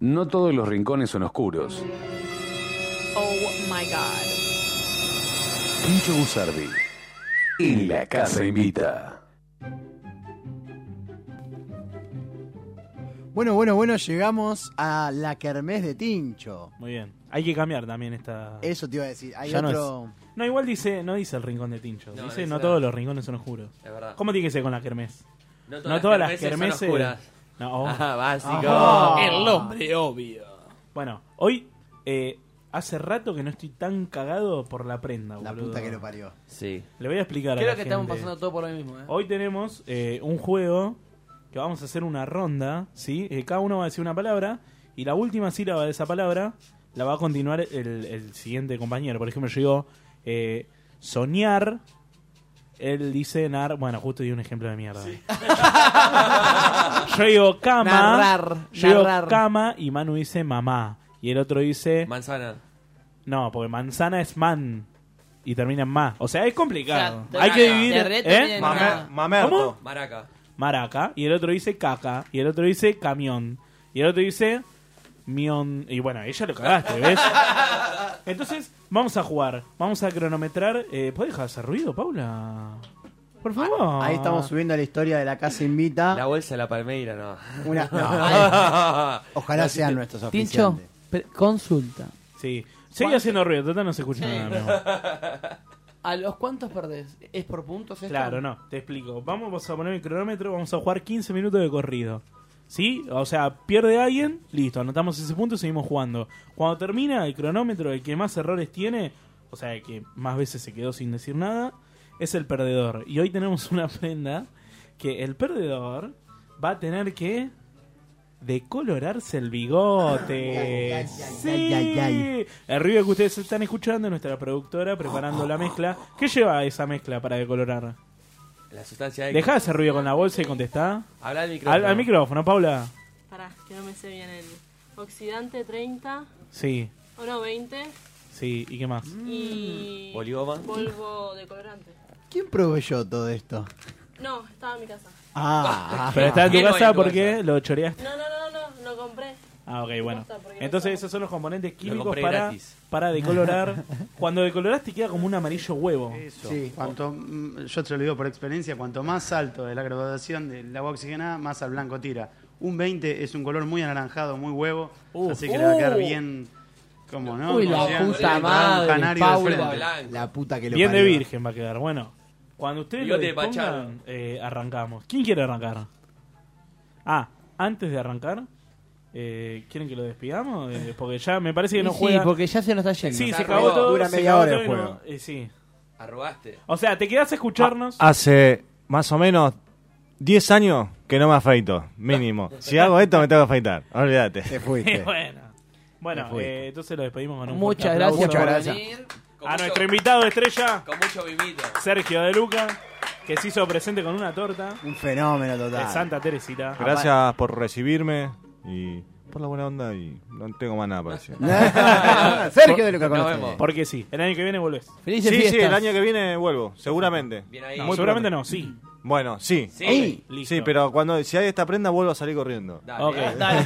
[SPEAKER 20] No todos los rincones son oscuros.
[SPEAKER 3] Oh my
[SPEAKER 9] [laughs]
[SPEAKER 3] god.
[SPEAKER 20] Pincho Usardi. En la casa invita.
[SPEAKER 8] Bueno, bueno, bueno, llegamos a la kermés de Tincho.
[SPEAKER 9] Muy bien. Hay que cambiar también esta.
[SPEAKER 8] Eso te iba a decir. Hay
[SPEAKER 9] Ah. Ya no
[SPEAKER 8] otro.
[SPEAKER 9] es- No, igual dice, no dice el rincón de Tincho.
[SPEAKER 10] No,
[SPEAKER 9] dice
[SPEAKER 10] dice
[SPEAKER 9] no
[SPEAKER 10] la-
[SPEAKER 9] todos los rincones son oscuros.
[SPEAKER 10] Es verdad.
[SPEAKER 9] ¿Cómo tiene que ser con la kermés?
[SPEAKER 10] No todas las kermeses son oscuras.
[SPEAKER 9] No.
[SPEAKER 10] Ah, básico.
[SPEAKER 9] Ajá.
[SPEAKER 10] El hombre
[SPEAKER 7] obvio.
[SPEAKER 9] Bueno, hoy eh, hace rato que no estoy tan cagado por la prenda, La
[SPEAKER 8] puta que lo parió.
[SPEAKER 10] Sí.
[SPEAKER 9] Le voy a explicar a
[SPEAKER 7] Creo
[SPEAKER 9] la
[SPEAKER 7] que estamos
[SPEAKER 9] gente.
[SPEAKER 7] pasando todo por lo mismo, ¿eh?
[SPEAKER 9] Hoy tenemos eh, un juego que vamos a hacer una ronda, ¿sí? Eh, cada uno va a decir una palabra y la última sílaba de esa palabra la va a continuar el, el siguiente compañero. Por ejemplo, yo digo eh, soñar, él dice nar... Bueno, justo di un ejemplo de mierda. yo digo cama,
[SPEAKER 7] Narrar,
[SPEAKER 9] yo digo
[SPEAKER 7] narrar.
[SPEAKER 9] cama y Manu dice mamá. Y el otro dice...
[SPEAKER 10] Manzana.
[SPEAKER 9] No, porque manzana es man. Y termina en ma. O sea, es complicado.
[SPEAKER 10] O sea,
[SPEAKER 9] Hay que
[SPEAKER 10] maraca.
[SPEAKER 9] dividir.
[SPEAKER 10] Te reto
[SPEAKER 9] ¿eh?
[SPEAKER 10] tiene nada. Mamerto.
[SPEAKER 9] ¿Cómo?
[SPEAKER 10] Maraca.
[SPEAKER 9] Maraca. Y el otro dice caca. Y el otro dice camión. Y el otro dice mion. Y bueno, ella lo cagaste,
[SPEAKER 10] [laughs]
[SPEAKER 9] ¿ves? Entonces, vamos a jugar. Vamos a cronometrar. Eh, ¿Puedes dejar de hacer ruido, Paula? Por
[SPEAKER 21] Ah,
[SPEAKER 9] favor.
[SPEAKER 8] Ahí estamos subiendo la historia de la casa invita.
[SPEAKER 10] La bolsa de la palmeira, no. [laughs]
[SPEAKER 8] Una-
[SPEAKER 9] [laughs]
[SPEAKER 8] no. Ojalá sean nuestros
[SPEAKER 7] Tincho,
[SPEAKER 8] oficiantes.
[SPEAKER 7] pre- consulta.
[SPEAKER 9] Sí. Sigue haciendo ruido. Total, no se escucha
[SPEAKER 7] Sí.
[SPEAKER 9] nada. mi amor.
[SPEAKER 7] ¿A los cuántos perdés? ¿Es por puntos esto?
[SPEAKER 9] Claro, no, te explico. Vamos a poner el cronómetro, vamos a jugar 15 minutos de corrido. ¿Sí? O sea, pierde alguien, listo, anotamos ese punto y seguimos jugando. Cuando termina el cronómetro, el que más errores tiene, o sea, el que más veces se quedó sin decir nada, es el perdedor. Y hoy tenemos una prenda que el perdedor va a tener que decolorarse el bigote.
[SPEAKER 8] ay, ay, ay.
[SPEAKER 9] Sí. El ruido que ustedes están escuchando es nuestra productora preparando la mezcla. ¿Qué lleva esa mezcla para decolorar?
[SPEAKER 10] La sustancia de...
[SPEAKER 9] Deja ese ruido con la bolsa y contestá.
[SPEAKER 10] Habla al micrófono.
[SPEAKER 9] Al, al micrófono, Paula.
[SPEAKER 4] Pará, que no me sé bien el. Oxidante 30,
[SPEAKER 9] Sí,
[SPEAKER 4] oro 20
[SPEAKER 9] sí. ¿Y qué más?
[SPEAKER 4] y.
[SPEAKER 9] Mm.
[SPEAKER 10] Bolígoma.
[SPEAKER 4] Polvo de colorante.
[SPEAKER 8] ¿Quién proveyó todo esto?
[SPEAKER 4] No, estaba en mi casa.
[SPEAKER 8] Ah,
[SPEAKER 9] Pero está en tu
[SPEAKER 8] ¿Quién lo
[SPEAKER 9] casa
[SPEAKER 8] hizo
[SPEAKER 9] porque lo choreaste.
[SPEAKER 4] [laughs] No, no, no, no, no, no compré.
[SPEAKER 9] Ah, ok, bueno. Entonces esos son los componentes químicos
[SPEAKER 10] compré
[SPEAKER 9] para,
[SPEAKER 10] gratis.
[SPEAKER 9] para
[SPEAKER 7] [laughs]
[SPEAKER 8] [laughs]
[SPEAKER 9] decolorar. Cuando decoloras te queda como un amarillo huevo.
[SPEAKER 21] Sí, cuanto, mm, yo te lo digo por experiencia, cuanto más alto de la graduación del agua oxigenada, más al blanco tira. Un 20 es un color muy anaranjado, muy huevo, así que le va a quedar
[SPEAKER 7] Uh.
[SPEAKER 21] bien, como no?
[SPEAKER 7] Uy, la
[SPEAKER 21] Como si-
[SPEAKER 7] puta
[SPEAKER 21] un
[SPEAKER 7] madre,
[SPEAKER 21] canario de
[SPEAKER 7] Paula.
[SPEAKER 21] frente.
[SPEAKER 7] Blanco.
[SPEAKER 8] La puta que lo
[SPEAKER 9] Bien de
[SPEAKER 8] parió.
[SPEAKER 9] virgen va a quedar. Bueno, cuando ustedes lo
[SPEAKER 10] Bigote de
[SPEAKER 9] dispongan, eh, arrancamos. ¿Quién quiere arrancar? Ah, antes de arrancar, eh, ¿quieren que lo despidamos?
[SPEAKER 7] [laughs]
[SPEAKER 9] Eh, porque ya me parece que no
[SPEAKER 7] sí,
[SPEAKER 9] juega.
[SPEAKER 7] porque ya se nos está yendo.
[SPEAKER 9] Sí,
[SPEAKER 7] Se
[SPEAKER 9] se
[SPEAKER 7] arrugó.
[SPEAKER 9] acabó todo.
[SPEAKER 7] Dura
[SPEAKER 9] se
[SPEAKER 7] media
[SPEAKER 9] acabó
[SPEAKER 7] hora
[SPEAKER 9] todo
[SPEAKER 7] el
[SPEAKER 9] y no-
[SPEAKER 7] juego.
[SPEAKER 9] eh, sí.
[SPEAKER 10] Arrugaste.
[SPEAKER 9] O sea, te quedás a escucharnos.
[SPEAKER 7] Ah,
[SPEAKER 11] Hace más o menos 10 años que no me afeito,
[SPEAKER 9] [laughs]
[SPEAKER 11] mínimo. Si hago esto me tengo que afeitar, olvídate.
[SPEAKER 8] Te
[SPEAKER 9] bueno,
[SPEAKER 10] Me
[SPEAKER 9] bueno
[SPEAKER 10] fui.
[SPEAKER 9] eh, entonces lo despedimos con un
[SPEAKER 7] Muchas
[SPEAKER 9] fuerte
[SPEAKER 7] gracias
[SPEAKER 9] aplauso.
[SPEAKER 7] por Muchas venir.
[SPEAKER 9] A nuestro invitado estrella,
[SPEAKER 10] Con mucho mimito.
[SPEAKER 9] Sergio De Luca, que se hizo presente con una torta
[SPEAKER 8] Un fenómeno total.
[SPEAKER 9] de Santa Teresita.
[SPEAKER 11] [laughs] Gracias por recibirme y por la buena onda y no tengo más nada para
[SPEAKER 9] [laughs]
[SPEAKER 11] decir.
[SPEAKER 8] Ah.
[SPEAKER 11] [laughs]
[SPEAKER 8] Sergio de Luca con
[SPEAKER 11] Nos
[SPEAKER 8] ustedes.
[SPEAKER 11] vemos.
[SPEAKER 9] Porque sí, el año que viene volvés.
[SPEAKER 11] sí, sí, el año que viene vuelvo, seguramente.
[SPEAKER 9] Bien ahí. No, seguramente no, sí.
[SPEAKER 11] Bueno, sí.
[SPEAKER 9] Sí.
[SPEAKER 11] Sí,
[SPEAKER 9] Listo.
[SPEAKER 11] Sí, pero cuando si hay esta prenda vuelvo a salir corriendo.
[SPEAKER 9] Dale. Ok.
[SPEAKER 11] [laughs]
[SPEAKER 9] Dale.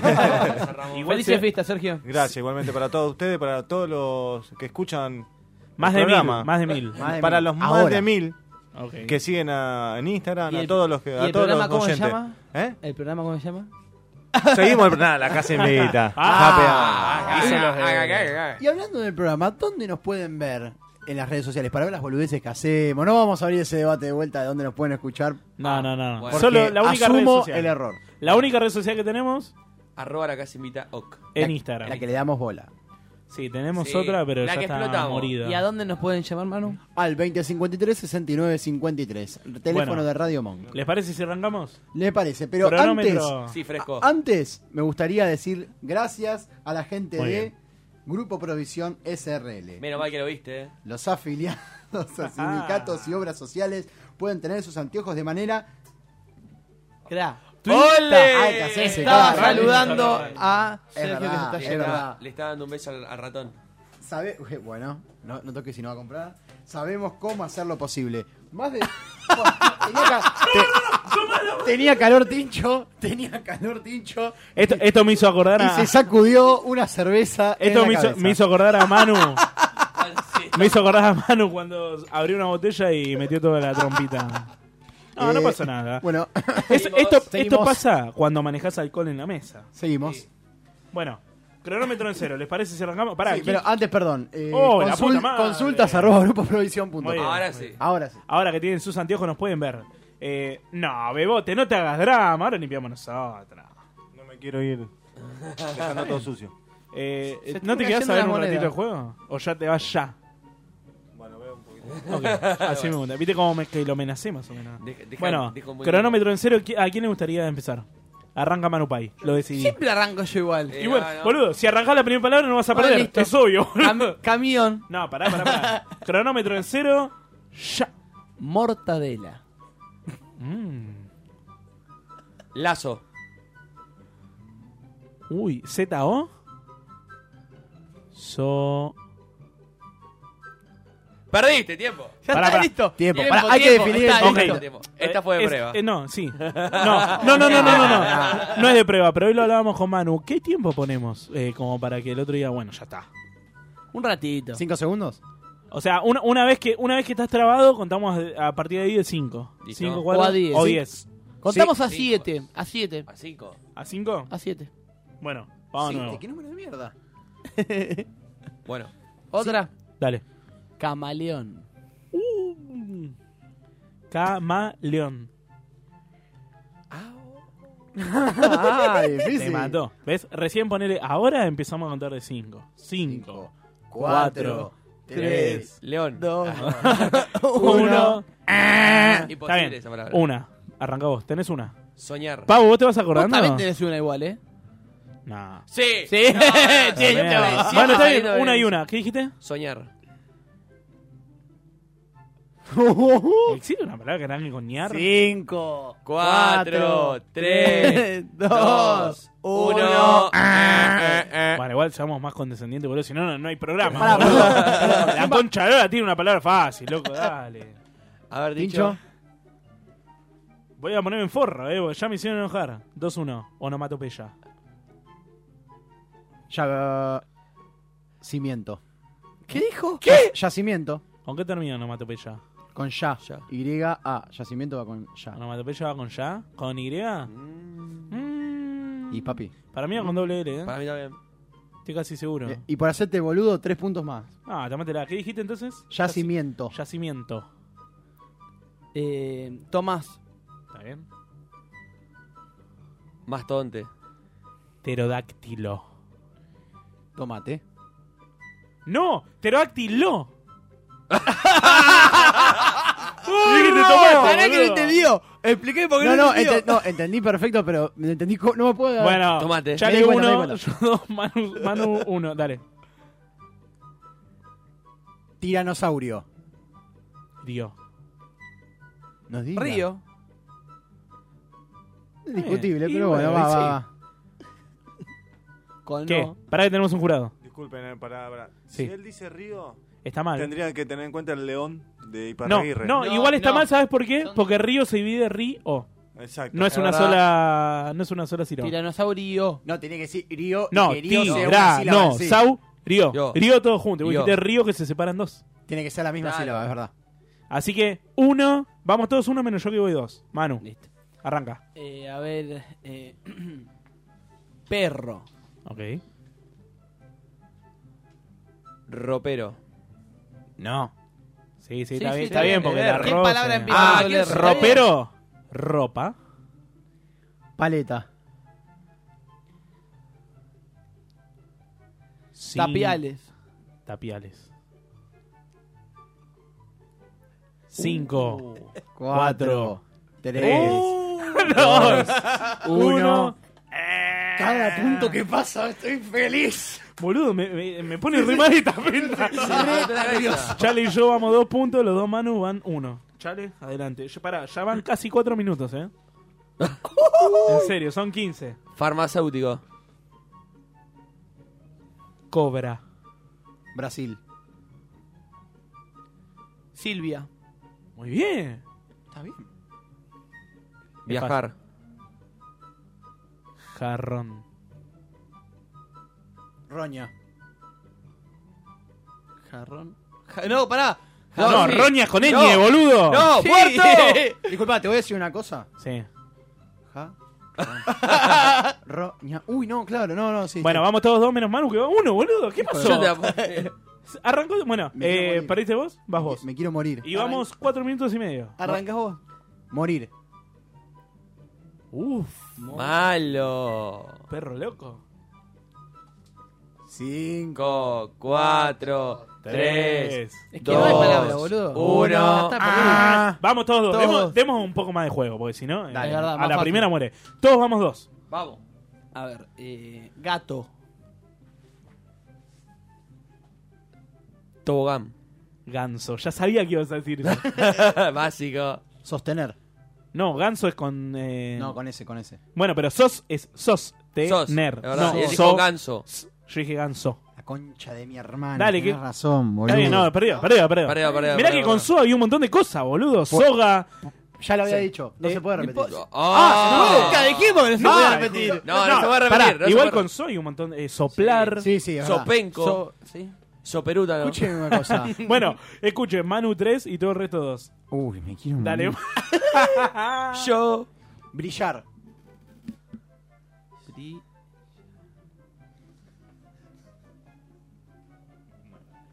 [SPEAKER 9] Igual Felices se- fiestas, Sergio.
[SPEAKER 11] Gracias, igualmente para todos ustedes, para todos los que escuchan
[SPEAKER 9] Más
[SPEAKER 11] el
[SPEAKER 9] de mil,
[SPEAKER 11] programa.
[SPEAKER 9] más de mil. Más de
[SPEAKER 11] Para
[SPEAKER 9] mil.
[SPEAKER 11] los más
[SPEAKER 9] Ahora.
[SPEAKER 11] de mil
[SPEAKER 9] Ok.
[SPEAKER 11] que siguen a- en Instagram,
[SPEAKER 7] ¿Y
[SPEAKER 11] a
[SPEAKER 7] el-
[SPEAKER 11] todos los
[SPEAKER 7] y
[SPEAKER 11] que a
[SPEAKER 7] el
[SPEAKER 11] todos los
[SPEAKER 7] programa cómo se
[SPEAKER 11] oyentes.
[SPEAKER 7] llama?
[SPEAKER 11] ¿Eh?
[SPEAKER 7] ¿El programa cómo se [laughs] llama?
[SPEAKER 11] [laughs] Seguimos el- nada, la casa
[SPEAKER 9] [laughs]
[SPEAKER 11] invita.
[SPEAKER 8] Ah,
[SPEAKER 11] Happy hour.
[SPEAKER 8] ah, Y hablando del programa, ¿dónde nos pueden ver en las redes sociales? Para ver las boludeces que hacemos. No vamos a abrir ese debate de vuelta de dónde nos pueden escuchar. Ah,
[SPEAKER 9] No, no, no. no.
[SPEAKER 8] Porque
[SPEAKER 9] Solo la única red
[SPEAKER 8] asumo
[SPEAKER 9] social.
[SPEAKER 8] el error.
[SPEAKER 9] La única red social que tenemos
[SPEAKER 10] Arroba la casa invita ok.
[SPEAKER 9] en Instagram.
[SPEAKER 8] La que le damos bola.
[SPEAKER 9] Sí, tenemos
[SPEAKER 10] Sí,
[SPEAKER 9] otra, pero
[SPEAKER 10] la
[SPEAKER 9] ya
[SPEAKER 10] que
[SPEAKER 9] está
[SPEAKER 10] explotamos.
[SPEAKER 9] morida.
[SPEAKER 7] ¿Y a dónde nos pueden
[SPEAKER 9] [laughs]
[SPEAKER 7] llamar, Manu?
[SPEAKER 8] Al 2053-6953. Teléfono
[SPEAKER 9] Bueno.
[SPEAKER 8] de Radio Monk.
[SPEAKER 9] ¿Les parece si arrancamos?
[SPEAKER 8] Le parece, pero
[SPEAKER 9] Cronómetro.
[SPEAKER 8] antes.
[SPEAKER 9] Sí, fresco.
[SPEAKER 8] a- Antes, me gustaría decir gracias a la gente
[SPEAKER 10] Muy
[SPEAKER 8] de
[SPEAKER 10] bien.
[SPEAKER 8] Grupo Provisión SRL.
[SPEAKER 10] Menos mal que lo viste, eh.
[SPEAKER 8] Los afiliados
[SPEAKER 7] [laughs]
[SPEAKER 8] a sindicatos y obras sociales pueden tener sus anteojos de manera
[SPEAKER 7] Gra.
[SPEAKER 8] ¡Ole! Hay que hacerse
[SPEAKER 7] Estaba
[SPEAKER 8] cargo.
[SPEAKER 7] saludando
[SPEAKER 8] Es
[SPEAKER 10] Ah,
[SPEAKER 7] a Sergio
[SPEAKER 8] verdad,
[SPEAKER 7] que se está
[SPEAKER 8] es
[SPEAKER 10] Le
[SPEAKER 7] yendo.
[SPEAKER 10] está- Le está dando un beso al, al ratón.
[SPEAKER 8] eh, Sabe, bueno, no, no toque si no va a comprar. Sabemos cómo hacerlo posible. Más de Tenía calor tincho, tenía calor tincho.
[SPEAKER 9] Esto, esto me hizo acordar
[SPEAKER 8] Y
[SPEAKER 9] a.
[SPEAKER 8] se sacudió una cerveza. en
[SPEAKER 9] Esto
[SPEAKER 8] la
[SPEAKER 9] me hizo,
[SPEAKER 8] cabeza.
[SPEAKER 9] me hizo acordar a [laughs] Manu. me hizo acordar a Manu cuando abrió una botella y metió toda la trompita. No, no
[SPEAKER 8] Eh,
[SPEAKER 9] pasa nada.
[SPEAKER 8] Bueno,
[SPEAKER 9] [laughs] Es- esto, esto
[SPEAKER 8] Seguimos.
[SPEAKER 9] pasa cuando manejas alcohol en la mesa.
[SPEAKER 8] Seguimos.
[SPEAKER 9] Bueno, cronómetro en cero. ¿Les parece si arrancamos? Pará,
[SPEAKER 8] Sí,
[SPEAKER 9] ¿quién-
[SPEAKER 8] pero antes, perdón. eh,
[SPEAKER 9] Oh, la
[SPEAKER 8] consul-
[SPEAKER 9] puta madre.
[SPEAKER 8] consultas arroba grupoprovisión.com.
[SPEAKER 9] Muy bien.
[SPEAKER 8] Ahora sí.
[SPEAKER 9] Ahora que tienen sus anteojos nos pueden ver. Eh, no, Bebote, no te hagas drama. Ahora limpiamos nosotros. No me quiero ir.
[SPEAKER 11] Dejando todo sucio.
[SPEAKER 9] Eh,
[SPEAKER 11] Se
[SPEAKER 9] ¿No
[SPEAKER 11] están
[SPEAKER 9] te
[SPEAKER 11] cayendo
[SPEAKER 9] quedás a ver
[SPEAKER 11] las
[SPEAKER 9] un
[SPEAKER 11] monedas.
[SPEAKER 9] ratito el juego? ¿O ya te vas ya?
[SPEAKER 11] Bueno, veo un
[SPEAKER 7] [laughs]
[SPEAKER 11] poquito.
[SPEAKER 9] Ok, así me gusta. ¿Viste cómo me, que lo amenacé más o menos?
[SPEAKER 10] Deja- deja-
[SPEAKER 9] bueno,
[SPEAKER 10] deja un buen
[SPEAKER 9] cronómetro en cero. ¿qui- ¿A quién le gustaría empezar? Arranca Manu Pai, lo decidí.
[SPEAKER 7] Siempre arranco yo igual.
[SPEAKER 9] Y bueno, boludo, si arrancás la primera palabra no vas a
[SPEAKER 7] Bueno,
[SPEAKER 9] perder.
[SPEAKER 7] Ah, listo.
[SPEAKER 9] Es obvio. [laughs]
[SPEAKER 7] camión.
[SPEAKER 9] No, pará, pará,
[SPEAKER 7] [laughs]
[SPEAKER 9] pará. Cronómetro en cero. Ya.
[SPEAKER 7] Mortadela.
[SPEAKER 9] Mm.
[SPEAKER 10] Lazo.
[SPEAKER 9] Uy, Z-O. So.
[SPEAKER 10] Perdiste tiempo.
[SPEAKER 9] Pará, pará. Ok.
[SPEAKER 10] Esta fue de
[SPEAKER 9] Es-
[SPEAKER 10] prueba.
[SPEAKER 9] eh, no, sí. No, no, no, no, no, no, no. No es de prueba, pero hoy lo hablábamos con Manu. ¿Qué tiempo ponemos eh, como para que el otro día, bueno, ya está?
[SPEAKER 7] Un ratito.
[SPEAKER 8] ¿Cinco segundos?
[SPEAKER 9] O sea, una, una vez que una vez que estás trabado, contamos de- a partir de ahí de 5.
[SPEAKER 7] Listo.
[SPEAKER 9] 5,
[SPEAKER 7] O a
[SPEAKER 9] 4
[SPEAKER 7] diez.
[SPEAKER 9] o
[SPEAKER 7] Sí.
[SPEAKER 9] 10.
[SPEAKER 7] Contamos a 7. A 7.
[SPEAKER 10] A 5.
[SPEAKER 9] ¿A 5?
[SPEAKER 7] A 7.
[SPEAKER 9] Bueno, vamos de nuevo.
[SPEAKER 8] ¿Qué número de mierda?
[SPEAKER 10] Bueno.
[SPEAKER 7] Otra.
[SPEAKER 9] Dale. Uh.
[SPEAKER 7] Camaleón.
[SPEAKER 9] Camaleón.
[SPEAKER 8] Ah, difícil.
[SPEAKER 9] Te mató. ¿Ves? Recién ponele. Ahora empezamos a contar de 5. 5,
[SPEAKER 10] cuatro,
[SPEAKER 9] 4,
[SPEAKER 10] tres,
[SPEAKER 9] 3,
[SPEAKER 10] León.
[SPEAKER 9] Dos, [laughs]
[SPEAKER 10] uno.
[SPEAKER 9] 1. Está
[SPEAKER 10] Imposible
[SPEAKER 9] bien.
[SPEAKER 10] esa palabra.
[SPEAKER 9] Una. Arranca vos. Tenés una.
[SPEAKER 10] Soñar.
[SPEAKER 9] Pavo, ¿vos te vas acordando?
[SPEAKER 7] Vos también tenés una igual,
[SPEAKER 9] [laughs]
[SPEAKER 7] ¿eh?
[SPEAKER 9] No.
[SPEAKER 10] Sí.
[SPEAKER 7] Sí.
[SPEAKER 10] No, no,
[SPEAKER 7] [laughs]
[SPEAKER 10] no.
[SPEAKER 7] Sí,
[SPEAKER 9] Bueno,
[SPEAKER 7] siempre-
[SPEAKER 9] está
[SPEAKER 7] siempre
[SPEAKER 9] bien,
[SPEAKER 7] sabiendo
[SPEAKER 9] una y
[SPEAKER 7] bien.
[SPEAKER 9] una. ¿Qué dijiste?
[SPEAKER 10] Soñar.
[SPEAKER 9] ¿Existe una palabra que arranque con ñar?
[SPEAKER 7] 5,
[SPEAKER 10] Cuatro,
[SPEAKER 8] [laughs]
[SPEAKER 10] tres, dos, uno.
[SPEAKER 9] Eh, Bueno, igual seamos más condescendientes, boludo. Si no, no, no hay programa.
[SPEAKER 10] Pará,
[SPEAKER 9] boludo.
[SPEAKER 10] boludo.
[SPEAKER 9] La concha de la lora tiene una palabra fácil, loco. Dale.
[SPEAKER 10] A ver, dicho.
[SPEAKER 9] Tincho. Voy a ponerme en forro, eh. porque Ya me hicieron enojar. 2-1. Onomatopeya.
[SPEAKER 8] Ya. Cimiento.
[SPEAKER 7] ¿Qué dijo?
[SPEAKER 8] ¿Qué? Yacimiento.
[SPEAKER 9] ¿Con qué termina onomatopeya?
[SPEAKER 8] Con ya. Y A. Yacimiento va con ya.
[SPEAKER 9] ¿Onomatopeya va con ya? ¿Con Y?
[SPEAKER 10] Mm.
[SPEAKER 8] Y papi.
[SPEAKER 9] Para mí va con doble L, eh.
[SPEAKER 10] Para mí también.
[SPEAKER 9] Estoy casi seguro.
[SPEAKER 8] Eh, Y por hacerte boludo, tres puntos más.
[SPEAKER 9] Ah, tómatela. ¿Qué dijiste entonces?
[SPEAKER 8] Yacimiento.
[SPEAKER 9] Yacimiento.
[SPEAKER 7] Eh, Tomás.
[SPEAKER 9] ¿Está bien?
[SPEAKER 10] Mastonte.
[SPEAKER 9] Pterodáctilo.
[SPEAKER 8] Tomate.
[SPEAKER 9] ¡No! ¡Pterodáctilo!
[SPEAKER 7] Dijiste tomate, Pará que no entendió. Expliqué por qué
[SPEAKER 8] no,
[SPEAKER 7] no
[SPEAKER 8] no,
[SPEAKER 7] entendió.
[SPEAKER 8] ente- no, entendí perfecto, pero me entendí. co- No me puedo.
[SPEAKER 9] Bueno, ya
[SPEAKER 8] Me
[SPEAKER 9] que
[SPEAKER 8] di cuenta, me
[SPEAKER 9] uno,
[SPEAKER 8] di cuenta.
[SPEAKER 9] yo [laughs] dos, Manu, Manu uno, dale.
[SPEAKER 8] Tiranosaurio.
[SPEAKER 9] Río.
[SPEAKER 8] Nos diga.
[SPEAKER 7] Río.
[SPEAKER 8] Es discutible,
[SPEAKER 7] Eh, y
[SPEAKER 8] pero bueno,
[SPEAKER 7] bueno,
[SPEAKER 8] va,
[SPEAKER 7] y
[SPEAKER 8] va,
[SPEAKER 7] sí.
[SPEAKER 8] va.
[SPEAKER 7] Con
[SPEAKER 9] ¿Qué?
[SPEAKER 7] no.
[SPEAKER 9] Pará que tenemos un jurado.
[SPEAKER 11] Disculpen, eh, pará, pará.
[SPEAKER 9] Sí.
[SPEAKER 11] Si él dice río,
[SPEAKER 9] Está mal.
[SPEAKER 11] tendría que tener en cuenta el león de
[SPEAKER 9] No,
[SPEAKER 11] Iparraguirre.
[SPEAKER 9] no, igual está mal, ¿sabes por qué? Porque río se divide río.
[SPEAKER 11] Exacto.
[SPEAKER 9] No es
[SPEAKER 11] Es
[SPEAKER 9] una
[SPEAKER 11] verdad.
[SPEAKER 9] sola, no es una sola sílaba.
[SPEAKER 7] Tiranosaurio.
[SPEAKER 8] No, tenía que decir Río.
[SPEAKER 9] No,
[SPEAKER 8] y que Río
[SPEAKER 9] ti,
[SPEAKER 8] sea una
[SPEAKER 9] gra,
[SPEAKER 8] sílaba
[SPEAKER 9] no,
[SPEAKER 8] en sí.
[SPEAKER 9] sau, río. Río todo junto. Vos
[SPEAKER 8] Río.
[SPEAKER 9] dijiste río que se separan dos.
[SPEAKER 8] Tiene que ser la misma
[SPEAKER 9] Claro.
[SPEAKER 8] sílaba, es verdad.
[SPEAKER 9] Así que uno, vamos todos uno menos yo que voy dos. Manu, arranca.
[SPEAKER 7] Eh, a ver. eh, [clears throat] perro.
[SPEAKER 9] Ok.
[SPEAKER 10] Ropero.
[SPEAKER 9] No. Sí, sí,
[SPEAKER 7] Sí,
[SPEAKER 9] está bien,
[SPEAKER 7] sí, sí,
[SPEAKER 9] está
[SPEAKER 7] sí.
[SPEAKER 9] bien, porque
[SPEAKER 7] ¿Qué
[SPEAKER 9] la ropa.
[SPEAKER 7] palabra empieza
[SPEAKER 9] Ah,
[SPEAKER 7] con doble R?
[SPEAKER 9] ropero, ropa.
[SPEAKER 8] Paleta.
[SPEAKER 9] Sí.
[SPEAKER 7] Tapiales.
[SPEAKER 9] Tapiales.
[SPEAKER 8] Uh.
[SPEAKER 9] Cinco.
[SPEAKER 8] Cuatro.
[SPEAKER 9] tres,
[SPEAKER 8] Tres. [laughs]
[SPEAKER 9] dos,
[SPEAKER 8] uno.
[SPEAKER 9] uno.
[SPEAKER 8] Cada punto que pasa, estoy feliz.
[SPEAKER 9] Boludo, me, me- me pone re mal
[SPEAKER 8] [laughs]
[SPEAKER 9] esta pinta. Chale y yo vamos dos puntos, los dos Manu van uno. Chale, adelante. Yo, pará, ya van casi cuatro minutos,
[SPEAKER 8] [laughs]
[SPEAKER 9] eh. En serio, son 15.
[SPEAKER 10] Farmacéutico.
[SPEAKER 9] Cobra.
[SPEAKER 8] Brasil.
[SPEAKER 7] Silvia.
[SPEAKER 9] Muy bien.
[SPEAKER 7] Está bien.
[SPEAKER 10] Viajar.
[SPEAKER 9] Jarrón.
[SPEAKER 7] Roña. Jarrón. Ja- no, pará. Jarrón, sí. No. No,
[SPEAKER 9] [laughs]
[SPEAKER 8] Sí.
[SPEAKER 7] muerto.
[SPEAKER 8] Disculpa, te voy a decir una cosa.
[SPEAKER 9] Sí.
[SPEAKER 8] Ja. Ro- ña. Uy, no, claro, no, no, sí.
[SPEAKER 9] Bueno,
[SPEAKER 8] sí.
[SPEAKER 9] vamos todos dos menos Manu que va uno, boludo. ¿Qué pasó?
[SPEAKER 8] Yo te
[SPEAKER 9] [laughs] Arrancó. Bueno,
[SPEAKER 8] Me quiero
[SPEAKER 9] eh,
[SPEAKER 8] morir.
[SPEAKER 9] ¿perdiste vos? Vas vos.
[SPEAKER 8] Me quiero morir.
[SPEAKER 9] Y vamos cuatro minutos y medio.
[SPEAKER 7] Arrancás vos.
[SPEAKER 8] Morir.
[SPEAKER 9] Uf.
[SPEAKER 10] Malo.
[SPEAKER 9] Perro loco.
[SPEAKER 10] 5, 4, 3,
[SPEAKER 9] Es que no hay palabras,
[SPEAKER 10] 2, 1.
[SPEAKER 9] boludo. Vamos todos dos.
[SPEAKER 10] Ah. Todos.
[SPEAKER 9] Demos, demos un poco más de juego, porque si no, eh,
[SPEAKER 7] Dale. Es verdad,
[SPEAKER 9] a la
[SPEAKER 7] más fácil.
[SPEAKER 9] primera muere. Todos vamos dos.
[SPEAKER 7] Vamos. A ver, eh, gato.
[SPEAKER 10] Tobogán.
[SPEAKER 9] Ganso. Ya sabía que ibas a decir eso.
[SPEAKER 10] [laughs] Básico.
[SPEAKER 8] Sostener.
[SPEAKER 9] No, ganso es con. eh,
[SPEAKER 8] No, con ese, con ese.
[SPEAKER 9] Bueno, pero sos es sos.
[SPEAKER 10] Sos,
[SPEAKER 9] Tener.
[SPEAKER 10] es verdad.
[SPEAKER 9] No,
[SPEAKER 10] Él dijo
[SPEAKER 9] so-
[SPEAKER 10] ganso.
[SPEAKER 9] s- Yo dije ganso.
[SPEAKER 8] La concha de mi hermana.
[SPEAKER 9] Dale,
[SPEAKER 8] tenés
[SPEAKER 9] que-
[SPEAKER 8] razón, boludo.
[SPEAKER 9] Está bien, no, perdido, perdido, perdido.
[SPEAKER 10] Perdido, perdido,
[SPEAKER 9] Mirá
[SPEAKER 10] perdido,
[SPEAKER 9] que con
[SPEAKER 10] perdido.
[SPEAKER 9] soga había un montón de cosas, boludo. Soga.
[SPEAKER 8] Ya lo había
[SPEAKER 9] Sí. Eh,
[SPEAKER 8] dicho, no se puede repetir.
[SPEAKER 9] Ah,
[SPEAKER 8] nunca dijimos que no se podía repetir.
[SPEAKER 10] No, no se puede repetir,
[SPEAKER 9] pará,
[SPEAKER 10] no se
[SPEAKER 9] igual
[SPEAKER 10] puede-
[SPEAKER 9] con soy un montón de eh, soplar.
[SPEAKER 8] Sí, sí, es verdad.
[SPEAKER 10] Sopenco.
[SPEAKER 8] So-
[SPEAKER 10] sí. Soperuta, ¿no?
[SPEAKER 8] Escuchen una cosa.
[SPEAKER 9] [laughs] bueno, escuche, Manu 3 y todo el resto 2.
[SPEAKER 8] Uy, me quiero
[SPEAKER 9] Dale. [laughs]
[SPEAKER 8] morir.
[SPEAKER 10] Yo.
[SPEAKER 8] Brillar.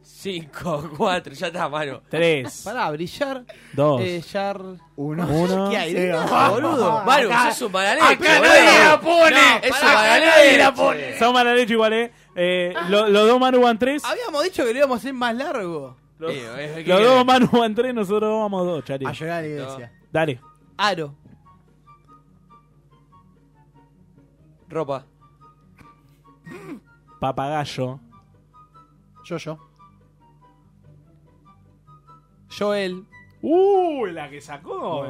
[SPEAKER 10] Cinco, cuatro, ya está, mano.
[SPEAKER 9] Tres.
[SPEAKER 7] Pará, brillar.
[SPEAKER 9] Dos.
[SPEAKER 7] Eh, yar.
[SPEAKER 8] Uno.
[SPEAKER 9] Uno.
[SPEAKER 7] ¿Qué hay?
[SPEAKER 9] Sí,
[SPEAKER 7] No,
[SPEAKER 9] va.
[SPEAKER 7] boludo.
[SPEAKER 10] Manu,
[SPEAKER 7] Acá-
[SPEAKER 10] sos un malaneque,
[SPEAKER 7] acá
[SPEAKER 10] boludo.
[SPEAKER 7] nadie la
[SPEAKER 10] No,
[SPEAKER 7] pone.
[SPEAKER 10] es
[SPEAKER 7] Acá
[SPEAKER 10] un malaneque.
[SPEAKER 7] nadie la pone.
[SPEAKER 9] Son mala leche igual, eh. eh
[SPEAKER 7] Ah.
[SPEAKER 9] lo- Los dos Manu van 3.
[SPEAKER 7] Habíamos dicho que lo íbamos a hacer más largo.
[SPEAKER 10] Eh,
[SPEAKER 9] Los dos Manu van 3, nosotros vamos dos, Chari.
[SPEAKER 8] A llorar a la iglesia.
[SPEAKER 9] Dale.
[SPEAKER 7] Aro.
[SPEAKER 10] Ropa.
[SPEAKER 9] Papagayo.
[SPEAKER 8] Yo, yo.
[SPEAKER 7] Joel.
[SPEAKER 9] Uy, la que sacó.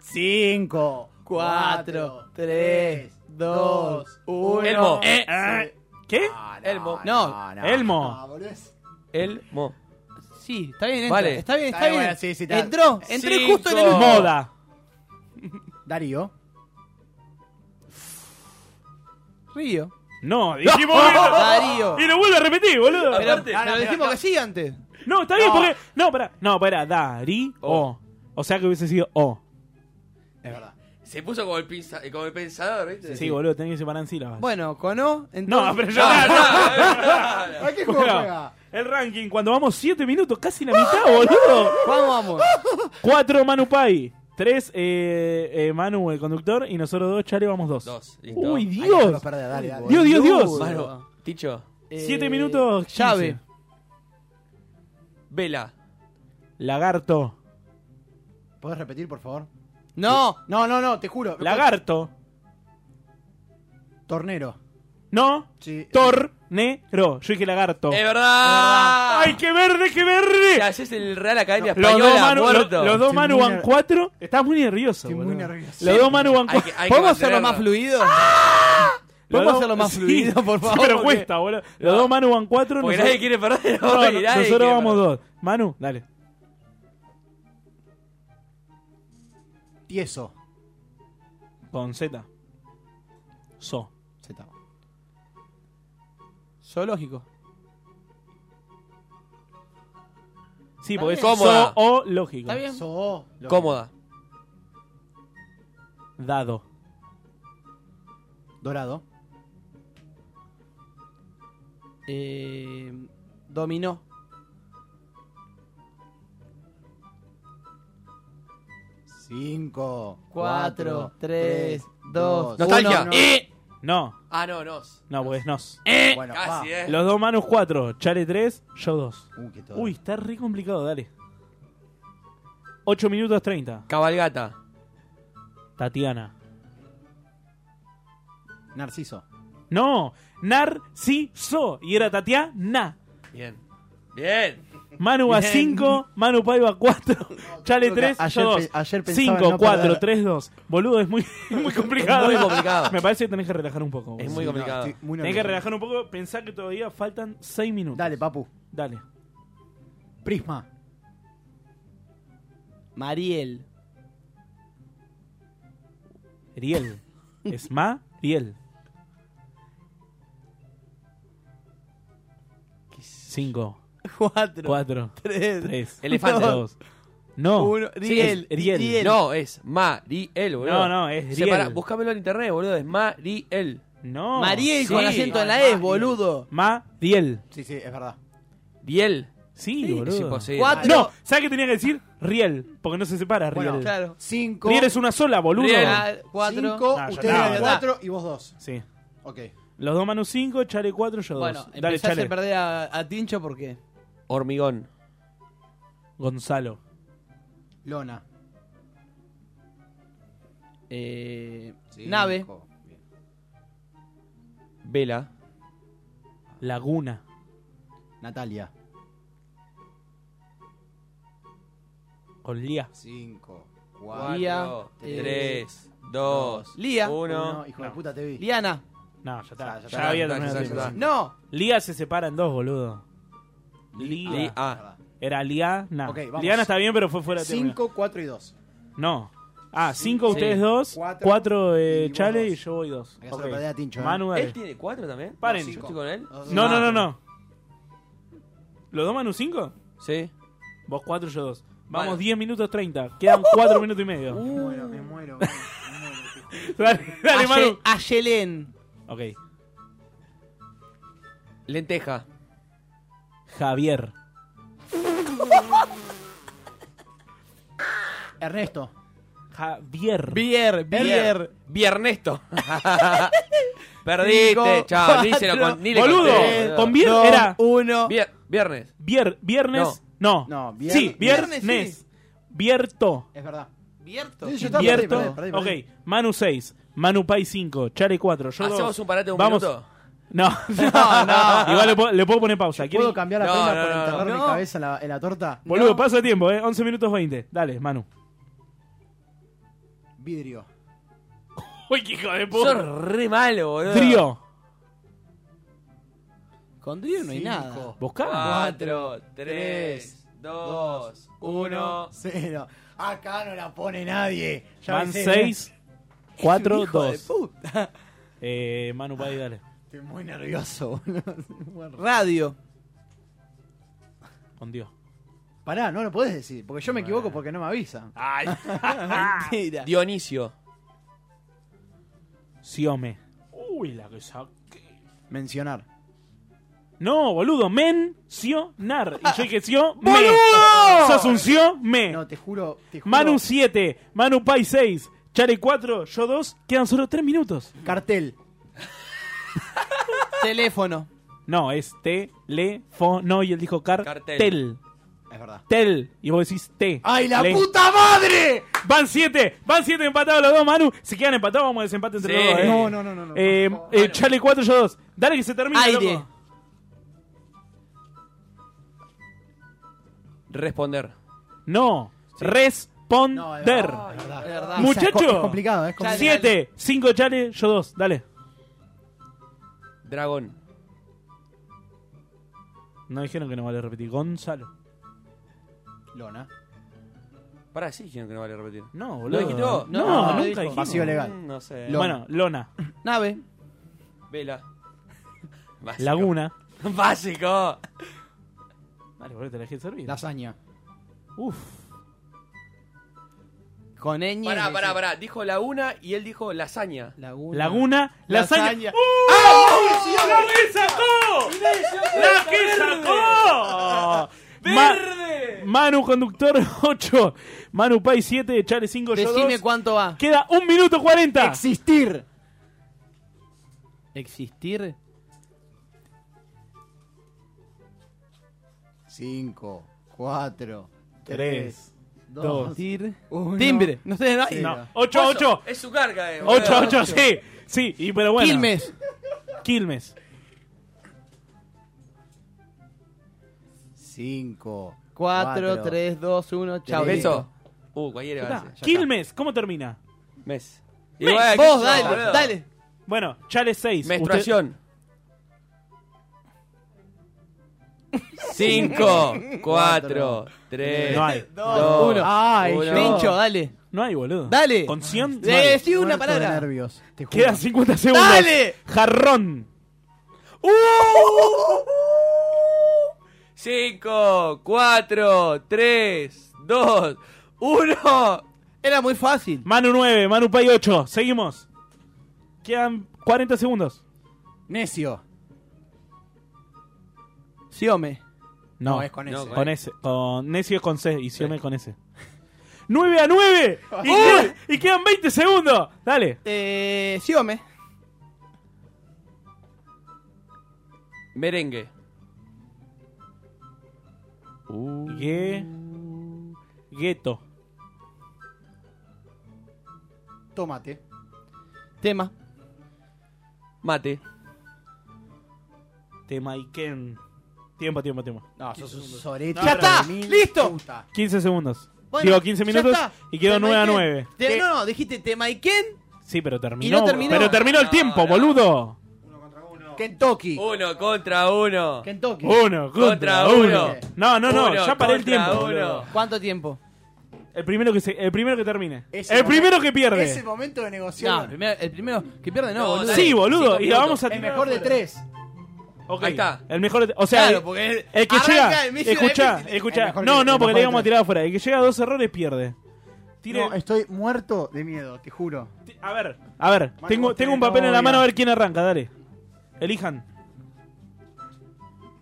[SPEAKER 8] Cinco.
[SPEAKER 7] Cuatro, tres, dos, uno.
[SPEAKER 10] Elmo.
[SPEAKER 7] Eh,
[SPEAKER 9] eh. ¿Qué?
[SPEAKER 10] Elmo.
[SPEAKER 7] No,
[SPEAKER 9] Elmo.
[SPEAKER 10] Elmo.
[SPEAKER 7] Sí, está bien, entra,
[SPEAKER 10] Vale.
[SPEAKER 7] está bien, está,
[SPEAKER 8] Está
[SPEAKER 7] bien.
[SPEAKER 8] bien, bueno, sí, sí, está-
[SPEAKER 7] Entró, entré
[SPEAKER 10] Cinco.
[SPEAKER 7] justo en el último.
[SPEAKER 9] Moda.
[SPEAKER 8] Darío.
[SPEAKER 7] Río. [laughs]
[SPEAKER 9] No, dijimos.
[SPEAKER 7] Darío.
[SPEAKER 9] Y lo vuelve a repetir, boludo.
[SPEAKER 7] Pero,
[SPEAKER 10] Aparte-
[SPEAKER 7] pero dijimos que sí antes.
[SPEAKER 9] No, está bien, porque. No, pará. No, pará. Dari. O. O sea que hubiese sido O.
[SPEAKER 8] Es verdad.
[SPEAKER 10] Se puso como el, pinza- como el pensador, ¿viste?
[SPEAKER 9] Sí, boludo, tenés que separar en sílabas.
[SPEAKER 7] Bueno, con O, entonces...
[SPEAKER 9] No, pero yo. [laughs]
[SPEAKER 8] ¿A qué juego
[SPEAKER 9] Bueno,
[SPEAKER 8] juega?
[SPEAKER 9] el ranking, cuando vamos 7 minutos, casi la mitad, boludo.
[SPEAKER 7] Vamos, vamos.
[SPEAKER 9] 4 Manu Pai, 3 eh, eh, Manu, el conductor, y nosotros dos, Chale, vamos dos.
[SPEAKER 10] Dos, listo.
[SPEAKER 9] Uy,
[SPEAKER 8] Ay, no
[SPEAKER 9] Dios.
[SPEAKER 8] lo perdés, dale, dale.
[SPEAKER 9] Dios, Dios, Dios.
[SPEAKER 7] Boludo.
[SPEAKER 10] Mano, Ticho.
[SPEAKER 7] Eh,
[SPEAKER 9] 7 minutos. 15.
[SPEAKER 7] Llave.
[SPEAKER 10] Vela.
[SPEAKER 9] Lagarto.
[SPEAKER 8] ¿Puedes repetir, por favor?
[SPEAKER 7] No.
[SPEAKER 8] No, no, no, te juro.
[SPEAKER 9] Lagarto.
[SPEAKER 8] Tornero.
[SPEAKER 9] No.
[SPEAKER 8] Sí.
[SPEAKER 9] Tornero. Yo dije lagarto.
[SPEAKER 10] ¡Es verdad!
[SPEAKER 9] ¡Ay, qué verde, qué
[SPEAKER 10] Si
[SPEAKER 9] verde!
[SPEAKER 10] haces el Real Academia
[SPEAKER 9] Los
[SPEAKER 10] Española,
[SPEAKER 9] dos Manu, lo-
[SPEAKER 10] muerto.
[SPEAKER 9] los dos
[SPEAKER 8] Estoy
[SPEAKER 9] Manu
[SPEAKER 8] muy
[SPEAKER 9] van
[SPEAKER 8] ner-
[SPEAKER 9] 4. Estás muy nervioso.
[SPEAKER 8] Estoy muy
[SPEAKER 9] boludo.
[SPEAKER 8] nervioso.
[SPEAKER 9] Los dos Manu van 4.
[SPEAKER 10] Hay que- hay que
[SPEAKER 7] ¿Podemos hacerlo
[SPEAKER 10] mantenerlo.
[SPEAKER 7] más
[SPEAKER 9] [laughs]
[SPEAKER 7] fluido?
[SPEAKER 9] Los
[SPEAKER 7] ¿Podemos
[SPEAKER 9] dos-
[SPEAKER 7] hacerlo más
[SPEAKER 9] sí,
[SPEAKER 7] fluido, por
[SPEAKER 9] sí,
[SPEAKER 7] favor?
[SPEAKER 9] pero
[SPEAKER 7] Porque-
[SPEAKER 9] cuesta, boludo. Los dos Manu van 4.
[SPEAKER 10] Porque nadie quiere perder.
[SPEAKER 9] No,
[SPEAKER 10] hoy,
[SPEAKER 9] no,
[SPEAKER 10] nadie
[SPEAKER 9] nosotros
[SPEAKER 10] quiere
[SPEAKER 9] vamos
[SPEAKER 10] perder.
[SPEAKER 9] dos. Manu, dale.
[SPEAKER 8] Tieso.
[SPEAKER 9] Con Z. So.
[SPEAKER 8] Z.
[SPEAKER 7] Zoológico.
[SPEAKER 9] Sí,
[SPEAKER 7] Está
[SPEAKER 9] porque es
[SPEAKER 7] bien.
[SPEAKER 10] Cómoda.
[SPEAKER 9] so o lógico.
[SPEAKER 7] ¿Está bien?
[SPEAKER 8] So. lo-
[SPEAKER 10] Cómoda.
[SPEAKER 9] Dado.
[SPEAKER 8] Dorado.
[SPEAKER 7] Eh, dominó.
[SPEAKER 8] Cinco.
[SPEAKER 7] Cuatro, tres, dos,
[SPEAKER 10] Nostalgia.
[SPEAKER 7] uno.
[SPEAKER 10] Eh.
[SPEAKER 9] No,
[SPEAKER 10] Ah, no, nos.
[SPEAKER 9] no, pues nos.
[SPEAKER 8] Bueno,
[SPEAKER 10] Casi,
[SPEAKER 8] va.
[SPEAKER 10] eh.
[SPEAKER 9] Los dos Manus 4, Chale 3, yo 2.
[SPEAKER 8] Uy, qué todo.
[SPEAKER 9] Uy, está re complicado, dale. 8 minutos 30.
[SPEAKER 10] Cabalgata.
[SPEAKER 9] Tatiana.
[SPEAKER 8] Narciso.
[SPEAKER 9] No, Narciso. Y era Tatiana.
[SPEAKER 10] Bien. Bien.
[SPEAKER 9] Manu va
[SPEAKER 10] Bien.
[SPEAKER 9] 5, Manu Paiva
[SPEAKER 10] [laughs]
[SPEAKER 9] 4, Chale
[SPEAKER 8] creo que
[SPEAKER 9] 3,
[SPEAKER 8] ayer
[SPEAKER 9] yo
[SPEAKER 8] pe-
[SPEAKER 9] 2.
[SPEAKER 8] ayer pensaba en
[SPEAKER 9] 5,
[SPEAKER 8] no
[SPEAKER 9] 4,
[SPEAKER 8] perder.
[SPEAKER 9] 3, 2. Boludo, es muy, [laughs] muy complicado.
[SPEAKER 8] [laughs]
[SPEAKER 10] Muy complicado.
[SPEAKER 9] Me parece que tenés que relajar un poco.
[SPEAKER 10] Es muy
[SPEAKER 9] boludo.
[SPEAKER 8] Sí, no,
[SPEAKER 10] complicado.
[SPEAKER 8] estoy muy
[SPEAKER 9] Tenés que
[SPEAKER 8] nervioso.
[SPEAKER 9] relajar un poco. Pensá que todavía faltan 6 minutos.
[SPEAKER 8] Dale, papu.
[SPEAKER 9] Dale.
[SPEAKER 7] Prisma. Mariel.
[SPEAKER 9] Riel. Es ma, Riel. Cinco.
[SPEAKER 7] [laughs] Cuatro.
[SPEAKER 9] Cuatro.
[SPEAKER 7] Tres. [laughs]
[SPEAKER 9] Tres.
[SPEAKER 10] Elefante.
[SPEAKER 9] Dos. No.
[SPEAKER 10] Uno.
[SPEAKER 9] Sí, es
[SPEAKER 10] Riel.
[SPEAKER 9] Riel.
[SPEAKER 10] No, es Mariel, boludo.
[SPEAKER 9] No, no, es Riel.
[SPEAKER 10] Separá, Buscámelo en internet, boludo. Es Mariel.
[SPEAKER 9] No.
[SPEAKER 7] Mariel con acento en la E, boludo.
[SPEAKER 9] Ma, Riel.
[SPEAKER 8] Sí, sí, es verdad.
[SPEAKER 10] Riel.
[SPEAKER 9] Sí,
[SPEAKER 10] Sí,
[SPEAKER 9] boludo.
[SPEAKER 10] es imposible.
[SPEAKER 7] Cuatro.
[SPEAKER 9] No, ¿sabes qué tenía que decir? Riel. Porque no se separa, Riel.
[SPEAKER 8] Bueno, claro. Cinco.
[SPEAKER 9] Riel es una sola, boludo.
[SPEAKER 7] Riel. Ah, cuatro.
[SPEAKER 8] Cinco,
[SPEAKER 9] Nah, ya
[SPEAKER 8] ustedes
[SPEAKER 9] está.
[SPEAKER 8] eran cuatro y vos dos.
[SPEAKER 9] Sí.
[SPEAKER 8] Ok.
[SPEAKER 9] Los dos Manu 5, Chale 4, yo 2.
[SPEAKER 7] Bueno,
[SPEAKER 9] Dale,
[SPEAKER 7] empezás
[SPEAKER 9] Chale.
[SPEAKER 7] a perder a, a Tincho porque.
[SPEAKER 10] Hormigón.
[SPEAKER 9] Gonzalo.
[SPEAKER 8] Lona.
[SPEAKER 7] Eh, nave.
[SPEAKER 10] Vela.
[SPEAKER 9] Laguna.
[SPEAKER 8] Natalia.
[SPEAKER 9] Con Lía.
[SPEAKER 8] 5,
[SPEAKER 10] Cuatro, tres, dos,
[SPEAKER 7] eh, Lía.
[SPEAKER 10] uno.
[SPEAKER 8] Hijo de puta, te vi. Ah,
[SPEAKER 7] Liana.
[SPEAKER 9] No, ya está. Ya,
[SPEAKER 8] Ya está,
[SPEAKER 9] había
[SPEAKER 10] ya está,
[SPEAKER 9] terminado.
[SPEAKER 10] ya está,
[SPEAKER 9] el
[SPEAKER 10] ya
[SPEAKER 7] No.
[SPEAKER 9] Liga se separa en dos, boludo. Liga.
[SPEAKER 10] Li- ah.
[SPEAKER 9] Era Liana.
[SPEAKER 8] Ok, vamos.
[SPEAKER 9] Liana está bien, [laughs] pero fue fuera de término.
[SPEAKER 8] 5, 4 y 2.
[SPEAKER 9] No. Ah, cinco
[SPEAKER 8] Sí.
[SPEAKER 9] ustedes dos,
[SPEAKER 8] Cuatro.
[SPEAKER 9] cuatro
[SPEAKER 8] Y
[SPEAKER 9] eh,
[SPEAKER 8] vos
[SPEAKER 9] Chale
[SPEAKER 8] dos.
[SPEAKER 9] y yo voy dos.
[SPEAKER 8] Hay que hacer
[SPEAKER 9] Ok.
[SPEAKER 8] la tarea, Tincho, ¿eh?
[SPEAKER 9] Manu, dale.
[SPEAKER 10] ¿Él tiene cuatro también?
[SPEAKER 9] Paren.
[SPEAKER 10] ¿Yo estoy con él?
[SPEAKER 7] Oh.
[SPEAKER 9] No, no, no, no. ¿Los dos Manu 5?
[SPEAKER 10] Sí.
[SPEAKER 9] Vos cuatro, yo dos.
[SPEAKER 10] Bueno.
[SPEAKER 9] Vamos 10 minutos 30.
[SPEAKER 8] Uh-huh.
[SPEAKER 9] Quedan 4 minutos y medio.
[SPEAKER 8] Me muero, me muero.
[SPEAKER 9] dale, [laughs] dale,
[SPEAKER 7] Aye-
[SPEAKER 9] Manu.
[SPEAKER 7] Ayelén.
[SPEAKER 9] Ok.
[SPEAKER 10] Lenteja.
[SPEAKER 9] Javier.
[SPEAKER 8] Ernesto.
[SPEAKER 9] Javier.
[SPEAKER 7] Bier, Bier. [laughs]
[SPEAKER 10] Viernesto. Perdiste,
[SPEAKER 7] Cinco,
[SPEAKER 10] chao. Ni, se lo
[SPEAKER 7] cuatro.
[SPEAKER 10] con- ni le
[SPEAKER 9] Boludo,
[SPEAKER 10] conté, boludo.
[SPEAKER 9] con Bier
[SPEAKER 7] Dos,
[SPEAKER 9] era.
[SPEAKER 7] Uno.
[SPEAKER 10] Vier- viernes.
[SPEAKER 9] Vier- viernes. No.
[SPEAKER 8] No, vier-
[SPEAKER 9] Sí,
[SPEAKER 7] viernes,
[SPEAKER 9] viernes.
[SPEAKER 7] sí.
[SPEAKER 9] Vierto.
[SPEAKER 8] Es verdad.
[SPEAKER 7] Vierto.
[SPEAKER 8] Sí, yo estaba- perdí,
[SPEAKER 9] Vierto.
[SPEAKER 8] perdí, perdí, perdí.
[SPEAKER 9] Ok, Manu 6. Manu Pai 5. Chale 4. Yo
[SPEAKER 10] ¿Hacemos
[SPEAKER 9] dos.
[SPEAKER 10] un parate de un
[SPEAKER 9] Vamos.
[SPEAKER 10] minuto?
[SPEAKER 9] No, [laughs]
[SPEAKER 7] No, no.
[SPEAKER 9] Igual le puedo, le puedo poner pausa. ¿Quieren-
[SPEAKER 8] ¿Puedo cambiar la
[SPEAKER 10] No,
[SPEAKER 8] prenda
[SPEAKER 10] no,
[SPEAKER 8] por
[SPEAKER 10] no,
[SPEAKER 8] enterrar
[SPEAKER 7] no.
[SPEAKER 8] mi cabeza en la, en la torta?
[SPEAKER 9] Boludo,
[SPEAKER 7] No.
[SPEAKER 9] pasa tiempo, ¿eh? 11 minutos 20. Dale, Manu.
[SPEAKER 8] Vidrio.
[SPEAKER 9] Uy, qué hijo de puta.
[SPEAKER 10] Sos re malo, boludo.
[SPEAKER 9] Trío.
[SPEAKER 7] Con Drío no hay
[SPEAKER 8] Cinco.
[SPEAKER 7] nada.
[SPEAKER 9] Buscá.
[SPEAKER 10] Cuatro, tres, dos, uno.
[SPEAKER 8] Cero. Acá no la pone nadie. Ya ¿eh?
[SPEAKER 9] Van
[SPEAKER 8] avisé.
[SPEAKER 9] 6, 4,
[SPEAKER 7] Hijo de
[SPEAKER 9] 2.
[SPEAKER 7] puta.
[SPEAKER 9] Eh, Manu Pai, dale.
[SPEAKER 8] Ah, Estoy muy nervioso, boludo. [laughs]
[SPEAKER 7] Radio.
[SPEAKER 9] Con Dios.
[SPEAKER 8] Pará, no lo podés decir, porque yo me equivoco porque no me avisan. [laughs]
[SPEAKER 9] Ay. Ah.
[SPEAKER 7] Mentira.
[SPEAKER 10] Dionisio.
[SPEAKER 9] Siome. Uy, la que saqué.
[SPEAKER 8] Mencionar.
[SPEAKER 9] No, boludo, mencionar. Y yo dije sio, me.
[SPEAKER 8] ¡Boludo!
[SPEAKER 9] Sos un sio, me.
[SPEAKER 8] No, te juro, te juro.
[SPEAKER 9] Manu 7, Manu Pai 6, Chale 4, yo 2. Quedan solo 3 minutos.
[SPEAKER 8] Cartel.
[SPEAKER 7] Teléfono.
[SPEAKER 9] No, es teléfono y él dijo cartel.
[SPEAKER 10] Cartel.
[SPEAKER 9] Tel.
[SPEAKER 8] Es verdad.
[SPEAKER 9] Y vos decís te.
[SPEAKER 8] ¡Ay, la
[SPEAKER 9] Le-
[SPEAKER 8] puta madre!
[SPEAKER 9] Van 7, van 7 empatados los dos, Manu. Si quedan empatados, vamos a desempate entre
[SPEAKER 10] Sí.
[SPEAKER 9] los dos. ¿eh?
[SPEAKER 8] No, no, no, no. no.
[SPEAKER 9] Eh, eh, Chale 4, yo 2. Dale que se termine.
[SPEAKER 7] Aire.
[SPEAKER 9] loco.
[SPEAKER 10] Responder.
[SPEAKER 9] No, responder.
[SPEAKER 8] No, es verdad.
[SPEAKER 7] Es verdad.
[SPEAKER 8] Esa es co-
[SPEAKER 9] Muchacho.
[SPEAKER 8] Es complicado, es complicado.
[SPEAKER 7] Dale,
[SPEAKER 9] 7, 5 Chale, yo 2. Dale.
[SPEAKER 10] Dragón.
[SPEAKER 9] No dijeron que no vale repetir. Gonzalo.
[SPEAKER 8] Lona.
[SPEAKER 10] Pará, sí dijeron que no vale repetir.
[SPEAKER 9] No,
[SPEAKER 10] ¿Lo
[SPEAKER 9] boludo.
[SPEAKER 10] dijiste vos?
[SPEAKER 9] No,
[SPEAKER 7] No, lo
[SPEAKER 9] nunca
[SPEAKER 7] dijo.
[SPEAKER 9] dijimos.
[SPEAKER 8] Vacío legal.
[SPEAKER 10] Mm, No sé.
[SPEAKER 8] Lo-
[SPEAKER 9] Bueno, Lona,
[SPEAKER 7] Nave.
[SPEAKER 10] Vela. Básico.
[SPEAKER 9] Laguna.
[SPEAKER 10] [laughs] Básico.
[SPEAKER 9] Vale, boludo, te la dejé servir.
[SPEAKER 8] Lasaña.
[SPEAKER 9] Uf.
[SPEAKER 7] Con ñ.
[SPEAKER 10] Pará, pará, pará. Dijo la una y él dijo lasaña.
[SPEAKER 7] Laguna.
[SPEAKER 9] Laguna, lasaña.
[SPEAKER 7] Lasaña.
[SPEAKER 9] ¡Uh!
[SPEAKER 10] ¡Ah!
[SPEAKER 9] ¡La que sacó! ¡La que sacó! Ma- Manu, conductor 8. Manu Pai 7, Chale 5, yo
[SPEAKER 7] Decime
[SPEAKER 9] dos.
[SPEAKER 7] cuánto va.
[SPEAKER 9] Queda 1 minuto 40.
[SPEAKER 8] Existir.
[SPEAKER 7] ¿Existir?
[SPEAKER 8] 5, 4,
[SPEAKER 9] Tres,
[SPEAKER 8] 3,
[SPEAKER 9] dos,
[SPEAKER 8] 2,
[SPEAKER 7] ¿Existir?
[SPEAKER 8] Uno.
[SPEAKER 7] Timbre. No sé, no.
[SPEAKER 8] Sí.
[SPEAKER 9] No, 8, 8.
[SPEAKER 10] Es su carga, eh.
[SPEAKER 9] 8,
[SPEAKER 10] boludo.
[SPEAKER 9] 8, sí. Sí, y pero bueno.
[SPEAKER 7] Quilmes.
[SPEAKER 9] Quilmes.
[SPEAKER 8] 5,
[SPEAKER 7] 4, 3, 2, 1. Chao.
[SPEAKER 8] Tres.
[SPEAKER 10] Beso. Uh, cualquiera iba a decir. Ya está.
[SPEAKER 9] Quilmes, ¿cómo termina?
[SPEAKER 10] Mes.
[SPEAKER 9] Mes.
[SPEAKER 10] bueno, qué sé
[SPEAKER 7] Vos,
[SPEAKER 10] yo,
[SPEAKER 7] dale,
[SPEAKER 10] boludo.
[SPEAKER 7] dale.
[SPEAKER 9] Bueno, Chale 6.
[SPEAKER 10] Menstruación. [laughs]
[SPEAKER 7] [laughs]
[SPEAKER 10] 5, 4, 3,
[SPEAKER 9] No hay.
[SPEAKER 10] 2,
[SPEAKER 7] uno. Ay, Tincho, dale.
[SPEAKER 9] No hay, boludo.
[SPEAKER 7] Dale.
[SPEAKER 9] Con 100.
[SPEAKER 7] Eh, sí, una
[SPEAKER 9] Muerto de
[SPEAKER 7] palabra.
[SPEAKER 9] nervios, te
[SPEAKER 7] juro.
[SPEAKER 9] Quedan 50 segundos.
[SPEAKER 7] Dale.
[SPEAKER 9] Jarrón.
[SPEAKER 7] Uh.
[SPEAKER 10] 5, 4, 3, 2, 1.
[SPEAKER 7] Era muy fácil.
[SPEAKER 9] Manu 9, Manu Pay 8. Seguimos. Quedan 40 segundos.
[SPEAKER 8] Necio.
[SPEAKER 7] Siome.
[SPEAKER 9] No,
[SPEAKER 7] No, es con
[SPEAKER 9] No,
[SPEAKER 7] S.
[SPEAKER 9] con S. Con Necio es con C y Siome con S. 9 a
[SPEAKER 8] [laughs]
[SPEAKER 9] 9. Y, quedan, y quedan 20 segundos. Dale.
[SPEAKER 7] Eh, Siome.
[SPEAKER 10] Merengue.
[SPEAKER 7] Uh.
[SPEAKER 9] Gue- Gueto.
[SPEAKER 8] Tomate.
[SPEAKER 7] Tema.
[SPEAKER 10] Mate.
[SPEAKER 9] Tema Iken. Tiempo, tiempo, tiempo.
[SPEAKER 8] No, sos un sorete.
[SPEAKER 7] ¡Ya está! ¡Listo!
[SPEAKER 9] 15 segundos.
[SPEAKER 7] Bueno,
[SPEAKER 9] Digo 15
[SPEAKER 7] ya
[SPEAKER 9] minutos
[SPEAKER 7] está.
[SPEAKER 9] y quedó
[SPEAKER 7] Te
[SPEAKER 9] 9 a
[SPEAKER 7] maiqué.
[SPEAKER 9] 9.
[SPEAKER 7] Te- no, no, dijiste te maiquén.
[SPEAKER 9] Sí, pero terminó.
[SPEAKER 7] Y no terminó.
[SPEAKER 9] Pero terminó el tiempo, boludo.
[SPEAKER 7] Kentucky.
[SPEAKER 10] Uno contra uno.
[SPEAKER 7] Kentucky.
[SPEAKER 9] Uno contra, uno. No, no, no,
[SPEAKER 10] Uno
[SPEAKER 9] ya paré el
[SPEAKER 10] contra
[SPEAKER 9] tiempo.
[SPEAKER 10] uno.
[SPEAKER 9] boludo.
[SPEAKER 7] ¿Cuánto tiempo?
[SPEAKER 9] El primero que se- el primero que termine.
[SPEAKER 8] Ese
[SPEAKER 9] el
[SPEAKER 8] momento-
[SPEAKER 9] primero que pierde.
[SPEAKER 8] Ese momento de negociación.
[SPEAKER 7] No, el primero, el primero que pierde no, boludo.
[SPEAKER 9] sí, boludo, y la vamos a
[SPEAKER 8] El
[SPEAKER 9] tirar
[SPEAKER 8] mejor de
[SPEAKER 9] afuera.
[SPEAKER 8] tres.
[SPEAKER 9] Ok,
[SPEAKER 7] Ahí está.
[SPEAKER 9] El mejor, de- o sea,
[SPEAKER 7] Claro,
[SPEAKER 9] el-
[SPEAKER 7] porque
[SPEAKER 9] el,
[SPEAKER 7] el-
[SPEAKER 9] que
[SPEAKER 7] arranca
[SPEAKER 9] llega,
[SPEAKER 7] el Mission
[SPEAKER 9] escucha,
[SPEAKER 7] Impossible. El
[SPEAKER 9] escucha.
[SPEAKER 7] mejor
[SPEAKER 9] No,
[SPEAKER 7] que-
[SPEAKER 9] no,
[SPEAKER 7] el
[SPEAKER 9] porque
[SPEAKER 7] mejor
[SPEAKER 9] le
[SPEAKER 7] de
[SPEAKER 9] íbamos a
[SPEAKER 7] tres.
[SPEAKER 9] tirar afuera. El que llega a dos errores pierde. Tire- ah,
[SPEAKER 8] No, estoy muerto de miedo, te juro.
[SPEAKER 9] A ver. A ver,
[SPEAKER 8] Manu,
[SPEAKER 9] tengo
[SPEAKER 8] vos
[SPEAKER 9] tengo un
[SPEAKER 8] tenés
[SPEAKER 9] papel en la
[SPEAKER 8] novia.
[SPEAKER 9] mano a ver quién arranca, dale. Elijan.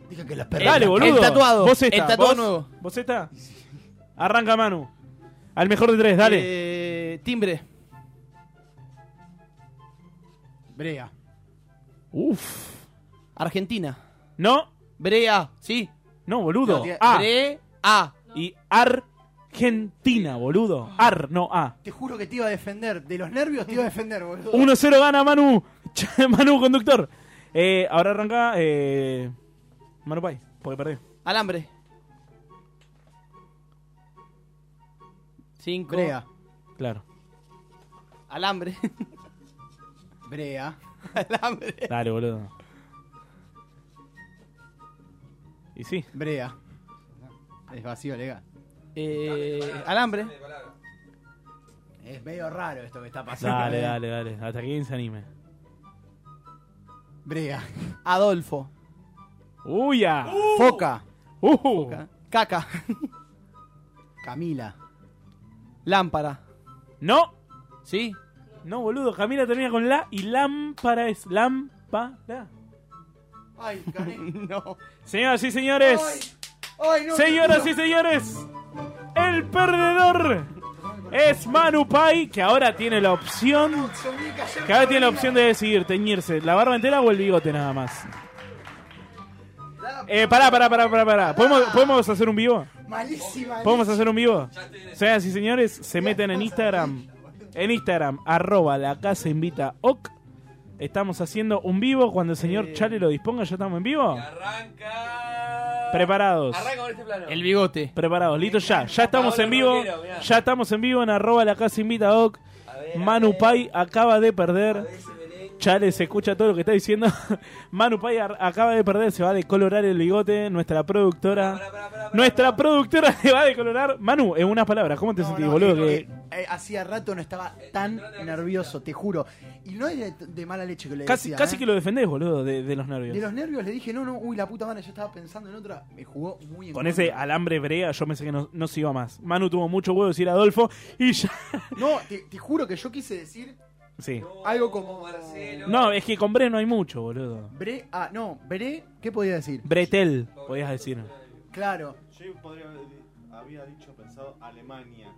[SPEAKER 8] Dije que la
[SPEAKER 9] Dale, boludo.
[SPEAKER 7] El tatuado.
[SPEAKER 9] Vos esta,
[SPEAKER 7] El tatuado
[SPEAKER 9] vos-
[SPEAKER 7] nuevo.
[SPEAKER 9] ¿Vos esta? Arranca Manu. Al mejor de tres, dale.
[SPEAKER 7] Eh, timbre.
[SPEAKER 8] Brea.
[SPEAKER 9] Uf.
[SPEAKER 7] Argentina.
[SPEAKER 9] No.
[SPEAKER 7] Brea, sí.
[SPEAKER 9] No, boludo.
[SPEAKER 7] No, tía-
[SPEAKER 9] A.
[SPEAKER 7] A.
[SPEAKER 9] Y Argentina, boludo. Ar, no A.
[SPEAKER 8] Te juro que te iba a defender. De los
[SPEAKER 9] [laughs]
[SPEAKER 8] nervios te iba a defender, boludo.
[SPEAKER 9] 1-0 gana Manu. [laughs] Che, Manu, conductor. Eh, ahora arranca eh, Manu Pai, porque perdí.
[SPEAKER 7] Alambre. Cinco.
[SPEAKER 8] Brea.
[SPEAKER 9] Claro.
[SPEAKER 7] Alambre. [laughs]
[SPEAKER 8] Brea.
[SPEAKER 7] Alambre.
[SPEAKER 9] Dale, boludo. Y sí.
[SPEAKER 8] Brea. Es vacío legal.
[SPEAKER 7] Eh, alambre.
[SPEAKER 8] Es medio raro esto que está pasando.
[SPEAKER 9] Dale,
[SPEAKER 8] eh.
[SPEAKER 9] dale, dale. Hasta que alguien se anime.
[SPEAKER 8] Brea.
[SPEAKER 7] Adolfo.
[SPEAKER 9] ¡Uy, ya!
[SPEAKER 8] Foca.
[SPEAKER 9] Uh.
[SPEAKER 7] Caca. [laughs]
[SPEAKER 8] Camila.
[SPEAKER 7] Lámpara.
[SPEAKER 9] ¡No!
[SPEAKER 7] Sí.
[SPEAKER 9] No, boludo. Camila termina con la y lámpara es lámpara.
[SPEAKER 8] [laughs] Ay, gané. no.
[SPEAKER 9] Señoras y señores.
[SPEAKER 8] Ay, no.
[SPEAKER 9] Señoras y señores, el perdedor es Manu Pai, que ahora tiene la opción. Que ahora tiene la opción de decidir teñirse la barba entera o el bigote nada más. Eh, pará, pará, pará, pará, pará. ¿Podemos, podemos hacer un vivo?
[SPEAKER 8] Malísima.
[SPEAKER 9] ¿Podemos hacer un vivo? Señoras y señores, se meten en Instagram. En Instagram, arroba la casa invita ok. Estamos haciendo un vivo. Cuando el señor Chale lo disponga, ya estamos en vivo. Preparados.
[SPEAKER 7] El bigote.
[SPEAKER 9] Preparados, listo ya. Ya estamos
[SPEAKER 10] Paolo
[SPEAKER 9] en vivo.
[SPEAKER 10] Romero, mirá.
[SPEAKER 9] ya estamos en vivo en arroba la casa invita doc. Manu Pai acaba de perder. Chale, se escucha todo lo que está diciendo. [laughs] Manu Pai ar- acaba de perder, se va a decolorar el bigote. Nuestra productora. Nuestra productora [laughs] se va a decolorar. Manu, en unas palabras, ¿cómo te sentís, boludo? Que-
[SPEAKER 8] Eh, hacía rato no estaba tan nervioso, te juro. Y no es de, de mala leche que le
[SPEAKER 9] casi,
[SPEAKER 8] decía,
[SPEAKER 9] casi
[SPEAKER 8] ¿eh?
[SPEAKER 9] que lo defendés, boludo, de, de los
[SPEAKER 8] De
[SPEAKER 9] nervios.
[SPEAKER 8] los nervios le dije, no, no, uy, la puta madre, yo estaba pensando en otra. Me jugó muy en
[SPEAKER 9] Con
[SPEAKER 8] contra.
[SPEAKER 9] ese alambre brea, yo pensé que no, no se iba más. Manu tuvo mucho huevo de decir Adolfo y ya. [laughs]
[SPEAKER 8] No, te, te juro que yo quise decir
[SPEAKER 9] Sí.
[SPEAKER 8] algo como.
[SPEAKER 9] No, es que con Bre no hay mucho, boludo.
[SPEAKER 8] Bre. Ah, no, Bre, ¿qué podía decir?
[SPEAKER 9] Bretel, podías decir.
[SPEAKER 8] Claro.
[SPEAKER 11] Yo podría haber, di- había dicho, pensado Alemania.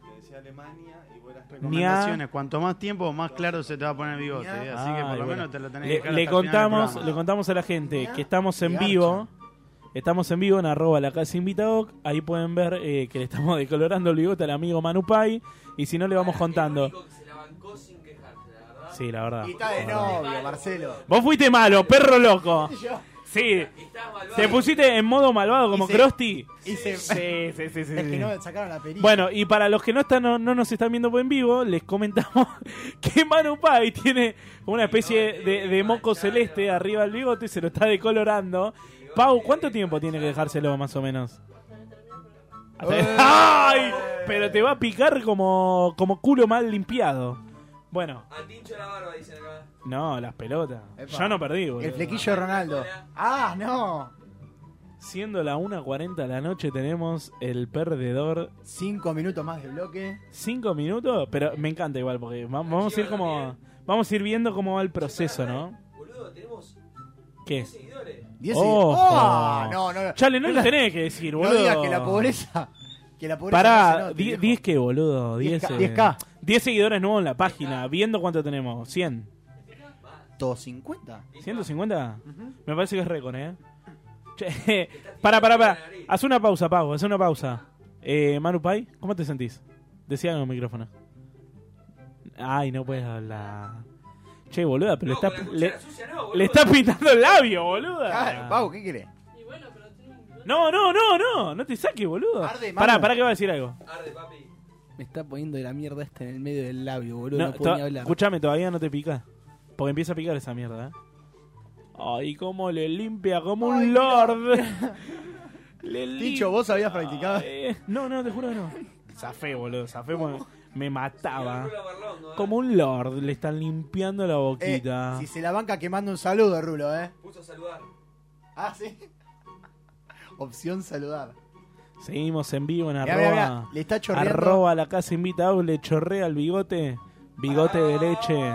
[SPEAKER 11] Te decía Alemania y buenas
[SPEAKER 21] Recomendaciones, cuanto más tiempo, más claro se te va a poner el bigote. ¿eh? Así que
[SPEAKER 9] Ah,
[SPEAKER 21] por lo
[SPEAKER 9] bueno.
[SPEAKER 21] menos te lo tenés que
[SPEAKER 9] le,
[SPEAKER 21] dejar hasta
[SPEAKER 9] le
[SPEAKER 21] el final del
[SPEAKER 9] contamos,
[SPEAKER 21] programa.
[SPEAKER 9] le contamos a la gente que estamos
[SPEAKER 21] y
[SPEAKER 9] en
[SPEAKER 21] garcha.
[SPEAKER 9] vivo. Estamos en vivo en arroba la casa invitado. Ahí pueden ver eh, que le estamos [laughs] decolorando el bigote al amigo Manu Pai. Y si no, le vamos contando. Sí, la verdad.
[SPEAKER 8] Y está de
[SPEAKER 9] Ah.
[SPEAKER 8] novio, Marcelo.
[SPEAKER 9] Vos fuiste malo, perro
[SPEAKER 8] [laughs]
[SPEAKER 9] loco. Sí. Te
[SPEAKER 8] malvado.
[SPEAKER 9] pusiste en modo malvado como
[SPEAKER 8] Y se-
[SPEAKER 9] Krusty.
[SPEAKER 8] Y se.
[SPEAKER 9] Sí, sí, sí, sí,
[SPEAKER 8] Es que
[SPEAKER 9] sí.
[SPEAKER 8] no sacaron la perilla.
[SPEAKER 9] Bueno, y para los que no están no, no nos están viendo en vivo, les comentamos [laughs] que Manu Pai tiene una especie de, de moco celeste arriba del bigote y se lo está decolorando. Pau, ¿cuánto tiempo tiene que dejárselo más o menos?
[SPEAKER 8] Eh.
[SPEAKER 9] [laughs] ¡Ay! Pero te va a picar como, como culo mal limpiado. Bueno,
[SPEAKER 10] Al pincho la barba, dicen acá.
[SPEAKER 9] no, las pelotas.
[SPEAKER 8] Epa.
[SPEAKER 9] Yo no perdí, boludo.
[SPEAKER 8] El flequillo de Ronaldo. ¡Ah, no!
[SPEAKER 9] Siendo la 1.40 de la noche, tenemos el perdedor.
[SPEAKER 8] Cinco minutos más de bloque.
[SPEAKER 9] Cinco minutos, pero me encanta igual, porque va- vamos a ir como. Vamos a ir viendo cómo va el proceso, ¿no?
[SPEAKER 10] Boludo, tenemos
[SPEAKER 9] ¿Qué?
[SPEAKER 10] 10 seguidores.
[SPEAKER 8] Diez
[SPEAKER 9] Ojo.
[SPEAKER 8] seguidores. ¡Ah! No, no, no.
[SPEAKER 9] Oh.
[SPEAKER 8] [laughs]
[SPEAKER 9] Chale, no
[SPEAKER 8] No
[SPEAKER 9] lo
[SPEAKER 8] la-
[SPEAKER 9] tenés que decir,
[SPEAKER 8] no
[SPEAKER 9] boludo.
[SPEAKER 8] digas que la pobreza- Que la pobreza no se
[SPEAKER 9] Pará,
[SPEAKER 8] note, eh,
[SPEAKER 9] die-
[SPEAKER 8] viejo.
[SPEAKER 9] 10 que boludo, 10
[SPEAKER 8] 10K.
[SPEAKER 9] eh,
[SPEAKER 8] 10K.
[SPEAKER 9] 10 seguidores nuevos en la página, viendo cuánto tenemos, 100.
[SPEAKER 8] ¿Todos 50?
[SPEAKER 9] ¿150? Me parece que es récord, eh. Che, [laughs] para, para, para. Haz una pausa, Pau, haz una pausa. Eh, Manu Pai, ¿cómo te sentís? Decía en el micrófono. Ay, no puedes hablar. Che, boluda, pero le estás, le, le estás pintando el labio, boluda.
[SPEAKER 8] Claro, Pau, ¿qué querés?
[SPEAKER 9] No, no, no, no, no te saques, boludo.
[SPEAKER 7] Arde,
[SPEAKER 9] pará,
[SPEAKER 7] Manu.
[SPEAKER 9] pará que va a decir algo.
[SPEAKER 7] Me está poniendo de la mierda esta en el medio del labio, boludo. No,
[SPEAKER 9] No,
[SPEAKER 7] puedo
[SPEAKER 9] to-
[SPEAKER 7] ni hablar.
[SPEAKER 9] escúchame, todavía no te pica. Porque empieza a picar esa mierda, ¿eh? Ay, cómo le limpia, como un lord. le
[SPEAKER 8] Ticho, ¿vos habías practicado?
[SPEAKER 9] eh. No, no, te juro que no. Zafé, boludo, zafé. Me, me mataba. Como un lord, le están limpiando la
[SPEAKER 8] Eh,
[SPEAKER 9] boquita.
[SPEAKER 8] si se la banca que manda un saludo, Rulo, ¿eh?
[SPEAKER 10] Puso a saludar.
[SPEAKER 8] Ah, sí. Opción saludar.
[SPEAKER 9] Seguimos en vivo en
[SPEAKER 8] Mirá,
[SPEAKER 9] arroba.
[SPEAKER 8] mirá, mirá, le está chorreando.
[SPEAKER 9] Arroba la casa invitado, le chorrea el bigote. Bigote de leche.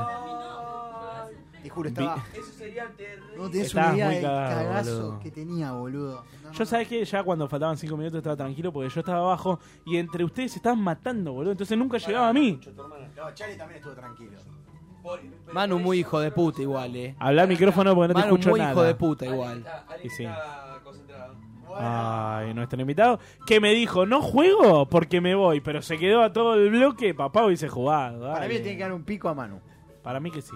[SPEAKER 8] Te juro, estaba.
[SPEAKER 10] Eso sería terrible.
[SPEAKER 8] No tenés
[SPEAKER 9] Estabas
[SPEAKER 8] una idea
[SPEAKER 9] muy
[SPEAKER 8] del
[SPEAKER 9] cagado,
[SPEAKER 8] cagazo
[SPEAKER 9] boludo.
[SPEAKER 8] que tenía, boludo. No,
[SPEAKER 9] Yo sabés que ya cuando faltaban 5 minutos estaba tranquilo porque yo estaba abajo y entre ustedes se estaban matando, boludo. Entonces nunca llegaba a mí.
[SPEAKER 8] no, Charlie también estuvo tranquilo.
[SPEAKER 7] Manu muy hijo de puta igual, eh.
[SPEAKER 9] Habla al micrófono porque no te
[SPEAKER 7] Manu
[SPEAKER 9] escucho
[SPEAKER 7] muy
[SPEAKER 9] nada.
[SPEAKER 7] hijo de puta igual.
[SPEAKER 9] Y sí. Ay, nuestro invitado que me dijo, no juego porque me voy, pero se quedó a todo el bloque, papá hubiese jugado.
[SPEAKER 8] Para
[SPEAKER 9] dale.
[SPEAKER 8] mí le tiene que dar un pico a Manu.
[SPEAKER 9] Para mí que sí.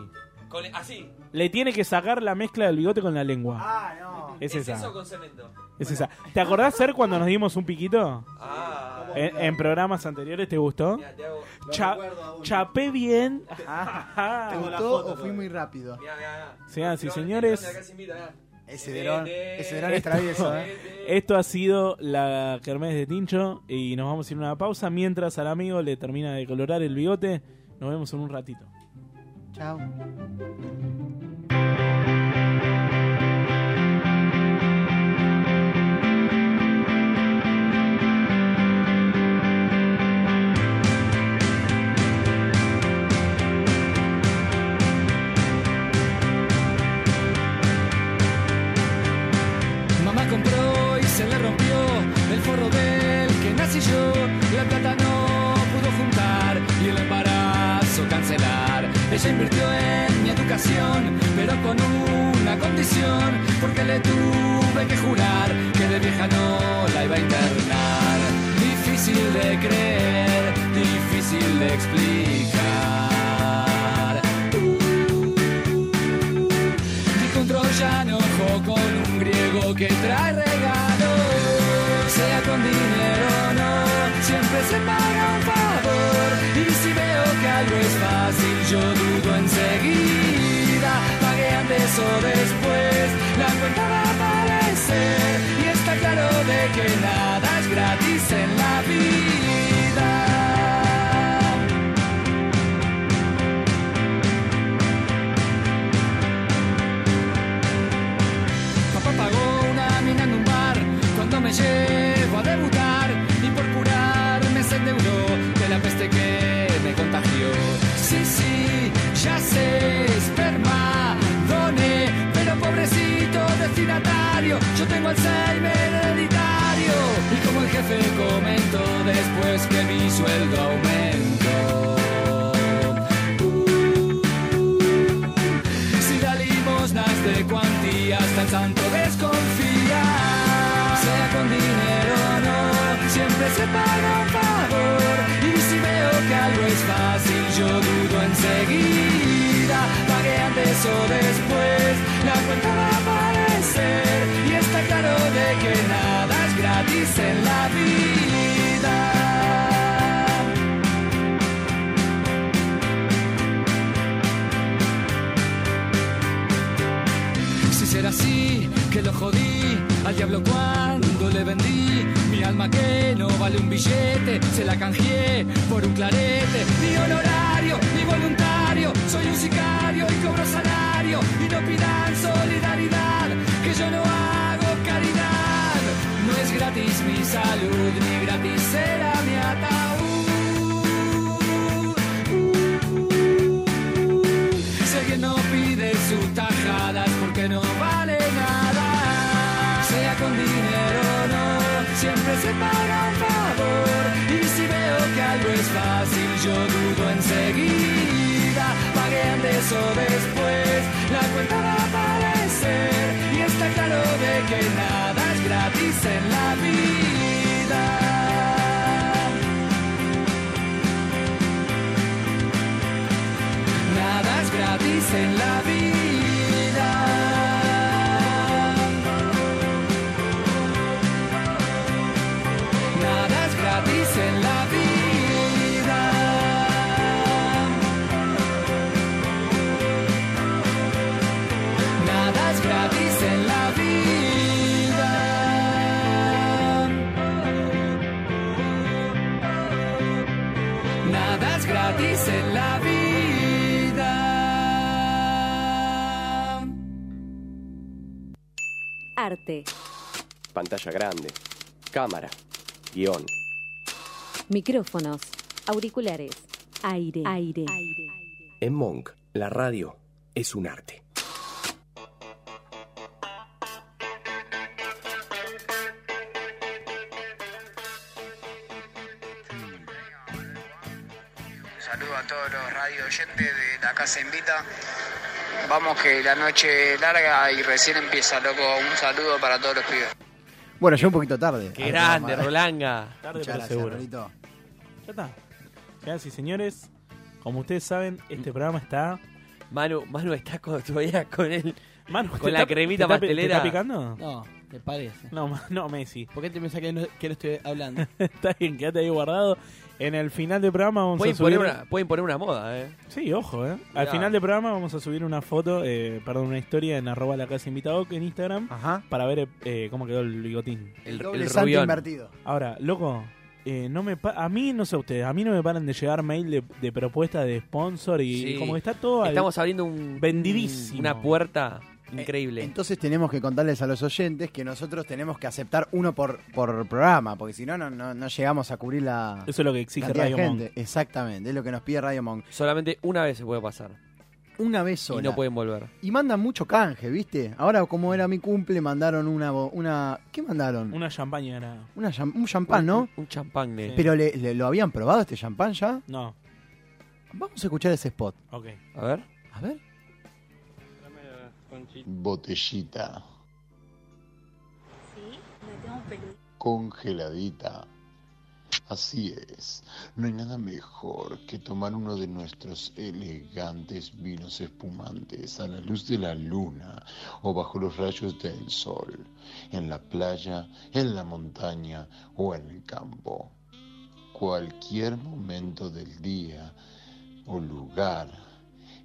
[SPEAKER 10] Con- así.
[SPEAKER 9] Le tiene que sacar la mezcla del bigote con la lengua.
[SPEAKER 8] Ah, no.
[SPEAKER 9] Es esa.
[SPEAKER 10] eso con cemento?
[SPEAKER 9] Es esa. ¿Te acordás ser cuando nos dimos un piquito?
[SPEAKER 10] Ah.
[SPEAKER 9] En, en programas anteriores, ¿te gustó? Cha- chapé bien. [laughs]
[SPEAKER 8] ¿Te
[SPEAKER 9] Tengo la
[SPEAKER 8] gustó
[SPEAKER 9] foto
[SPEAKER 8] o fui muy rápido?
[SPEAKER 9] Señoras y ah,
[SPEAKER 10] este,
[SPEAKER 9] señores.
[SPEAKER 8] Ese
[SPEAKER 9] Eh,
[SPEAKER 8] verón, ese verón es travieso, ¿eh?
[SPEAKER 9] Esto ha sido la Kermés de Tincho y nos vamos a ir a una pausa mientras al amigo le termina de colorar el bigote. Nos vemos en un ratito.
[SPEAKER 8] Chao.
[SPEAKER 5] Mamá compró y se le rompió el forro del que nací yo. La plata no pudo juntar y el embarazo cancelar. Ella invirtió en mi educación, pero con una condición, porque le tuve que jurar que de vieja no la iba a internar. Difícil de creer, difícil de explicar. Dijo un troyano ojo con un griego que trae regalo. Sea con dinero o no, siempre se paga un favor. Y si veo que algo es fácil, yo dudo enseguida. Pagué antes o después, la cuenta va a aparecer. Y está claro de que nada es gratis en la vida. Papá pagó una mina en un bar cuando me llevo a debutar y por curarme se endeudó de la peste que me contagió. Sí, sí, ya sé, esperma, doné, pero pobrecito destinatario, yo tengo Alzheimer hereditario. Y como el jefe comentó después que mi sueldo aumentó. Si da limosnas de cuantías tan santo desconfía Sea con dinero o no, siempre se paga un favor Y si veo que algo es fácil, yo dudo enseguida Pagué antes o después, la cuenta va a aparecer Y está claro de que nada es gratis en la vida Si será así, que lo jodí al diablo cuando le vendí mi alma que no vale un billete, se la canjeé por un clarete, ni honorario, ni voluntario, soy un sicario y cobro salario, y no pidan solidaridad, que yo no hago caridad, no es gratis mi salud, ni gratis será mi ataúd. Si alguien no pide sus tajadas porque no vale nada, sea con dinero o no, siempre se paga un favor. Y si veo que algo es fácil, yo dudo enseguida. Paguen de eso después, la cuenta va a aparecer. Y está claro de que nada es gratis en la vida. Nada es gratis en la vida. Nada es gratis en la vida. Nada es gratis en la vida. Nada es gratis en la vida.
[SPEAKER 18] Arte.
[SPEAKER 1] Pantalla grande, cámara, guión.
[SPEAKER 18] Micrófonos. Auriculares. Aire. Aire. Aire.
[SPEAKER 1] En Monk, la radio es un arte.
[SPEAKER 22] Saludo a todos los radio oyentes de La Casa Invita. Vamos que la noche es larga y recién empieza, loco. Un saludo para todos los pibes.
[SPEAKER 8] Bueno, yo un poquito tarde.
[SPEAKER 10] Qué grande,
[SPEAKER 8] Rolando.
[SPEAKER 10] Rolanga.
[SPEAKER 9] Tarde,
[SPEAKER 8] Muchas
[SPEAKER 9] pero
[SPEAKER 8] gracias,
[SPEAKER 9] seguro.
[SPEAKER 8] Rolito.
[SPEAKER 9] Ya está. Señoras y señores, como ustedes saben, este programa está.
[SPEAKER 10] Mm. Manu, Manu está con, todavía con el.
[SPEAKER 9] Manu,
[SPEAKER 10] con
[SPEAKER 9] ¿te
[SPEAKER 10] la
[SPEAKER 9] está-
[SPEAKER 10] cremita
[SPEAKER 9] te está-
[SPEAKER 10] pastelera.
[SPEAKER 9] ¿Te está picando?
[SPEAKER 7] No, te parece.
[SPEAKER 9] No, ma- no, Messi.
[SPEAKER 7] ¿Por qué te pensás que no, que no estoy hablando?
[SPEAKER 9] [laughs] está bien, quédate ahí guardado. En el final del programa vamos
[SPEAKER 10] Pueden
[SPEAKER 9] a subir.
[SPEAKER 10] poner, una, pueden poner una moda, ¿eh?
[SPEAKER 9] Sí, ojo, ¿eh? Al
[SPEAKER 10] Mirá.
[SPEAKER 9] final del programa vamos a subir una foto, eh, perdón, una historia en arroba la casa invitado en Instagram para ver eh, cómo quedó el bigotín.
[SPEAKER 10] El-
[SPEAKER 8] doble el santo rubión. invertido.
[SPEAKER 9] Ahora, loco, eh, no me pa- a mí, no sé ustedes, a mí no me paran de llegar mail de, de propuestas de sponsor y
[SPEAKER 10] Sí.
[SPEAKER 9] como que está todo... al-
[SPEAKER 10] Estamos abriendo un,
[SPEAKER 9] Vendidísimo. Eh,
[SPEAKER 10] una puerta increíble.
[SPEAKER 8] Entonces tenemos que contarles a los oyentes que nosotros tenemos que aceptar uno por, por programa, porque si no, no, no, no llegamos a cubrir la.
[SPEAKER 9] Eso es lo que exige
[SPEAKER 8] cantidad de
[SPEAKER 10] Radio
[SPEAKER 8] gente. Exactamente, es lo que nos pide Radio Monk.
[SPEAKER 10] Solamente una vez se puede pasar.
[SPEAKER 8] Una vez sola.
[SPEAKER 10] Y no pueden volver.
[SPEAKER 8] Y mandan mucho canje, ¿viste? Ahora, como era mi cumple, mandaron una. bo- una ¿Qué mandaron?
[SPEAKER 9] Una champaña era...
[SPEAKER 8] Una cham- un champán, ¿no?
[SPEAKER 10] Un champán, nene.
[SPEAKER 8] Pero le, le- lo habían probado este champán ya.
[SPEAKER 9] No,
[SPEAKER 8] Vamos a escuchar ese spot.
[SPEAKER 9] ok.
[SPEAKER 10] A ver.
[SPEAKER 8] A ver.
[SPEAKER 12] Botellita
[SPEAKER 13] Sí, lo tengo peludo.
[SPEAKER 12] congeladita. Así es, no hay nada mejor que tomar uno de nuestros elegantes vinos espumantes a la luz de la luna o bajo los rayos del sol, en la playa, en la montaña o en el campo. Cualquier momento del día o lugar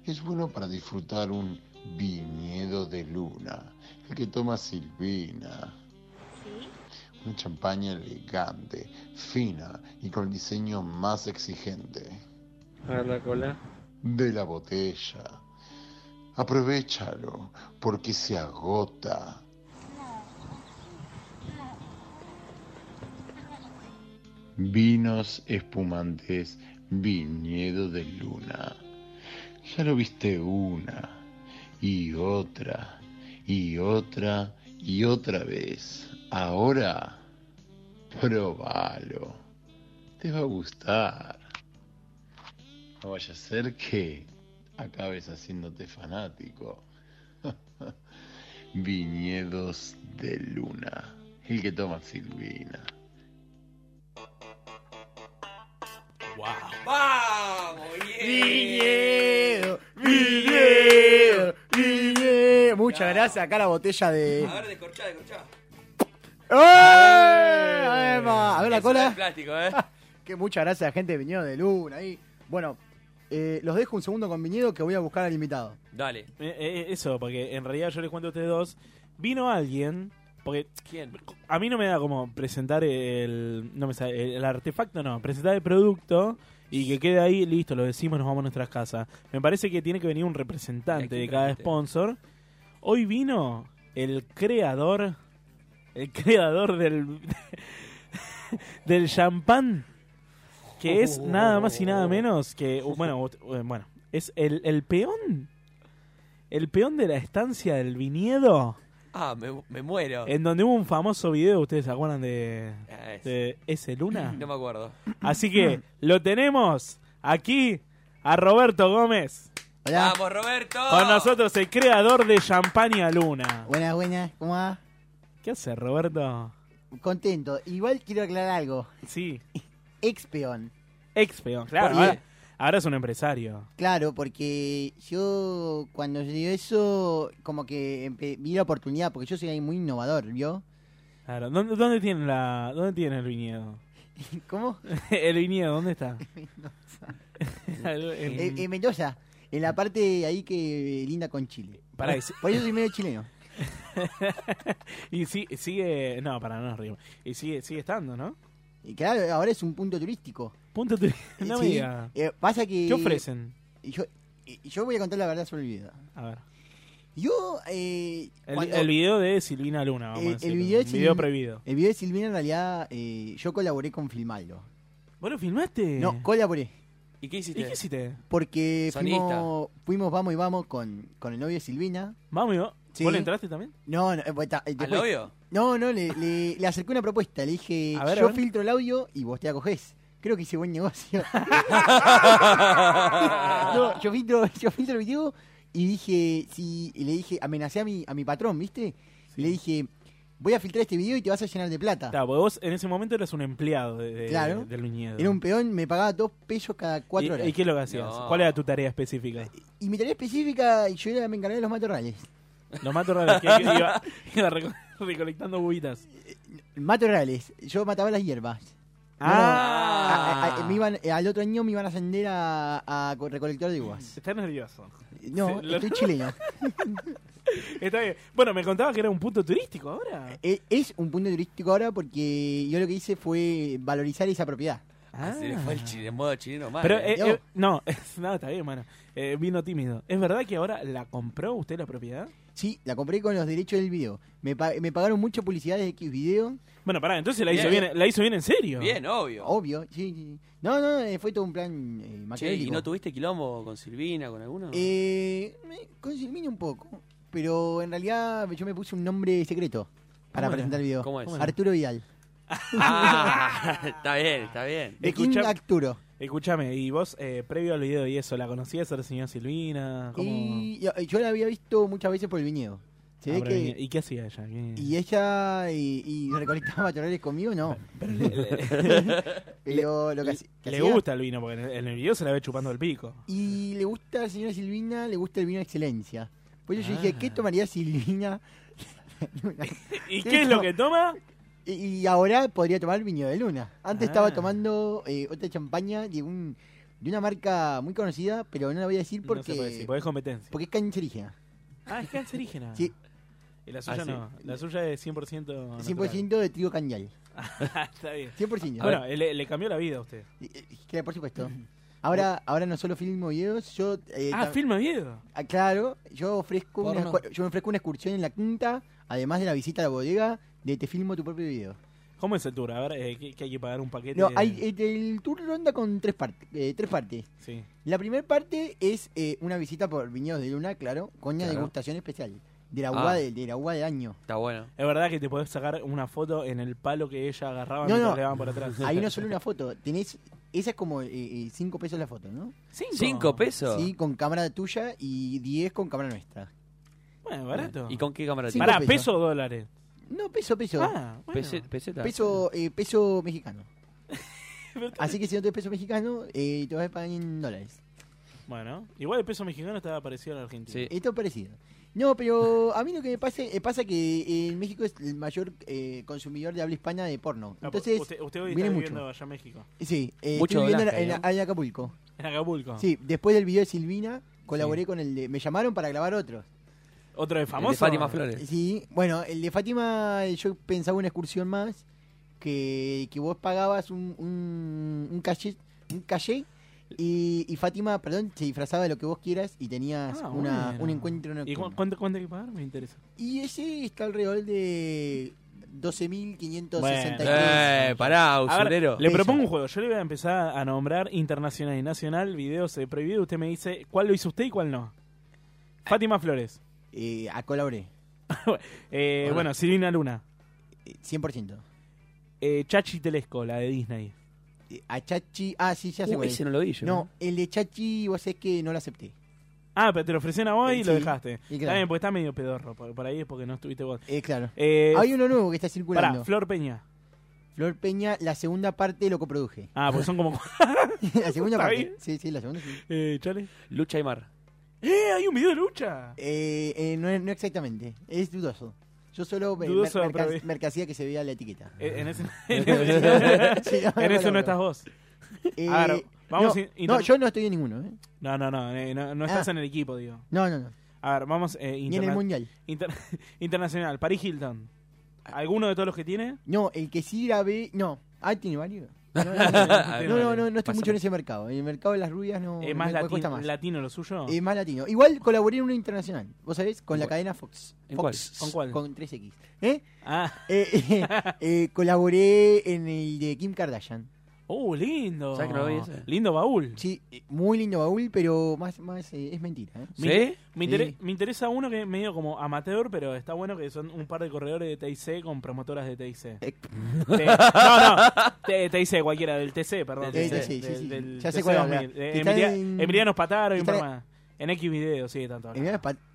[SPEAKER 12] es bueno para disfrutar un viñedo de luna, el que toma Silvina. Una champaña elegante, fina y con el diseño más exigente
[SPEAKER 23] A ver la cola.
[SPEAKER 12] de la botella. Aprovechalo porque se agota. Vinos espumantes, viñedo de luna. Ya lo viste una y otra y otra y otra vez. Ahora, probalo. Te va a gustar. No vaya a ser que acabes haciéndote fanático. [laughs] Viñedos de luna. El que toma Silvina.
[SPEAKER 10] ¡Vamos!
[SPEAKER 8] Viñedo, viñedo, viñedo. Muchas gracias. Acá la botella de.
[SPEAKER 10] A ver, descorchá, descorchá.
[SPEAKER 8] ¡Eh! Emma, ¡Eh! A ver la
[SPEAKER 10] Eso
[SPEAKER 8] cola.
[SPEAKER 10] es plástico, ¿eh?
[SPEAKER 8] [laughs] que muchas gracias a la gente de Viñedo de Luna. Ahí. Bueno, eh, los dejo un segundo con Viñedo que voy a buscar al invitado.
[SPEAKER 10] Dale.
[SPEAKER 9] Eh, eh, eso, porque en realidad yo les cuento a ustedes dos. Vino alguien Porque
[SPEAKER 10] ¿Quién?
[SPEAKER 9] a mí no me da como presentar el, no me sale, el, el artefacto, no, presentar el producto y que quede ahí, listo, lo decimos, nos vamos a nuestras casas. Me parece que tiene que venir un representante de cada sponsor. Hoy vino el creador, el creador del, [laughs] del champán, que es nada más y nada menos que, bueno, ut- bueno es el, el peón, el peón de la estancia del viñedo.
[SPEAKER 10] Ah, me, me muero.
[SPEAKER 9] En donde hubo un famoso video, ¿ustedes se acuerdan de,
[SPEAKER 10] Ah, ese.
[SPEAKER 9] de ese Luna?
[SPEAKER 10] [laughs] No me acuerdo.
[SPEAKER 9] Así que lo tenemos aquí a Roberto Gómez.
[SPEAKER 10] Vamos, Roberto.
[SPEAKER 9] Con nosotros el creador de Champaña Luna.
[SPEAKER 8] Buenas, buenas, ¿cómo va?
[SPEAKER 9] ¿Qué hace Roberto?
[SPEAKER 8] Contento. Igual quiero aclarar algo.
[SPEAKER 9] Sí.
[SPEAKER 8] Ex peón.
[SPEAKER 9] Ex peón, claro.
[SPEAKER 8] Porque-
[SPEAKER 9] Ahora, ahora es un empresario.
[SPEAKER 8] Claro, porque yo cuando se dio eso, como que empe- vi la oportunidad, porque yo soy alguien muy innovador, [laughs] ¿vio?
[SPEAKER 9] Claro. ¿Dónde, dónde tiene la, dónde tiene el viñedo?
[SPEAKER 8] [laughs] ¿Cómo?
[SPEAKER 9] [laughs] el viñedo, ¿dónde está?
[SPEAKER 8] [laughs]
[SPEAKER 9] [laughs] En-
[SPEAKER 8] Eh, En, en Mendoza, en la parte ahí que eh, linda con Chile.
[SPEAKER 9] Pará, y si-
[SPEAKER 8] Por eso soy medio chileno.
[SPEAKER 9] y sí- sigue, no, para no nos rimos. Y sigue, sigue estando, ¿no?
[SPEAKER 8] Y claro, ahora es un punto turístico.
[SPEAKER 9] Punto
[SPEAKER 8] [laughs]
[SPEAKER 9] turístico. No me diga.
[SPEAKER 8] Eh, pasa que...
[SPEAKER 9] ¿Qué ofrecen?
[SPEAKER 8] Y Yo, y yo voy a contar la verdad sobre el video.
[SPEAKER 9] A ver.
[SPEAKER 8] Yo, eh,
[SPEAKER 9] El,
[SPEAKER 8] cuando- Eh,
[SPEAKER 9] el video de Silvina Luna, vamos a
[SPEAKER 8] el- el
[SPEAKER 9] decirlo.
[SPEAKER 8] video, de
[SPEAKER 9] Un
[SPEAKER 8] Silvi-
[SPEAKER 9] prohibido.
[SPEAKER 8] El video de Silvina, en realidad, eh, yo colaboré con filmarlo.
[SPEAKER 9] ¿Vos lo filmaste?
[SPEAKER 8] No, colaboré.
[SPEAKER 10] ¿Y qué hiciste?
[SPEAKER 9] ¿Y qué hiciste?
[SPEAKER 8] Porque
[SPEAKER 9] Sonista.
[SPEAKER 8] fuimos, fuimos Vamos y Vamos con, con el novio de Silvina.
[SPEAKER 9] Vamos y vamos.
[SPEAKER 8] Sí.
[SPEAKER 9] ¿Vos le entraste también?
[SPEAKER 8] No, no, eh, pues, ta- eh, después-
[SPEAKER 9] novio?
[SPEAKER 8] No, no, le, le- le acerqué una propuesta. Le dije,
[SPEAKER 9] A ver, a
[SPEAKER 8] yo
[SPEAKER 9] ver.
[SPEAKER 8] filtro el audio y vos te acogés. Creo que hice
[SPEAKER 9] [laughs]
[SPEAKER 8] buen negocio. [laughs] no, yo filtro, yo filtro el video y dije, sí, y le dije, amenacé a mi, a mi patrón, ¿viste? Le dije, voy a filtrar este video y te vas a llenar de plata.
[SPEAKER 9] Claro, porque vos en ese momento eras un empleado de, de-
[SPEAKER 8] Claro.
[SPEAKER 9] del viñedo.
[SPEAKER 8] Era un peón, me pagaba dos pesos cada cuatro
[SPEAKER 9] ¿Y,
[SPEAKER 8] horas. Eh,
[SPEAKER 9] ¿Y qué es lo que hacías?
[SPEAKER 8] No.
[SPEAKER 9] ¿Cuál era tu tarea específica?
[SPEAKER 8] Y mi tarea específica, yo era, me encargué de los matorrales.
[SPEAKER 9] Los mato
[SPEAKER 8] [laughs]
[SPEAKER 9] raros que que iba, iba reco- [laughs] recolectando bubitas.
[SPEAKER 8] Matorrales, yo mataba las hierbas. No, no.
[SPEAKER 9] Ah.
[SPEAKER 8] A- a- me iban- al otro año me iban a ascender a, a co- recolector de uvas.
[SPEAKER 9] Estás nervioso.
[SPEAKER 8] No,
[SPEAKER 9] Sí, lo-
[SPEAKER 8] estoy
[SPEAKER 9] [laughs]
[SPEAKER 8] chileno.
[SPEAKER 9] Está bien. Bueno, me contabas Ah, que era un punto turístico ahora.
[SPEAKER 8] E- Es un punto turístico ahora porque yo lo que hice fue valorizar esa propiedad.
[SPEAKER 10] Ah, Se le fue el, chile- el modo chileno mal.
[SPEAKER 9] Pero,
[SPEAKER 10] eh.
[SPEAKER 9] eh, eh, no, [laughs] no, está bien, mano. Eh, vino tímido. ¿Es verdad que ahora la compró usted la propiedad?
[SPEAKER 8] Sí, la compré con los derechos del video. Me, pa- me pagaron mucha publicidad de X video.
[SPEAKER 9] Bueno, pará, entonces la hizo
[SPEAKER 8] Bien.
[SPEAKER 9] bien, la hizo bien en serio.
[SPEAKER 10] obvio.
[SPEAKER 8] Obvio, sí, sí, sí. No, no, eh, fue todo un plan eh,
[SPEAKER 10] Che, ¿y
[SPEAKER 8] maquiavélico.
[SPEAKER 10] no tuviste quilombo con Silvina, con alguno?
[SPEAKER 8] Eh, me- con Silvina un poco. Pero en realidad yo me puse un nombre secreto para
[SPEAKER 10] ¿Cómo era?
[SPEAKER 8] presentar el video.
[SPEAKER 10] ¿Cómo es?
[SPEAKER 8] Arturo Vidal.
[SPEAKER 10] [laughs] Ah, está bien, está bien.
[SPEAKER 8] De King Arturo.
[SPEAKER 9] Escúchame, y vos, eh, previo al video y eso, ¿la conocías a la señora Silvina? ¿Cómo-
[SPEAKER 8] Y y- yo la había visto muchas veces por el viñedo. Se
[SPEAKER 9] Ah,
[SPEAKER 8] ve
[SPEAKER 9] pero venía-
[SPEAKER 8] que...
[SPEAKER 9] ¿Y qué hacía ella? ¿Qué- [laughs]
[SPEAKER 8] Y ella y, y [laughs] recolectaba matorrales conmigo, no. [laughs] Pero lo que hace- que
[SPEAKER 9] Le
[SPEAKER 8] hacía-
[SPEAKER 9] gusta el vino, porque en el, en el video se la ve chupando el pico.
[SPEAKER 8] Y le gusta a la señora Silvina, le gusta el vino de excelencia. Por eso
[SPEAKER 9] Ah.
[SPEAKER 8] yo dije, ¿qué tomaría Silvina?
[SPEAKER 9] ¿Y qué es lo que [laughs] toma?
[SPEAKER 8] Y, y ahora podría tomar viñedo de luna. Antes
[SPEAKER 9] Ah.
[SPEAKER 8] estaba tomando eh, otra champaña de un de una marca muy conocida, pero no la voy a decir
[SPEAKER 9] No
[SPEAKER 8] porque,
[SPEAKER 9] se puede decir, porque es competencia.
[SPEAKER 8] porque es cancerígena.
[SPEAKER 9] Ah, es cancerígena.
[SPEAKER 8] Sí.
[SPEAKER 9] Y la suya
[SPEAKER 8] Ah, sí.
[SPEAKER 9] no. La suya es 100%. natural.
[SPEAKER 8] 100% de trigo cañal.
[SPEAKER 9] Ah. [laughs] Está bien.
[SPEAKER 8] 100%.
[SPEAKER 9] Bueno, le, le cambió la vida a usted.
[SPEAKER 8] Claro, por supuesto. Ahora, ahora no solo filmo videos, yo... eh,
[SPEAKER 9] Ah,
[SPEAKER 8] tam-
[SPEAKER 9] filma video.
[SPEAKER 8] Ah, Claro, yo ofrezco, una,
[SPEAKER 9] Porno.
[SPEAKER 8] yo ofrezco una excursión en la quinta, además de la visita a la bodega, de te filmo tu propio video.
[SPEAKER 9] ¿Cómo es el tour? A ver, eh, que, que hay que pagar un paquete.
[SPEAKER 8] No, hay, eh, el tour ronda con tres, partes tres partes.
[SPEAKER 9] Sí.
[SPEAKER 8] La primera parte es eh, una visita por viñedos de luna, claro, con una
[SPEAKER 9] Claro.
[SPEAKER 8] degustación especial de la uva,
[SPEAKER 9] Ah.
[SPEAKER 8] de, de la uva del año.
[SPEAKER 10] Está bueno.
[SPEAKER 9] Es verdad que te podés sacar una foto en el palo que ella agarraba
[SPEAKER 8] No,
[SPEAKER 9] mientras
[SPEAKER 8] no,
[SPEAKER 9] le daban por atrás.
[SPEAKER 8] [laughs] ahí
[SPEAKER 9] [laughs]
[SPEAKER 8] no solo una foto, tenés, esa es como eh, eh, cinco pesos la foto, ¿no?
[SPEAKER 9] ¿Cinco? ¿Cinco pesos?
[SPEAKER 8] Sí, con cámara tuya y 10 con cámara nuestra.
[SPEAKER 9] Bueno, barato.
[SPEAKER 10] ¿Y con qué cámara
[SPEAKER 8] Cinco
[SPEAKER 9] Pará,
[SPEAKER 8] pesos.
[SPEAKER 9] ¿peso o dólares?
[SPEAKER 8] No, peso, peso.
[SPEAKER 9] Ah, bueno. Pese- peseta.
[SPEAKER 8] Peso, eh, peso
[SPEAKER 9] [laughs]
[SPEAKER 8] mexicano. Así que si no tenés peso mexicano, eh, te vas a pagar en dólares.
[SPEAKER 9] Bueno, igual el peso mexicano estaba parecido al argentino.
[SPEAKER 8] Esto es parecido. No, pero a mí lo que me pasa, eh, pasa que en México es el mayor eh, consumidor de habla hispana de porno.
[SPEAKER 9] No, pues,
[SPEAKER 8] Entonces,
[SPEAKER 9] usted, usted hoy
[SPEAKER 8] viene
[SPEAKER 9] está
[SPEAKER 8] mucho.
[SPEAKER 9] viviendo allá en México.
[SPEAKER 8] Sí, eh,
[SPEAKER 9] Mucho
[SPEAKER 8] estoy viviendo
[SPEAKER 9] doblaje,
[SPEAKER 8] en,
[SPEAKER 9] ¿no?
[SPEAKER 8] en Acapulco.
[SPEAKER 9] En Acapulco.
[SPEAKER 8] Sí, después del video de Silvina, colaboré
[SPEAKER 9] Sí.
[SPEAKER 8] con el de... Me llamaron para grabar otros.
[SPEAKER 9] ¿Otro de famoso?
[SPEAKER 8] Sí, bueno, el de Fátima, yo pensaba una excursión más, que, que vos pagabas un, un, un caché, un caché, y, y Fátima, perdón, se disfrazaba de lo que vos quieras y tenías
[SPEAKER 9] Ah,
[SPEAKER 8] una,
[SPEAKER 9] bueno.
[SPEAKER 8] un encuentro
[SPEAKER 9] ¿Y cu-
[SPEAKER 8] nocturno.
[SPEAKER 9] cuánto, cuánto hay que pagar? Me interesa.
[SPEAKER 8] Y ese está alrededor de 12.563.
[SPEAKER 10] Eh, pará,
[SPEAKER 9] A ver,
[SPEAKER 10] usurero.
[SPEAKER 9] le propongo un juego. Yo le voy a empezar a nombrar internacional y nacional, videos eh, prohibidos. Usted me dice cuál lo hizo usted y cuál no. Fátima Flores.
[SPEAKER 8] a colaboré.
[SPEAKER 9] Eh,
[SPEAKER 8] Hola.
[SPEAKER 9] bueno, Silvina Luna.
[SPEAKER 8] 100%.
[SPEAKER 9] Eh, Chachi Telesco, la de Disney.
[SPEAKER 8] A Chachi, ah, sí, ya se
[SPEAKER 9] Uh, ese no lo vi yo.
[SPEAKER 8] No, el de Chachi, vos sabés que no lo acepté.
[SPEAKER 9] Ah, pero te lo ofrecieron a vos y
[SPEAKER 8] Eh, Sí,
[SPEAKER 9] lo dejaste.
[SPEAKER 8] y claro.
[SPEAKER 9] Está bien, porque está medio pedorro. Por, por ahí es porque no estuviste vos.
[SPEAKER 8] Eh, claro.
[SPEAKER 9] Eh,
[SPEAKER 8] Hay uno nuevo que está
[SPEAKER 9] pará,
[SPEAKER 8] circulando.
[SPEAKER 9] Flor Peña.
[SPEAKER 8] Flor Peña, la segunda parte lo coproduje.
[SPEAKER 9] Ah, pues son
[SPEAKER 8] [laughs]
[SPEAKER 9] como.
[SPEAKER 8] la segunda
[SPEAKER 9] ¿Está
[SPEAKER 8] parte.
[SPEAKER 9] bien?
[SPEAKER 8] Sí, sí, la segunda sí.
[SPEAKER 9] Eh, chale.
[SPEAKER 10] Lucha y Mar.
[SPEAKER 9] ¡Eh! Hay un video de lucha.
[SPEAKER 8] Eh, eh, no, no exactamente. Es dudoso. Yo solo me-
[SPEAKER 9] Dudoso,
[SPEAKER 8] merca-
[SPEAKER 9] pero-
[SPEAKER 8] mercancía que se vea la etiqueta.
[SPEAKER 9] Eh, En
[SPEAKER 8] [laughs]
[SPEAKER 9] ese,
[SPEAKER 8] Sí, no,
[SPEAKER 9] en eso
[SPEAKER 8] bueno,
[SPEAKER 9] no estás vos.
[SPEAKER 8] Eh,
[SPEAKER 9] A ver, vamos
[SPEAKER 8] no,
[SPEAKER 9] in-
[SPEAKER 8] no,
[SPEAKER 9] inter-
[SPEAKER 8] yo no estoy en ninguno. ¿eh?
[SPEAKER 9] No, no, no, eh, no, no estás
[SPEAKER 8] Ah.
[SPEAKER 9] en el equipo, digo.
[SPEAKER 8] No, no, no.
[SPEAKER 9] A ver, vamos. eh,
[SPEAKER 8] Ni en
[SPEAKER 9] interna-
[SPEAKER 8] el mundial.
[SPEAKER 9] inter- [laughs] internacional, Paris Hilton. ¿Alguno de todos los que tiene?
[SPEAKER 8] No, el que sí grabé. No. Ah, tiene [laughs] varios. No, no, no, no, no, no, no estoy mucho en ese mercado. En el mercado de las rubias no.
[SPEAKER 9] ¿Es más,
[SPEAKER 8] me- me
[SPEAKER 9] latin-
[SPEAKER 8] cuesta más.
[SPEAKER 9] latino lo suyo?
[SPEAKER 8] Es más latino. Igual colaboré en uno internacional. ¿Vos sabés? Con la cadena Fox.
[SPEAKER 9] ¿En
[SPEAKER 8] Fox.
[SPEAKER 9] cuál? ¿Con cuál?
[SPEAKER 8] Con 3X. ¿Eh?
[SPEAKER 9] Ah.
[SPEAKER 8] [laughs] Eh, eh, eh, colaboré en el de Kim Kardashian.
[SPEAKER 9] ¡Uh, lindo!
[SPEAKER 8] ¿Sabés que no lo vi ese?
[SPEAKER 9] Lindo baúl.
[SPEAKER 8] Sí, eh, muy lindo baúl, pero más, más eh, es mentira. ¿eh?
[SPEAKER 9] Me, me intere- me interesa uno que es medio como amateur, pero está bueno que son un par de corredores de TIC con promotoras de TIC.
[SPEAKER 8] Eh,
[SPEAKER 9] Te-
[SPEAKER 8] [laughs]
[SPEAKER 9] no, no, T- TIC cualquiera, del TC, perdón.
[SPEAKER 8] Del
[SPEAKER 9] del-
[SPEAKER 8] TC, sí,
[SPEAKER 9] del-
[SPEAKER 8] sí.
[SPEAKER 9] del
[SPEAKER 8] Ya sé
[SPEAKER 9] TC
[SPEAKER 8] cuál
[SPEAKER 9] 2000.
[SPEAKER 8] habla.
[SPEAKER 9] Eh,
[SPEAKER 8] Que está
[SPEAKER 9] Emilia-
[SPEAKER 8] en-
[SPEAKER 9] Emiliano Espataro y
[SPEAKER 8] que
[SPEAKER 9] un
[SPEAKER 8] está en-
[SPEAKER 9] par más. En X video, sí, tanto.
[SPEAKER 8] Emiliano Espataro.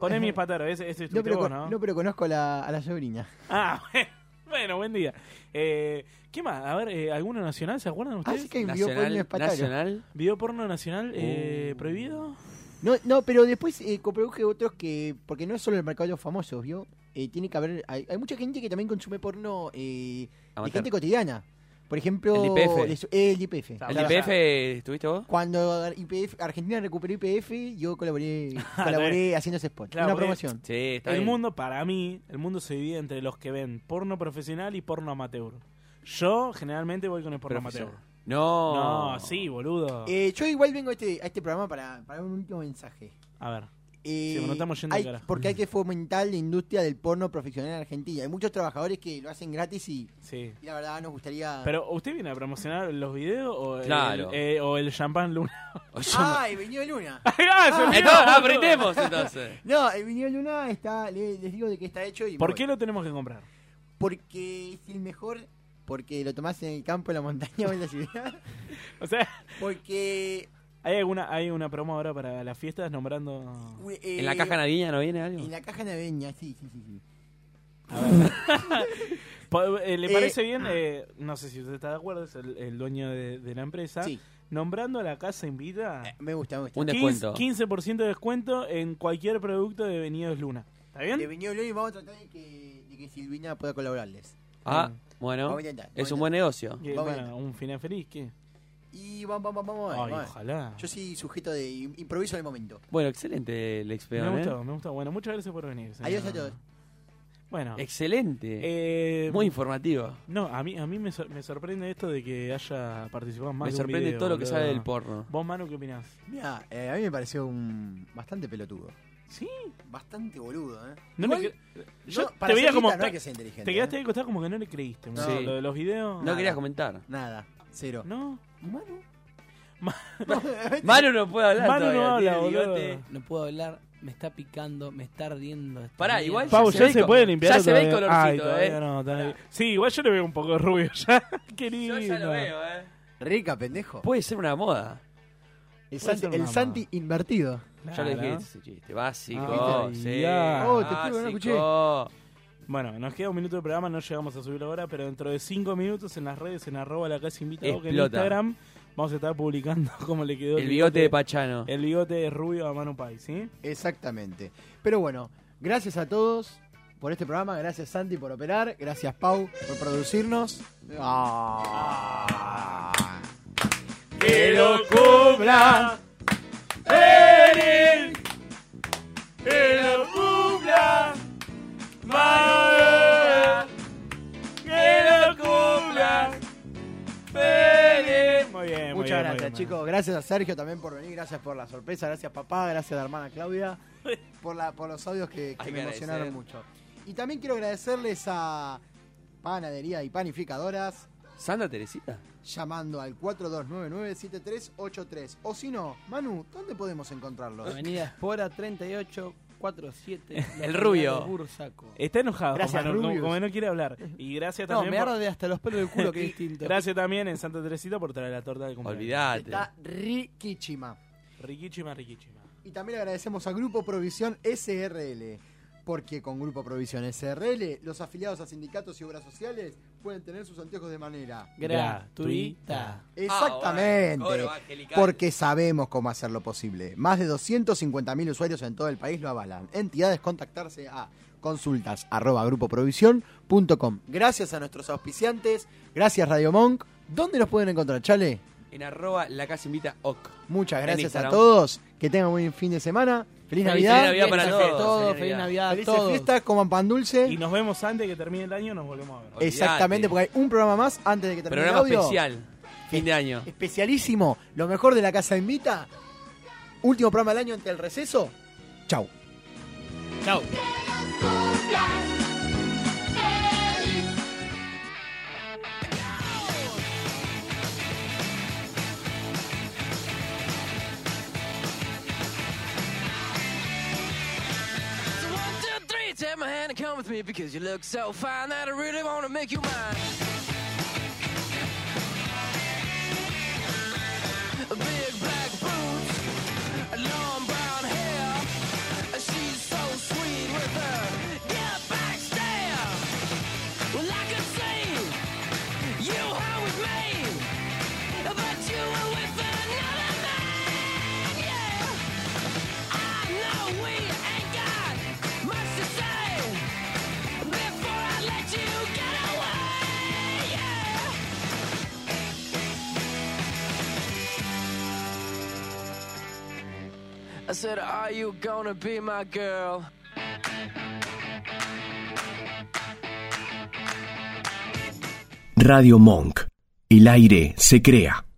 [SPEAKER 9] Poné mi Espataro, ese, ese
[SPEAKER 8] No
[SPEAKER 9] estuviste
[SPEAKER 8] pero,
[SPEAKER 9] vos,
[SPEAKER 8] con-
[SPEAKER 9] ¿no?
[SPEAKER 8] no, pero conozco a la, a la sobrina.
[SPEAKER 9] Ah, [laughs] bueno, buen día. Eh, ¿Qué más? A ver, eh, ¿alguno nacional? ¿Se acuerdan ustedes?
[SPEAKER 8] Ah, sí que hay un video Nacional, porno Uh. espatario. nacional.
[SPEAKER 9] ¿Video porno nacional eh, prohibido?
[SPEAKER 8] No, no, pero después eh, coproduje otros que. Porque no es solo el mercado de los famosos, ¿vio? Eh, tiene que haber. Hay, hay mucha gente que también consume porno eh, de
[SPEAKER 10] Amateur.
[SPEAKER 8] gente cotidiana. Por ejemplo.
[SPEAKER 10] El IPF.
[SPEAKER 8] les- eh, el IPF.
[SPEAKER 10] ¿El IPF estuviste vos?
[SPEAKER 8] Cuando IPF, Argentina recuperó IPF, yo
[SPEAKER 9] [laughs]
[SPEAKER 8] colaboré,
[SPEAKER 10] Ah,
[SPEAKER 8] colaboré haciendo ese spot.
[SPEAKER 9] Claro,
[SPEAKER 8] una
[SPEAKER 9] porque
[SPEAKER 8] promoción.
[SPEAKER 9] el mundo, para mí, el mundo se divide entre los que ven porno profesional y porno amateur. Yo generalmente voy con el porno
[SPEAKER 10] Profesional.
[SPEAKER 9] amateur.
[SPEAKER 10] No.
[SPEAKER 9] No, sí, boludo.
[SPEAKER 8] Eh, yo igual vengo a este, a este programa para, para un último mensaje.
[SPEAKER 9] A ver.
[SPEAKER 8] Eh,
[SPEAKER 9] Sí, bueno, estamos yendo
[SPEAKER 8] hay-
[SPEAKER 9] al carajo.
[SPEAKER 8] porque
[SPEAKER 9] [laughs]
[SPEAKER 8] hay que fomentar la industria del porno profesional en Argentina. Hay muchos trabajadores que lo hacen gratis y,
[SPEAKER 9] Sí.
[SPEAKER 8] y la verdad nos gustaría...
[SPEAKER 9] Pero, ¿usted viene a promocionar los videos o el,
[SPEAKER 10] Claro.
[SPEAKER 9] eh, o el champán
[SPEAKER 10] [laughs]
[SPEAKER 9] luna? [laughs]
[SPEAKER 8] ¡Ah, el viñedo de Luna! Ah,
[SPEAKER 9] Ah, se olvidó,
[SPEAKER 10] Entonces,
[SPEAKER 9] boludo. [laughs]
[SPEAKER 10] aprendemos, entonces.
[SPEAKER 8] No, el viñedo de Luna está, le- les digo de qué está hecho y... me
[SPEAKER 9] ¿Por
[SPEAKER 8] voy.
[SPEAKER 9] qué lo tenemos que comprar?
[SPEAKER 8] Porque es el mejor, porque lo tomás en el campo, en la montaña o en la ciudad.
[SPEAKER 9] [laughs] O sea...
[SPEAKER 8] Porque...
[SPEAKER 9] ¿Hay alguna hay una promo ahora para las fiestas nombrando...?
[SPEAKER 8] eh,
[SPEAKER 10] ¿En la caja navideña no viene algo?
[SPEAKER 8] En la caja navideña, sí, sí, sí. sí.
[SPEAKER 9] Po- eh, ¿Le
[SPEAKER 8] Eh,
[SPEAKER 9] parece bien, eh, no sé si usted está de acuerdo, es el, el dueño de, de la empresa, nombrando a la casa invita...
[SPEAKER 8] Eh, me gusta, me gusta.
[SPEAKER 10] Un descuento.
[SPEAKER 9] 15% de descuento en cualquier producto de Venidos Luna. ¿Está bien?
[SPEAKER 8] De viñedo de Luna y vamos a tratar de que, de que Silvina pueda colaborarles.
[SPEAKER 10] Ah, bueno.
[SPEAKER 8] Vamos a intentar, vamos
[SPEAKER 10] Es
[SPEAKER 8] a
[SPEAKER 10] un buen negocio.
[SPEAKER 9] Que,
[SPEAKER 8] Vamos
[SPEAKER 9] bueno, un final feliz, ¿qué?
[SPEAKER 8] Y vamos, vamos, vamos. vamos a ver,
[SPEAKER 9] Ay,
[SPEAKER 8] vamos a ver.
[SPEAKER 9] ojalá.
[SPEAKER 8] Yo soy sujeto de im- improviso en el momento.
[SPEAKER 10] Bueno, excelente, Lex
[SPEAKER 9] Me
[SPEAKER 10] Peón, ¿eh?
[SPEAKER 9] gustó, me gustó. Bueno, muchas gracias por venir. señor.
[SPEAKER 8] Adiós a todos.
[SPEAKER 9] Bueno.
[SPEAKER 10] Excelente.
[SPEAKER 9] Eh,
[SPEAKER 10] Muy informativo.
[SPEAKER 9] No, a mí, a mí me, sor- me sorprende esto de que haya participado más
[SPEAKER 10] Me
[SPEAKER 9] de un
[SPEAKER 10] sorprende
[SPEAKER 9] video,
[SPEAKER 10] todo lo que
[SPEAKER 9] boludo.
[SPEAKER 10] sabe del porno.
[SPEAKER 9] ¿Vos, Manu, qué opinás?
[SPEAKER 8] Mira, eh, a mí me pareció un bastante pelotudo.
[SPEAKER 9] Sí.
[SPEAKER 8] Bastante boludo, ¿eh?
[SPEAKER 9] No
[SPEAKER 8] Igual,
[SPEAKER 9] le cre- Yo
[SPEAKER 8] no,
[SPEAKER 9] te
[SPEAKER 8] para ser
[SPEAKER 9] veía como.
[SPEAKER 8] guita no hay
[SPEAKER 9] te-
[SPEAKER 8] que ser inteligente,
[SPEAKER 9] Te quedaste
[SPEAKER 8] ¿eh?
[SPEAKER 9] ahí costado como que no le creíste. boludo.
[SPEAKER 10] Sí.
[SPEAKER 9] Lo de los videos.
[SPEAKER 10] No querías comentar.
[SPEAKER 8] Nada, cero.
[SPEAKER 9] No.
[SPEAKER 8] Manu.
[SPEAKER 10] Manu no puede hablar.
[SPEAKER 7] Manu no
[SPEAKER 10] todavía,
[SPEAKER 7] habla,
[SPEAKER 10] tiene
[SPEAKER 7] boludo.
[SPEAKER 10] bigote.
[SPEAKER 7] No puedo hablar, me está picando, me está ardiendo. esta
[SPEAKER 10] Pará,
[SPEAKER 7] mierda.
[SPEAKER 10] igual
[SPEAKER 9] Pau, ya, se, puede limpiar.
[SPEAKER 10] ya se ve el
[SPEAKER 9] todavía.
[SPEAKER 10] colorcito,
[SPEAKER 9] Ay, todavía
[SPEAKER 10] eh.
[SPEAKER 9] no, todavía- Sí, igual yo le veo un poco rubio [laughs] ya. Qué lindo.
[SPEAKER 10] Yo ya lo veo, eh.
[SPEAKER 8] Rica, pendejo.
[SPEAKER 10] Puede ser una moda.
[SPEAKER 8] El
[SPEAKER 10] Puede
[SPEAKER 8] Santi,
[SPEAKER 10] ser una
[SPEAKER 8] el Santi invertido.
[SPEAKER 10] moda.
[SPEAKER 9] Claro.
[SPEAKER 10] Ya lo dije, ese chiste. Básico.
[SPEAKER 9] Ah,
[SPEAKER 10] sí.
[SPEAKER 9] ya.
[SPEAKER 8] Oh, te juro que no escuché.
[SPEAKER 10] básico.
[SPEAKER 9] Bueno, nos queda un minuto de programa, no llegamos a subirlo ahora, pero dentro de cinco minutos en las redes, en arroba la casa invitado, que en
[SPEAKER 10] Explota.
[SPEAKER 9] Instagram vamos a estar publicando [laughs] cómo le quedó
[SPEAKER 10] El bigote de Pachano.
[SPEAKER 8] Eh.
[SPEAKER 9] El bigote de rubio a Manu Pai, ¿sí?
[SPEAKER 8] Exactamente. Pero bueno, gracias a todos por este programa. Gracias, Santi, por operar. Gracias, Pau, por producirnos. Ah.
[SPEAKER 6] Que lo cumpla. Feliz. Que lo
[SPEAKER 9] muy
[SPEAKER 8] Muchas
[SPEAKER 9] bien, muy
[SPEAKER 8] gracias,
[SPEAKER 9] bien.
[SPEAKER 8] chicos. Gracias a Sergio también por venir. Gracias por la sorpresa. Gracias, papá. Gracias a la hermana
[SPEAKER 9] [laughs]
[SPEAKER 8] Claudia por, la, por los audios que, que
[SPEAKER 10] Hay que
[SPEAKER 8] me emocionaron
[SPEAKER 10] agradecer.
[SPEAKER 8] mucho. Y también quiero agradecerles a Panadería y Panificadoras
[SPEAKER 10] ¿Santa Teresita?
[SPEAKER 8] llamando al 4299-7383. O si no, Manu, ¿dónde podemos encontrarlos?
[SPEAKER 7] Avenida Espora 3847.
[SPEAKER 9] El rubio.
[SPEAKER 7] Bursaco.
[SPEAKER 9] Está enojado,
[SPEAKER 7] Gracias,
[SPEAKER 9] como, no-
[SPEAKER 7] rubios.
[SPEAKER 9] como no quiere hablar. Y gracias
[SPEAKER 7] No,
[SPEAKER 9] también.
[SPEAKER 7] me
[SPEAKER 9] por-
[SPEAKER 7] arde hasta los pelos del culo,
[SPEAKER 9] [laughs]
[SPEAKER 7] qué distinto.
[SPEAKER 9] gracias también en Santa Teresita por traer la torta de cumpleaños.
[SPEAKER 10] Olvidate.
[SPEAKER 8] Está riquichima.
[SPEAKER 9] Riquichima, riquichima.
[SPEAKER 8] Y también agradecemos a Grupo Provisión SRL, porque con Grupo Provisión SRL los afiliados a sindicatos y obras sociales pueden tener sus anteojos de manera
[SPEAKER 7] Gratuita.
[SPEAKER 8] Exactamente. porque sabemos cómo hacerlo posible. Más de 250.000 usuarios en todo el país lo avalan. Entidades contactarse a consultas arroba grupoprovisión.com. Gracias a nuestros auspiciantes. Gracias Radio Monk. ¿Dónde nos pueden encontrar, Chale?
[SPEAKER 10] En arroba la casa invita ok.
[SPEAKER 8] Muchas
[SPEAKER 10] En
[SPEAKER 8] gracias a
[SPEAKER 10] Instagram.
[SPEAKER 8] todos. Que tengan un buen fin de semana. Feliz,
[SPEAKER 10] Feliz
[SPEAKER 8] Navidad.
[SPEAKER 10] Navidad para
[SPEAKER 8] Feliz
[SPEAKER 10] todos.
[SPEAKER 8] Navidad.
[SPEAKER 10] Todo,
[SPEAKER 9] feliz
[SPEAKER 10] Navidad a
[SPEAKER 8] Felices
[SPEAKER 10] todos.
[SPEAKER 8] fiestas, coman pan dulce.
[SPEAKER 9] Y nos vemos antes de que termine el año, nos volvemos a ver.
[SPEAKER 8] Exactamente, porque hay un programa más antes de que termine
[SPEAKER 10] Programa
[SPEAKER 8] el audio.
[SPEAKER 10] especial. Fin de año.
[SPEAKER 8] Especialísimo. Lo mejor de la casa invita. Último programa del año ante el receso. Chau.
[SPEAKER 7] Chau.
[SPEAKER 6] So one, two, three, take my hand and come with me because you look so fine that I really want to make you mine. Big black boots, long brown hair. She's so sweet with her get back stare. Well, I could sing you were with me, but you were with another man. Yeah. I know we ain't got much to say before I let you get away. Yeah. I said, Are you gonna be my girl?
[SPEAKER 1] Radio Monk. El aire se crea.